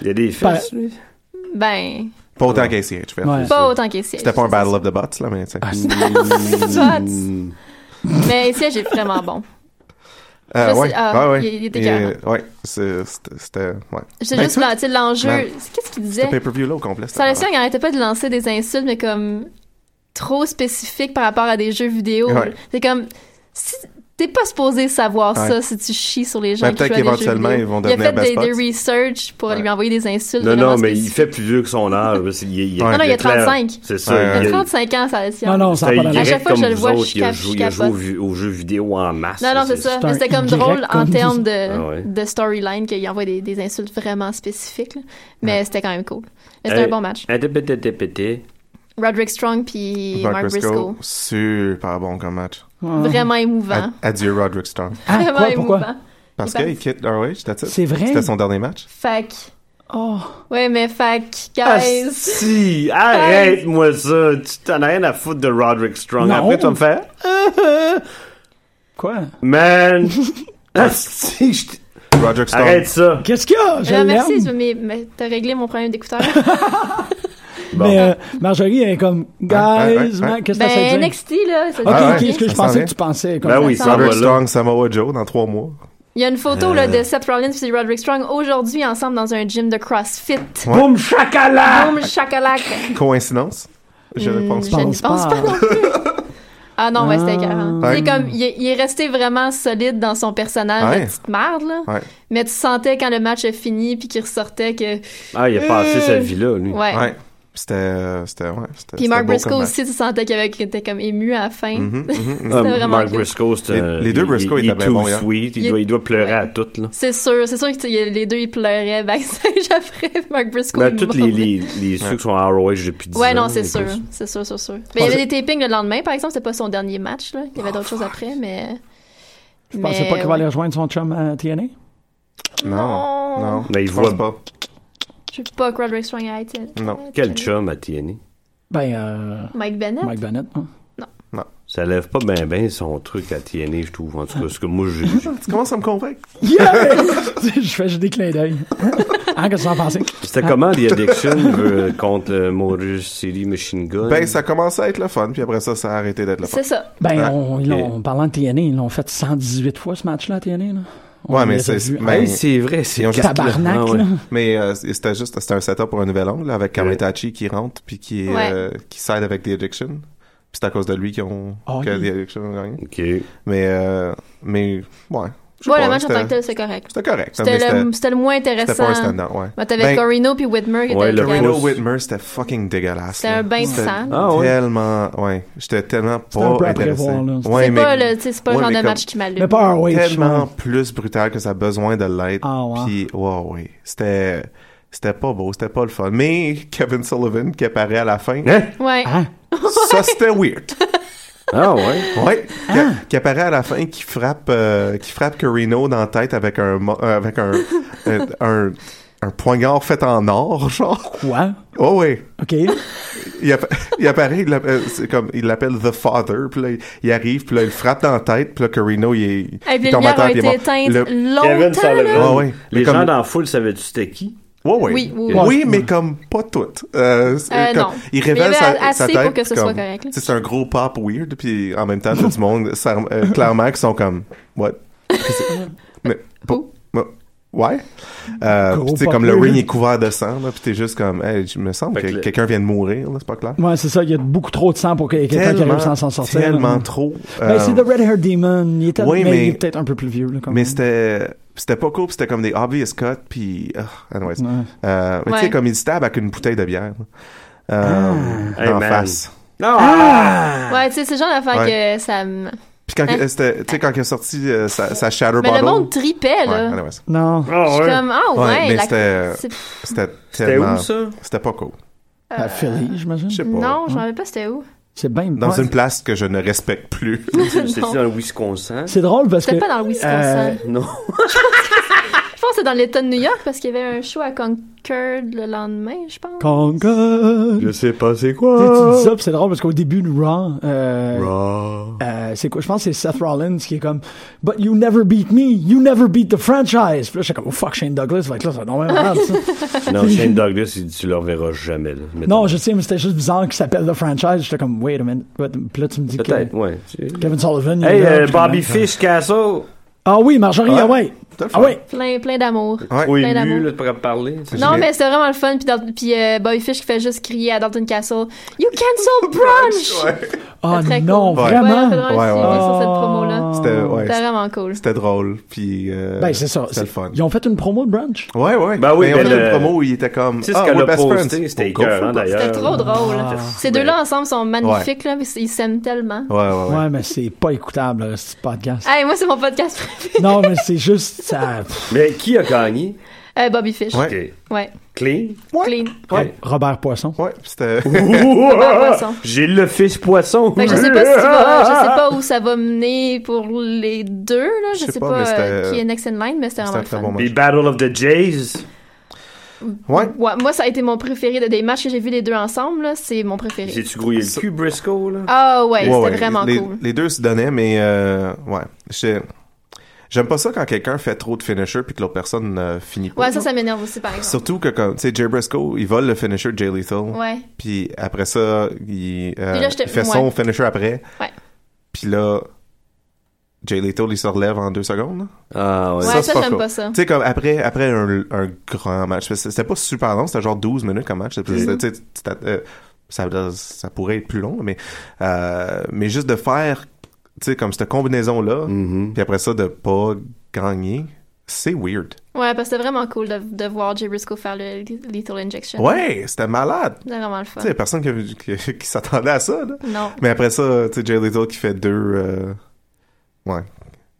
[SPEAKER 5] Il y a des
[SPEAKER 2] Par-
[SPEAKER 5] fesses, lui.
[SPEAKER 3] Ben,
[SPEAKER 6] Pas autant qu'ACH. fait.
[SPEAKER 2] Ouais.
[SPEAKER 3] Pas autant qu'Essiège.
[SPEAKER 6] C'était pas un Battle of the Bots, là, mais tu sais.
[SPEAKER 3] Bots. Mais Essiège est vraiment bon.
[SPEAKER 6] Euh,
[SPEAKER 3] je
[SPEAKER 6] ouais,
[SPEAKER 3] sais- ah,
[SPEAKER 6] ouais, ouais.
[SPEAKER 3] il- il était
[SPEAKER 6] Et,
[SPEAKER 3] carrément.
[SPEAKER 6] euh, ouais, c'est- c'était. c'était- Ouais.
[SPEAKER 3] J'étais
[SPEAKER 6] Ben,
[SPEAKER 3] juste
[SPEAKER 6] tu vois,
[SPEAKER 3] là, tu sais, l'enjeu.
[SPEAKER 6] Man.
[SPEAKER 3] c'est- Qu'est-ce qu'il
[SPEAKER 6] ce
[SPEAKER 3] disait?
[SPEAKER 6] pay-per-view là au complet. c'était
[SPEAKER 3] Sans le
[SPEAKER 6] malade.
[SPEAKER 3] il arrêtait pas de lancer des insultes, mais comme trop spécifiques par rapport à des jeux vidéo.
[SPEAKER 6] Ouais.
[SPEAKER 3] C'est comme. Si, T'es pas supposé savoir
[SPEAKER 6] Ouais.
[SPEAKER 3] ça si tu chies sur les gens
[SPEAKER 6] Ben,
[SPEAKER 3] qui jouent à
[SPEAKER 6] peut-être
[SPEAKER 3] des jeux
[SPEAKER 6] qu'éventuellement,
[SPEAKER 3] vidéo.
[SPEAKER 6] ils vont
[SPEAKER 3] Il a
[SPEAKER 6] devenir
[SPEAKER 3] fait des,
[SPEAKER 6] best
[SPEAKER 3] des
[SPEAKER 6] buds.
[SPEAKER 3] research pour
[SPEAKER 6] Ouais.
[SPEAKER 3] lui envoyer des insultes.
[SPEAKER 5] Non, non,
[SPEAKER 3] vraiment
[SPEAKER 5] mais il
[SPEAKER 3] spécifiques.
[SPEAKER 5] fait plus vieux que son âge. parce qu'il- il-
[SPEAKER 6] Ouais. Non,
[SPEAKER 3] non, il a
[SPEAKER 5] est clair.
[SPEAKER 3] 35.
[SPEAKER 5] C'est ça.
[SPEAKER 6] Ouais.
[SPEAKER 5] il
[SPEAKER 3] Il
[SPEAKER 5] est-
[SPEAKER 3] a 35 ans, ça, ça-
[SPEAKER 2] Non, non, ça
[SPEAKER 5] c'est
[SPEAKER 2] n'a pas
[SPEAKER 5] un
[SPEAKER 2] la
[SPEAKER 3] À
[SPEAKER 5] Y
[SPEAKER 2] raison.
[SPEAKER 3] chaque fois que
[SPEAKER 5] comme
[SPEAKER 3] je le
[SPEAKER 5] vous
[SPEAKER 3] vois, je
[SPEAKER 5] autres, il a
[SPEAKER 3] cache- je
[SPEAKER 5] joué- il a joué
[SPEAKER 3] capote.
[SPEAKER 5] aux vieux- aux jeux vidéo en masse.
[SPEAKER 3] Non,
[SPEAKER 5] là,
[SPEAKER 3] non, c'est ça.
[SPEAKER 2] c'est un
[SPEAKER 3] Mais c'était comme
[SPEAKER 2] direct
[SPEAKER 3] drôle en
[SPEAKER 2] comme-
[SPEAKER 3] termes
[SPEAKER 5] Ah
[SPEAKER 3] de,
[SPEAKER 5] ouais.
[SPEAKER 3] de storyline qu'il envoie des, des insultes vraiment spécifiques. là. Mais c'était quand même cool. Mais C'était
[SPEAKER 5] Hey.
[SPEAKER 3] un bon match.
[SPEAKER 5] Un dépété-dépété.
[SPEAKER 3] Roderick Strong puis
[SPEAKER 6] Mark
[SPEAKER 3] Mark Briscoe.
[SPEAKER 6] Briscoe, super bon comme match.
[SPEAKER 2] Ouais.
[SPEAKER 3] Vraiment émouvant.
[SPEAKER 6] Ad- Adieu Roderick Strong.
[SPEAKER 2] Ah,
[SPEAKER 3] Vraiment
[SPEAKER 2] quoi, pourquoi?
[SPEAKER 3] émouvant.
[SPEAKER 6] Parce
[SPEAKER 3] Il est
[SPEAKER 6] qu'il quitte ah ROH, that's it.
[SPEAKER 2] C'est vrai?
[SPEAKER 6] C'était son dernier match.
[SPEAKER 3] Fac.
[SPEAKER 2] Oh.
[SPEAKER 3] Ouais, mais fac,
[SPEAKER 5] Ah,
[SPEAKER 3] guys.
[SPEAKER 5] si! Arrête-moi ça! Tu t'en as rien à foutre de Roderick Strong.
[SPEAKER 2] Non.
[SPEAKER 5] Après, tu vas me faire.
[SPEAKER 2] Quoi?
[SPEAKER 5] Man! Ah, si, je t-
[SPEAKER 6] Roderick Strong.
[SPEAKER 5] Arrête ça!
[SPEAKER 2] Qu'est-ce qu'il y a? Je
[SPEAKER 3] Non, Ah, merci,
[SPEAKER 2] l'aime.
[SPEAKER 3] je- mais, mais t'as réglé mon problème d'écouteur.
[SPEAKER 5] Bon.
[SPEAKER 2] Mais euh, Marjorie est comme, guys,
[SPEAKER 6] ouais, ouais.
[SPEAKER 2] man, qu'est-ce que ça
[SPEAKER 3] ben,
[SPEAKER 2] veut dire?
[SPEAKER 3] NXT, là. ça-
[SPEAKER 2] Ok,
[SPEAKER 6] Ah,
[SPEAKER 2] ok,
[SPEAKER 6] ouais,
[SPEAKER 2] ce que je
[SPEAKER 6] ça s'en
[SPEAKER 2] pensais
[SPEAKER 6] vient.
[SPEAKER 2] que tu pensais. comme-
[SPEAKER 5] Ben oui,
[SPEAKER 3] ça
[SPEAKER 5] ça va
[SPEAKER 6] Roderick
[SPEAKER 5] là.
[SPEAKER 6] Strong, Samoa Joe dans trois mois.
[SPEAKER 3] Il y a une photo là,
[SPEAKER 6] Euh.
[SPEAKER 3] de Seth Rollins et Roderick Strong aujourd'hui ensemble dans un gym de CrossFit.
[SPEAKER 6] Ouais.
[SPEAKER 2] Boum, chacala!
[SPEAKER 3] Boom, chacalac.
[SPEAKER 6] Coïncidence? Je ne pense
[SPEAKER 3] Je
[SPEAKER 6] pas.
[SPEAKER 3] ne
[SPEAKER 2] pense
[SPEAKER 3] pense
[SPEAKER 2] pas.
[SPEAKER 3] pas non plus. Ah non, ouais, c'était écœurant.
[SPEAKER 6] Ouais.
[SPEAKER 3] C'est comme, il, est- il est resté vraiment solide dans son personnage
[SPEAKER 6] Ouais.
[SPEAKER 3] de petite marde, là.
[SPEAKER 6] Ouais.
[SPEAKER 3] Mais tu sentais quand le match a fini puis qu'il ressortait que,
[SPEAKER 5] Ah, il a passé sa vie là, lui.
[SPEAKER 3] ouais.
[SPEAKER 6] Ouais. C'était. euh, C'était. Ouais. c'était-
[SPEAKER 3] Puis
[SPEAKER 6] c'était
[SPEAKER 3] Mark
[SPEAKER 6] beau
[SPEAKER 3] Briscoe
[SPEAKER 6] comme match.
[SPEAKER 3] aussi, hein. tu sentais qu'il avait- qu'il était comme ému à la fin.
[SPEAKER 6] Mhm, mhm, mhm.
[SPEAKER 5] Ah,
[SPEAKER 3] vraiment
[SPEAKER 5] Mark
[SPEAKER 3] cool.
[SPEAKER 5] Briscoe, c'est un-
[SPEAKER 6] Les- les deux
[SPEAKER 5] il-
[SPEAKER 6] Briscoe
[SPEAKER 5] il, il est
[SPEAKER 6] étaient bien
[SPEAKER 5] too
[SPEAKER 6] bons, hein.
[SPEAKER 5] sweet. Il,
[SPEAKER 3] Il-
[SPEAKER 5] doit, il doit pleurer à toutes, là.
[SPEAKER 3] C'est sûr, c'est sûr que t- les deux ils pleuraient backstage après Mark Briscoe.
[SPEAKER 5] Ben,
[SPEAKER 3] il
[SPEAKER 5] toutes les,
[SPEAKER 3] mourait.
[SPEAKER 5] les, les ceux qui sont en ROH depuis 10 ans.
[SPEAKER 3] Ouais, non, c'est
[SPEAKER 5] les
[SPEAKER 3] sûr.
[SPEAKER 5] cons-
[SPEAKER 3] C'est sûr, c'est sûr. Mais il y avait des tapings le lendemain, par exemple. C'était pas son dernier match, là. Il y avait d'autres choses après, mais.
[SPEAKER 2] Je pensais
[SPEAKER 3] Ben
[SPEAKER 2] pas qu'il va aller rejoindre son chum euh, à TNA.
[SPEAKER 6] Non. Non.
[SPEAKER 5] Mais Ben, il
[SPEAKER 6] Je pense
[SPEAKER 5] voit-
[SPEAKER 6] pas.
[SPEAKER 3] Je sais pas, Roderick Strong a été.
[SPEAKER 6] Non.
[SPEAKER 5] Quel chum à TNA?
[SPEAKER 2] Ben, euh,
[SPEAKER 3] Mike Bennett.
[SPEAKER 2] Mike Bennett. hein.
[SPEAKER 5] Ça lève pas bien ben son truc à TNA, je trouve. En tout cas, ce que moi, j'ai... j'ai-
[SPEAKER 6] Tu commences à me convaincre.
[SPEAKER 2] Yeah! je fais juste des clins d'œil. Hein, qu'est-ce que t'en pensais?
[SPEAKER 6] Ah.
[SPEAKER 5] C'était comment The Addiction euh, contre le Maurice City Machine Gun?
[SPEAKER 6] Ben, ça commençait à être le fun, puis après ça, ça a arrêté d'être le fun.
[SPEAKER 3] C'est ça.
[SPEAKER 2] Ben,
[SPEAKER 6] Ouais.
[SPEAKER 2] on, ils l'ont-
[SPEAKER 5] Et-
[SPEAKER 2] en parlant de TNA, ils l'ont fait 118 fois ce match-là à TNA. Là. On
[SPEAKER 6] Ouais, mais
[SPEAKER 2] les a
[SPEAKER 6] c'est-
[SPEAKER 2] vus
[SPEAKER 6] mais-
[SPEAKER 5] Ben, Hey, c'est vrai, c'est...
[SPEAKER 6] Ils ont
[SPEAKER 2] en
[SPEAKER 6] juste-
[SPEAKER 5] quatre, là.
[SPEAKER 2] Tabarnak,
[SPEAKER 5] Ah, ouais.
[SPEAKER 2] là.
[SPEAKER 6] Mais euh, c'était juste c'était un setup pour un nouvel angle là, avec Kamitachi qui rentre puis qui est,
[SPEAKER 3] Ouais.
[SPEAKER 6] euh, qui side avec The Addiction. Puis c'est à cause de lui qu'ils ont
[SPEAKER 2] Ah,
[SPEAKER 6] que
[SPEAKER 2] oui.
[SPEAKER 6] The Addiction a gagné.
[SPEAKER 5] OK.
[SPEAKER 6] Mais euh, mais ouais. je sais
[SPEAKER 3] Ouais,
[SPEAKER 6] pas,
[SPEAKER 3] le match en
[SPEAKER 6] c'était-
[SPEAKER 3] tant que tel, c'est correct.
[SPEAKER 6] C'était correct. hein, mais
[SPEAKER 3] C'était le, c'était le moins
[SPEAKER 6] c'était pas un
[SPEAKER 3] intéressant.
[SPEAKER 6] stand-out, ouais.
[SPEAKER 3] Mais t'avais
[SPEAKER 6] Ben,
[SPEAKER 3] Corino puis Whitmer qui
[SPEAKER 5] Ouais,
[SPEAKER 3] étaient
[SPEAKER 5] le
[SPEAKER 3] étaient
[SPEAKER 6] Reno
[SPEAKER 5] Rose.
[SPEAKER 6] Whitmer, c'était fucking dégueulasse.
[SPEAKER 3] C'était un
[SPEAKER 6] là.
[SPEAKER 3] bain de
[SPEAKER 6] C'était
[SPEAKER 3] sang.
[SPEAKER 5] Ah, ouais.
[SPEAKER 6] Tellement, ouais, j'étais tellement
[SPEAKER 2] un
[SPEAKER 6] pas
[SPEAKER 2] peu à
[SPEAKER 6] intéressé.
[SPEAKER 2] prévoir, là.
[SPEAKER 6] Ouais,
[SPEAKER 3] c'est
[SPEAKER 6] mais
[SPEAKER 3] pas le, tu sais, c'est pas le
[SPEAKER 6] Ouais,
[SPEAKER 3] genre
[SPEAKER 6] mais
[SPEAKER 3] de
[SPEAKER 6] comme-
[SPEAKER 3] match qui m'allume.
[SPEAKER 2] Mais pas un wave.
[SPEAKER 6] tellement plus brutal que ça a besoin de l'être.
[SPEAKER 2] Ah, ouais.
[SPEAKER 6] Puis, ouais, ouais. C'était, c'était pas beau, c'était pas le fun. Mais Kevin Sullivan qui apparaît à la fin,
[SPEAKER 5] Hein?
[SPEAKER 3] Ouais.
[SPEAKER 2] Hein?
[SPEAKER 6] ça c'était weird.
[SPEAKER 5] Ah ouais?
[SPEAKER 6] Ouais, qui-
[SPEAKER 2] Ah.
[SPEAKER 6] qui, apparaît à la fin, qui frappe, euh, qui frappe Corino dans la tête avec un, mo- euh, avec un, un, un, un poignard fait en or, genre.
[SPEAKER 2] Quoi?
[SPEAKER 6] Oh ouais.
[SPEAKER 2] OK.
[SPEAKER 6] Il, appa- il apparaît, il l'appelle- euh, c'est comme, il l'appelle The Father, puis là, il- il arrive, puis là, il le frappe dans la tête, puis là, Corino, il, est-
[SPEAKER 3] Et puis
[SPEAKER 6] il
[SPEAKER 3] les lumières ont
[SPEAKER 6] puis il est
[SPEAKER 3] été
[SPEAKER 6] mort.
[SPEAKER 3] éteintes
[SPEAKER 6] Le-
[SPEAKER 5] Kevin
[SPEAKER 3] longtemps,
[SPEAKER 5] Sullivan.
[SPEAKER 3] là.
[SPEAKER 6] Ah ouais.
[SPEAKER 5] Les
[SPEAKER 6] Mais
[SPEAKER 5] gens
[SPEAKER 6] comme-
[SPEAKER 5] dans la foule savaient-tu c'était qui?
[SPEAKER 6] Ouais, Ah ouais.
[SPEAKER 3] Oui, oui,
[SPEAKER 6] oui.
[SPEAKER 3] oui.
[SPEAKER 6] mais comme pas toutes. Euh, c'est-
[SPEAKER 3] Euh,
[SPEAKER 6] comme-
[SPEAKER 3] non.
[SPEAKER 6] Il
[SPEAKER 3] Mais il y
[SPEAKER 6] révèle
[SPEAKER 3] avait
[SPEAKER 6] sa,
[SPEAKER 3] a-
[SPEAKER 6] sa
[SPEAKER 3] assez
[SPEAKER 6] tête.
[SPEAKER 3] pour que ce
[SPEAKER 6] comme-
[SPEAKER 3] soit correct, là.
[SPEAKER 6] tu sais, C'est un gros pop weird, puis en même temps, tout du monde, ça, euh, clairement, qui sont comme, what? mais,
[SPEAKER 3] Où?
[SPEAKER 6] mais- ouais. Euh,
[SPEAKER 2] Gros
[SPEAKER 6] puis tu sais,
[SPEAKER 2] pop
[SPEAKER 6] comme le
[SPEAKER 2] weird.
[SPEAKER 6] ring est couvert de sang, là, puis t'es juste comme, hey, je me semble
[SPEAKER 5] Fait
[SPEAKER 6] que,
[SPEAKER 5] que le-
[SPEAKER 6] quelqu'un vient de mourir, là, c'est pas clair.
[SPEAKER 2] Ouais, c'est ça. Il y a beaucoup trop de sang pour qu'il y ait quelqu'un qui arrive sans s'en sortir. là.
[SPEAKER 6] tellement trop.
[SPEAKER 2] Ben, c'est
[SPEAKER 6] euh,
[SPEAKER 2] The Red Hair Demon. Il est, tellement-
[SPEAKER 6] Oui,
[SPEAKER 2] mais il est
[SPEAKER 6] mais-
[SPEAKER 2] peut-être un peu plus vieux. Là, quand
[SPEAKER 6] Mais
[SPEAKER 2] même.
[SPEAKER 6] c'était c'était pas cool, puis c'était comme des obvious cuts, puis ah, anyways.
[SPEAKER 2] Ouais.
[SPEAKER 6] Euh, mais Tu sais,
[SPEAKER 3] Ouais.
[SPEAKER 6] comme il stab avec une bouteille de bière. là.
[SPEAKER 2] Ah.
[SPEAKER 6] Euh,
[SPEAKER 5] Hey,
[SPEAKER 6] en
[SPEAKER 5] man.
[SPEAKER 6] face.
[SPEAKER 5] Non!
[SPEAKER 3] Ah! Ouais, tu sais, c'est le genre d'affaire que ça me.
[SPEAKER 6] Puis quand,
[SPEAKER 3] Hein?
[SPEAKER 6] c'était- tu sais, quand il a sorti euh, sa, sa Shatter
[SPEAKER 3] Mais
[SPEAKER 6] Bottle.
[SPEAKER 3] le monde tripait,
[SPEAKER 6] ouais,
[SPEAKER 3] là.
[SPEAKER 6] anyways.
[SPEAKER 2] Non.
[SPEAKER 5] Ah
[SPEAKER 3] Je suis comme, ah ouais,
[SPEAKER 6] Ouais, mais
[SPEAKER 3] la-
[SPEAKER 6] c'était- euh,
[SPEAKER 3] c'est-
[SPEAKER 6] C'était
[SPEAKER 5] C'était
[SPEAKER 6] tellement.
[SPEAKER 5] où ça?
[SPEAKER 6] C'était pas cool.
[SPEAKER 2] À Ah, Philly, j'imagine.
[SPEAKER 6] Je sais pas.
[SPEAKER 3] Non, je m'en rappelle pas c'était où.
[SPEAKER 2] C'est bien.
[SPEAKER 6] Dans
[SPEAKER 2] ouais.
[SPEAKER 6] une place que je ne respecte plus.
[SPEAKER 5] C'était
[SPEAKER 3] Non.
[SPEAKER 5] dans le Wisconsin?
[SPEAKER 2] C'est drôle parce que.
[SPEAKER 3] C'était pas dans le Wisconsin.
[SPEAKER 2] Euh,
[SPEAKER 5] Non.
[SPEAKER 3] Je pense que c'était dans l'État de New York parce qu'il y avait un show à Concord le lendemain, je pense.
[SPEAKER 2] Concord.
[SPEAKER 5] Je sais pas c'est
[SPEAKER 2] Tu sais, tu dis
[SPEAKER 5] quoi.
[SPEAKER 2] ça, puis c'est drôle parce qu'au début de Raw, euh,
[SPEAKER 5] Raw.
[SPEAKER 2] euh, c'est quoi Je pense que c'est Seth Rollins qui est comme But you never beat me, you never beat the franchise. Puis là, j'étais comme oh, fuck Shane Douglas, va être là, ça va être normal, malade, ça.
[SPEAKER 5] Non, Shane Douglas, il dit, tu le reverras jamais. là. Mettons.
[SPEAKER 2] Non, je sais, mais c'était juste bizarre qu'il s'appelle the franchise. J'étais comme wait a minute. what- Puis là, tu me dis que
[SPEAKER 5] Peut-être, ouais. Tu-
[SPEAKER 2] Kevin Sullivan. il est
[SPEAKER 5] Hey,
[SPEAKER 2] là,
[SPEAKER 5] euh,
[SPEAKER 2] puis
[SPEAKER 5] Bobby
[SPEAKER 2] je suis comme, ben,
[SPEAKER 5] Fish Castle.
[SPEAKER 2] Ah oui, Marjorie, ah ouais.
[SPEAKER 6] T'as le
[SPEAKER 2] Ah
[SPEAKER 6] fun.
[SPEAKER 2] ouais.
[SPEAKER 3] Plein, plein d'amour.
[SPEAKER 6] Ouais. Ah,
[SPEAKER 5] Trop
[SPEAKER 3] Plein
[SPEAKER 5] ému,
[SPEAKER 3] d'amour.
[SPEAKER 5] là, pour parler. tu sais.
[SPEAKER 3] Non,
[SPEAKER 6] l'ai-
[SPEAKER 3] mais c'était vraiment le fun. Puis, dans- puis euh, Boyfish qui fait juste crier à Dalton Castle You cancel brunch!
[SPEAKER 6] Ouais.
[SPEAKER 2] Ah
[SPEAKER 3] Très cool.
[SPEAKER 2] non,
[SPEAKER 3] Ouais,
[SPEAKER 2] vraiment. Ah.
[SPEAKER 3] on a vraiment
[SPEAKER 6] Ouais,
[SPEAKER 3] suivi
[SPEAKER 6] ouais.
[SPEAKER 3] sur cette promo-là.
[SPEAKER 6] C'était ouais,
[SPEAKER 3] C'était vraiment cool.
[SPEAKER 6] c'était drôle. Puis. euh,
[SPEAKER 2] Ben, c'est ça.
[SPEAKER 6] C'était le fun.
[SPEAKER 2] Ils ont fait une promo de brunch.
[SPEAKER 6] Ouais, ouais.
[SPEAKER 5] Ben oui,
[SPEAKER 6] Mais on
[SPEAKER 5] ben
[SPEAKER 6] a
[SPEAKER 5] le-
[SPEAKER 6] une promo où il était comme.
[SPEAKER 5] Tu sais ce
[SPEAKER 6] Ah,
[SPEAKER 5] qu'elle
[SPEAKER 6] we're
[SPEAKER 5] a
[SPEAKER 6] best friends.
[SPEAKER 5] posté, c'était
[SPEAKER 6] Go for
[SPEAKER 5] écœurant,
[SPEAKER 6] it.
[SPEAKER 5] d'ailleurs.
[SPEAKER 3] C'était trop drôle.
[SPEAKER 5] Ah.
[SPEAKER 3] Ces deux-là ensemble sont magnifiques. Là, puis ils s'aiment tellement.
[SPEAKER 6] Ouais, ouais, ouais.
[SPEAKER 2] Ouais, mais c'est pas écoutable, là, ce podcast.
[SPEAKER 3] Hey, moi, c'est mon podcast préféré.
[SPEAKER 2] non, mais c'est juste. Ça... pff,
[SPEAKER 5] Mais qui a gagné?
[SPEAKER 3] Euh, Bobby Fish.
[SPEAKER 6] Ouais.
[SPEAKER 5] Ok.
[SPEAKER 3] Ouais.
[SPEAKER 5] Clean.
[SPEAKER 3] Clean.
[SPEAKER 5] Ouais.
[SPEAKER 2] Robert Poisson.
[SPEAKER 6] Ouais, puis c'était.
[SPEAKER 3] Poisson.
[SPEAKER 5] J'ai le fils poisson.
[SPEAKER 3] Fait que Ben, je sais pas si tu vas- je sais pas où ça va mener pour les deux là, je, sais pas,
[SPEAKER 6] mais c'était-
[SPEAKER 3] euh, qui est next in line mais c'était
[SPEAKER 6] C'était
[SPEAKER 3] vraiment
[SPEAKER 6] un
[SPEAKER 3] le
[SPEAKER 6] très
[SPEAKER 3] fun.
[SPEAKER 6] bon match.
[SPEAKER 5] Les Battle of the Jays.
[SPEAKER 6] Ouais.
[SPEAKER 3] Ouais, moi ça a été mon préféré de- des matchs que j'ai vu les deux ensemble, là, c'est mon préféré.
[SPEAKER 5] J'ai-tu grouillé le cul, Briscoe, là?
[SPEAKER 3] Ah ouais,
[SPEAKER 6] Ouais,
[SPEAKER 3] c'était
[SPEAKER 6] ouais.
[SPEAKER 3] vraiment
[SPEAKER 6] les,
[SPEAKER 3] cool.
[SPEAKER 6] les deux se donnaient, mais euh, ouais. Je- J'aime pas ça quand quelqu'un fait trop de finisher puis que l'autre personne euh, finit pas.
[SPEAKER 3] Ouais, ça ça m'énerve aussi par exemple.
[SPEAKER 6] Surtout que comme, tu sais, Jay Briscoe, il vole le finisher de Jay Lethal.
[SPEAKER 3] Ouais.
[SPEAKER 6] Puis après ça, il, euh,
[SPEAKER 3] Puis là, j'étais-
[SPEAKER 6] il fait son
[SPEAKER 3] ouais.
[SPEAKER 6] finisher après.
[SPEAKER 3] Ouais.
[SPEAKER 6] Puis là, Jay Lethal, il se relève en deux secondes.
[SPEAKER 5] Ah,
[SPEAKER 3] Ouais,
[SPEAKER 6] ça,
[SPEAKER 3] ça,
[SPEAKER 6] c'est pas
[SPEAKER 3] j'aime
[SPEAKER 6] cool.
[SPEAKER 3] pas ça.
[SPEAKER 6] Tu sais, comme après, après un, un grand match, parce que c'était pas super long, c'était genre 12 minutes comme match. C'était-
[SPEAKER 3] Mhm.
[SPEAKER 6] c'était- tu sais, tu t'att- euh, ça, ça pourrait être plus long, mais, euh, mais juste de faire, tu sais, comme cette combinaison-là,
[SPEAKER 3] Mhm.
[SPEAKER 6] puis après ça, de pas gagner, c'est weird.
[SPEAKER 3] Ouais, parce que c'était vraiment cool de, de voir Jay Briscoe faire le Lethal Injection.
[SPEAKER 6] Ouais, c'était malade.
[SPEAKER 3] C'était vraiment le fun.
[SPEAKER 6] Tu sais, y a personne qui, qui- qui s'attendait à ça, là.
[SPEAKER 3] Non.
[SPEAKER 6] Mais après ça, tu sais, Jay Lethal qui fait deux. euh, ouais.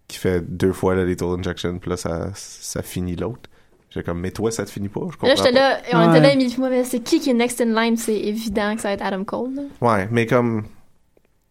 [SPEAKER 6] Qui fait deux fois la Lethal Injection, puis là, ça, ça finit l'autre. J'ai comme, mais toi, ça te finit pas? Je comprends.
[SPEAKER 3] Là, j'étais
[SPEAKER 6] pas.
[SPEAKER 3] là, et on
[SPEAKER 2] Ouais.
[SPEAKER 3] était là, Émilie puis moi, mais c'est qui qui est next in line? C'est évident que ça va être Adam Cole. là.
[SPEAKER 6] Ouais, mais comme.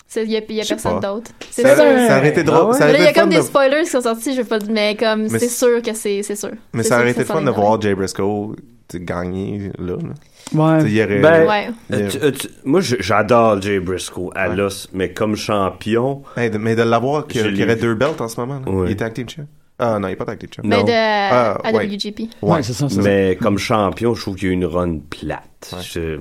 [SPEAKER 3] C'est- Il y a, il y a
[SPEAKER 6] Je sais
[SPEAKER 3] personne
[SPEAKER 6] pas.
[SPEAKER 3] d'autre. C'est
[SPEAKER 6] Ça,
[SPEAKER 3] sûr.
[SPEAKER 2] vrai.
[SPEAKER 6] ça aurait été drôle.
[SPEAKER 5] Ah ouais?
[SPEAKER 6] ça
[SPEAKER 3] Mais
[SPEAKER 6] aurait
[SPEAKER 3] là, il y a
[SPEAKER 6] été
[SPEAKER 3] comme
[SPEAKER 6] le
[SPEAKER 3] des
[SPEAKER 6] fun de-
[SPEAKER 3] spoilers qui sont sortis, je vais pas le- mais comme
[SPEAKER 6] Mais
[SPEAKER 3] c'est
[SPEAKER 6] c'est-
[SPEAKER 3] sûr que c'est c'est sûr.
[SPEAKER 6] Mais
[SPEAKER 3] C'est
[SPEAKER 6] ça
[SPEAKER 3] sûr
[SPEAKER 6] aurait
[SPEAKER 3] que
[SPEAKER 6] été le
[SPEAKER 3] ça
[SPEAKER 6] fun
[SPEAKER 3] va
[SPEAKER 6] de
[SPEAKER 3] être
[SPEAKER 6] voir Jay Briscoe tu sais, gagner là. là. Tu sais,
[SPEAKER 2] Ouais.
[SPEAKER 6] il y aurait-
[SPEAKER 5] Ben,
[SPEAKER 3] Ouais.
[SPEAKER 6] il y
[SPEAKER 5] Euh,
[SPEAKER 6] aurait-
[SPEAKER 5] tu- euh, tu- moi, je- j'adore Jay Briscoe à l'os, mais comme champion,
[SPEAKER 6] Hey, de- mais de l'avoir qu'il
[SPEAKER 5] Je
[SPEAKER 6] qu'il y aurait
[SPEAKER 5] l'ai
[SPEAKER 6] deux belts en ce moment. là.
[SPEAKER 5] Ouais.
[SPEAKER 6] Il est active champ. Ah non, il est pas active champ.
[SPEAKER 3] Mais de euh,
[SPEAKER 6] Ah,
[SPEAKER 3] à
[SPEAKER 6] ouais.
[SPEAKER 3] WGP.
[SPEAKER 2] Ouais, c'est
[SPEAKER 3] Ah,
[SPEAKER 2] ça, c'est ça.
[SPEAKER 5] mais comme champion, je trouve qu'il y a une run plate. Je-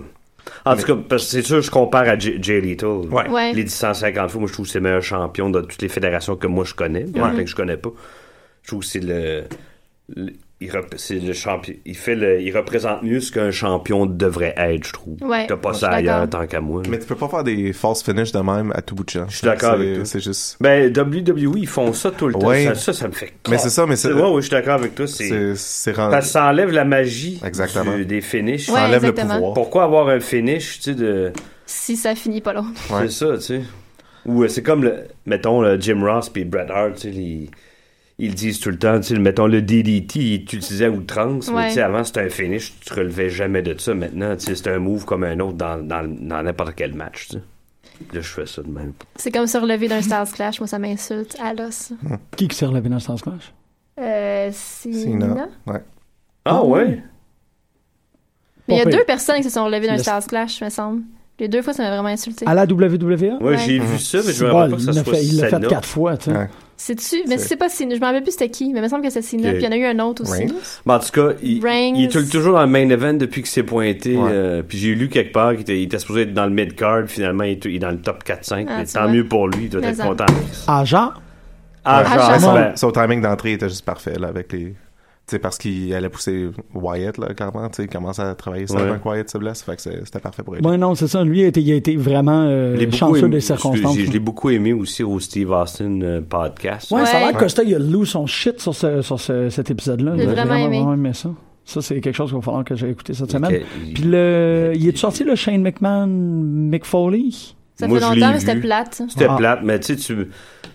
[SPEAKER 5] En tout cas, parce que c'est sûr, je compare à Jay, Jay Little.
[SPEAKER 6] Ouais.
[SPEAKER 3] Ouais.
[SPEAKER 5] Les 150 fois, moi, je trouve que c'est le meilleur champion de toutes les fédérations que moi, je connais. Il y en a plein que je connais pas. Je trouve que c'est le... le- il, rep- c'est le champion, il, fait le- il représente mieux ce qu'un champion devrait être, je trouve.
[SPEAKER 3] Ouais.
[SPEAKER 5] T'as pas
[SPEAKER 3] Je suis
[SPEAKER 5] ça ailleurs,
[SPEAKER 3] d'accord.
[SPEAKER 5] tant qu'à moi. là.
[SPEAKER 6] Mais tu peux pas faire des false finishes de même à tout bout de champ. Je
[SPEAKER 5] suis d'accord avec toi.
[SPEAKER 6] C'est juste.
[SPEAKER 5] Ben, WWE, ils font ça tout le temps.
[SPEAKER 6] Ouais.
[SPEAKER 5] Ça, ça, ça me fait.
[SPEAKER 6] Mais c'est ça, mais c'est-
[SPEAKER 5] Ouais, ouais, je suis d'accord avec toi. C'est.
[SPEAKER 6] C'est c'est rendu.
[SPEAKER 5] Parce que ça enlève la magie
[SPEAKER 6] Exactement.
[SPEAKER 5] du- des finishes.
[SPEAKER 6] Ça
[SPEAKER 3] Ouais,
[SPEAKER 6] enlève le
[SPEAKER 3] exactement.
[SPEAKER 6] pouvoir.
[SPEAKER 5] Pourquoi avoir un finish, tu sais, de.
[SPEAKER 3] Si ça finit pas l'autre.
[SPEAKER 6] Ouais.
[SPEAKER 5] C'est ça, tu sais. Ou euh, c'est comme, le, mettons, le Jim Ross puis Bret Hart, tu sais, les- ils disent tout le temps, tu sais, mettons, le DDT, il est utilisé à outrance, mais
[SPEAKER 3] Ouais.
[SPEAKER 5] tu sais, avant, c'était un finish, tu te relevais jamais de ça. Maintenant, tu sais, c'est un move comme un autre dans dans- dans n'importe quel match, tu sais. Là, je fais ça de même.
[SPEAKER 3] C'est comme se relever d'un Stars Clash, moi ça m'insulte à l'os.
[SPEAKER 2] Qui qui s'est relevé dans Sans Clash?
[SPEAKER 3] Euh,
[SPEAKER 6] Cena.
[SPEAKER 3] Cena.
[SPEAKER 6] Ouais.
[SPEAKER 5] Ah ouais?
[SPEAKER 3] Mais il y a
[SPEAKER 2] Pas pire.
[SPEAKER 3] deux personnes qui se sont relevées d'un
[SPEAKER 2] Le-
[SPEAKER 3] Stars Clash, me semble. Les deux fois, ça m'a vraiment insulté.
[SPEAKER 2] À la WWE?
[SPEAKER 5] Ouais,
[SPEAKER 3] Ouais.
[SPEAKER 5] j'ai vu ça, mais je me
[SPEAKER 2] Mhm. Bon,
[SPEAKER 5] rappelle pas que
[SPEAKER 2] il
[SPEAKER 5] ça
[SPEAKER 2] l'a
[SPEAKER 5] soit
[SPEAKER 2] fait, il l'a fait
[SPEAKER 5] Senna.
[SPEAKER 2] quatre fois, tu sais.
[SPEAKER 6] Ouais.
[SPEAKER 3] C'est-tu? Mais
[SPEAKER 6] C'est-
[SPEAKER 3] c'est pas Cena. Je me rappelle plus c'était qui, mais il me semble que c'est Cena.
[SPEAKER 5] Ok.
[SPEAKER 3] Puis il y en a eu un autre aussi.
[SPEAKER 6] Reigns.
[SPEAKER 5] Mais en tout cas, il,
[SPEAKER 3] Reigns.
[SPEAKER 5] il est tout- toujours dans le main event depuis qu'il s'est pointé.
[SPEAKER 6] Ouais.
[SPEAKER 5] euh, puis j'ai lu quelque part qu'il était, il était supposé être dans le mid-card. Finalement, il est, il est dans le top 4-5.
[SPEAKER 3] Ah,
[SPEAKER 5] mais
[SPEAKER 3] tu
[SPEAKER 5] tant
[SPEAKER 3] vois.
[SPEAKER 5] mieux pour lui, il doit
[SPEAKER 3] Mais
[SPEAKER 5] être
[SPEAKER 3] ça.
[SPEAKER 5] content.
[SPEAKER 2] Ah, genre?
[SPEAKER 5] Ah,
[SPEAKER 6] Ouais.
[SPEAKER 5] genre,
[SPEAKER 6] Mais
[SPEAKER 3] genre.
[SPEAKER 5] ben,
[SPEAKER 6] son, son timing d'entrée était juste parfait là, avec les. Tu sais, parce qu'il allait pousser Wyatt, là, clairement. Tu sais, il commence à travailler ça
[SPEAKER 5] Ouais.
[SPEAKER 6] avant que Wyatt se blesse. Fait que c'est- c'était parfait pour lui.
[SPEAKER 2] Ouais, Ben non, c'est ça. Lui, il a été, il a été vraiment euh,
[SPEAKER 5] je l'ai beaucoup
[SPEAKER 2] chanceux
[SPEAKER 5] aimé-
[SPEAKER 2] des circonstances. hein.
[SPEAKER 5] Je, je l'ai beaucoup aimé aussi au Steve Austin euh, podcast.
[SPEAKER 2] Ouais, ça a l'air que
[SPEAKER 6] Ouais.
[SPEAKER 2] Costa, il a loué son shit sur, ce, sur ce- cet épisode-là.
[SPEAKER 3] J'ai vraiment aimé.
[SPEAKER 2] ça. Ça, c'est quelque chose qu'il va falloir que j'ai écouté cette
[SPEAKER 5] Il
[SPEAKER 2] semaine.
[SPEAKER 5] était- il-
[SPEAKER 2] Puis le, il est sorti, le Shane McMahon, Mick Foley?
[SPEAKER 3] Ça
[SPEAKER 5] Moi,
[SPEAKER 3] fait
[SPEAKER 5] je
[SPEAKER 3] longtemps,
[SPEAKER 5] l'ai
[SPEAKER 3] mais c'était
[SPEAKER 5] vu.
[SPEAKER 3] plate.
[SPEAKER 5] C'était
[SPEAKER 2] Ah.
[SPEAKER 5] plate, mais tu sais, tu-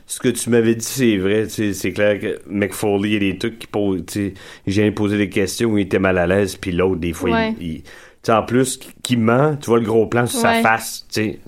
[SPEAKER 5] ce que tu m'avais dit, c'est vrai. tu sais, C'est clair que McFoley, il y a des trucs qui posent. tu sais, J'ai posé des questions où il était mal à l'aise, puis l'autre, des fois, il-
[SPEAKER 3] Ouais.
[SPEAKER 5] il. tu sais, en plus, qui ment, tu vois le gros plan sur sa
[SPEAKER 3] Ouais.
[SPEAKER 5] face. tu sais.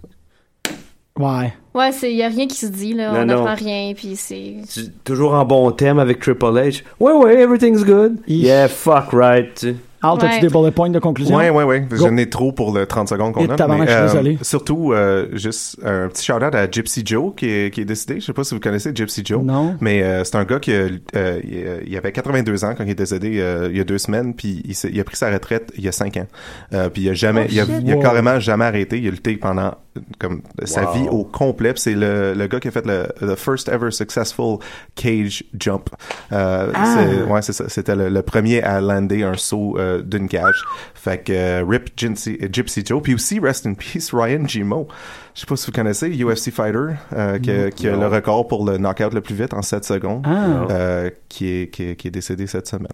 [SPEAKER 2] Ouais.
[SPEAKER 3] Ouais, il n'y a rien qui se dit, là.
[SPEAKER 5] Non,
[SPEAKER 3] on
[SPEAKER 5] non.
[SPEAKER 3] n'apprend rien, puis c'est.
[SPEAKER 5] Tu- toujours en bon thème avec Triple H. Ouais, ouais, everything's good.
[SPEAKER 2] Ish.
[SPEAKER 5] Yeah, fuck right. tu sais.
[SPEAKER 2] Al, t'as-tu
[SPEAKER 3] Ouais.
[SPEAKER 2] des bullet points de conclusion?
[SPEAKER 6] Ouais, ouais, ouais.
[SPEAKER 2] Go.
[SPEAKER 6] J'en ai trop pour le 30 secondes
[SPEAKER 2] Et
[SPEAKER 6] qu'on a.
[SPEAKER 2] tabarnak,
[SPEAKER 6] mais,
[SPEAKER 2] je suis désolé.
[SPEAKER 6] Surtout, euh, juste un petit shout-out à Gypsy Joe qui est, qui est décédé. Je sais pas si vous connaissez Gypsy Joe.
[SPEAKER 2] Non.
[SPEAKER 6] Mais euh, c'est un gars qui a- euh, il, euh, il avait 82 ans quand il est décédé euh, il y a deux semaines, puis il, s'est- il a pris sa retraite il y a cinq ans. Euh, puis il a jamais,
[SPEAKER 3] Oh,
[SPEAKER 6] il, a,
[SPEAKER 3] shit.
[SPEAKER 6] il a
[SPEAKER 2] Wow.
[SPEAKER 6] carrément jamais arrêté. Il a lutté pendant euh, comme sa
[SPEAKER 5] Wow.
[SPEAKER 6] vie au complet. Puis c'est le, le gars qui a fait le the first ever successful cage jump. Euh, c'est- ouais, c'est ça. C'était le, le premier à lander un saut euh, d'une cage. Fait que euh, Rip Gypsy, euh, Gypsy Joe, puis aussi Rest in Peace Ryan Gimo. Je sais pas si vous connaissez UFC fighter euh, qui, a- qui a le record pour le knockout le plus vite en 7 secondes,
[SPEAKER 2] Ah.
[SPEAKER 6] euh, qui, est, qui, est, qui est décédé cette semaine.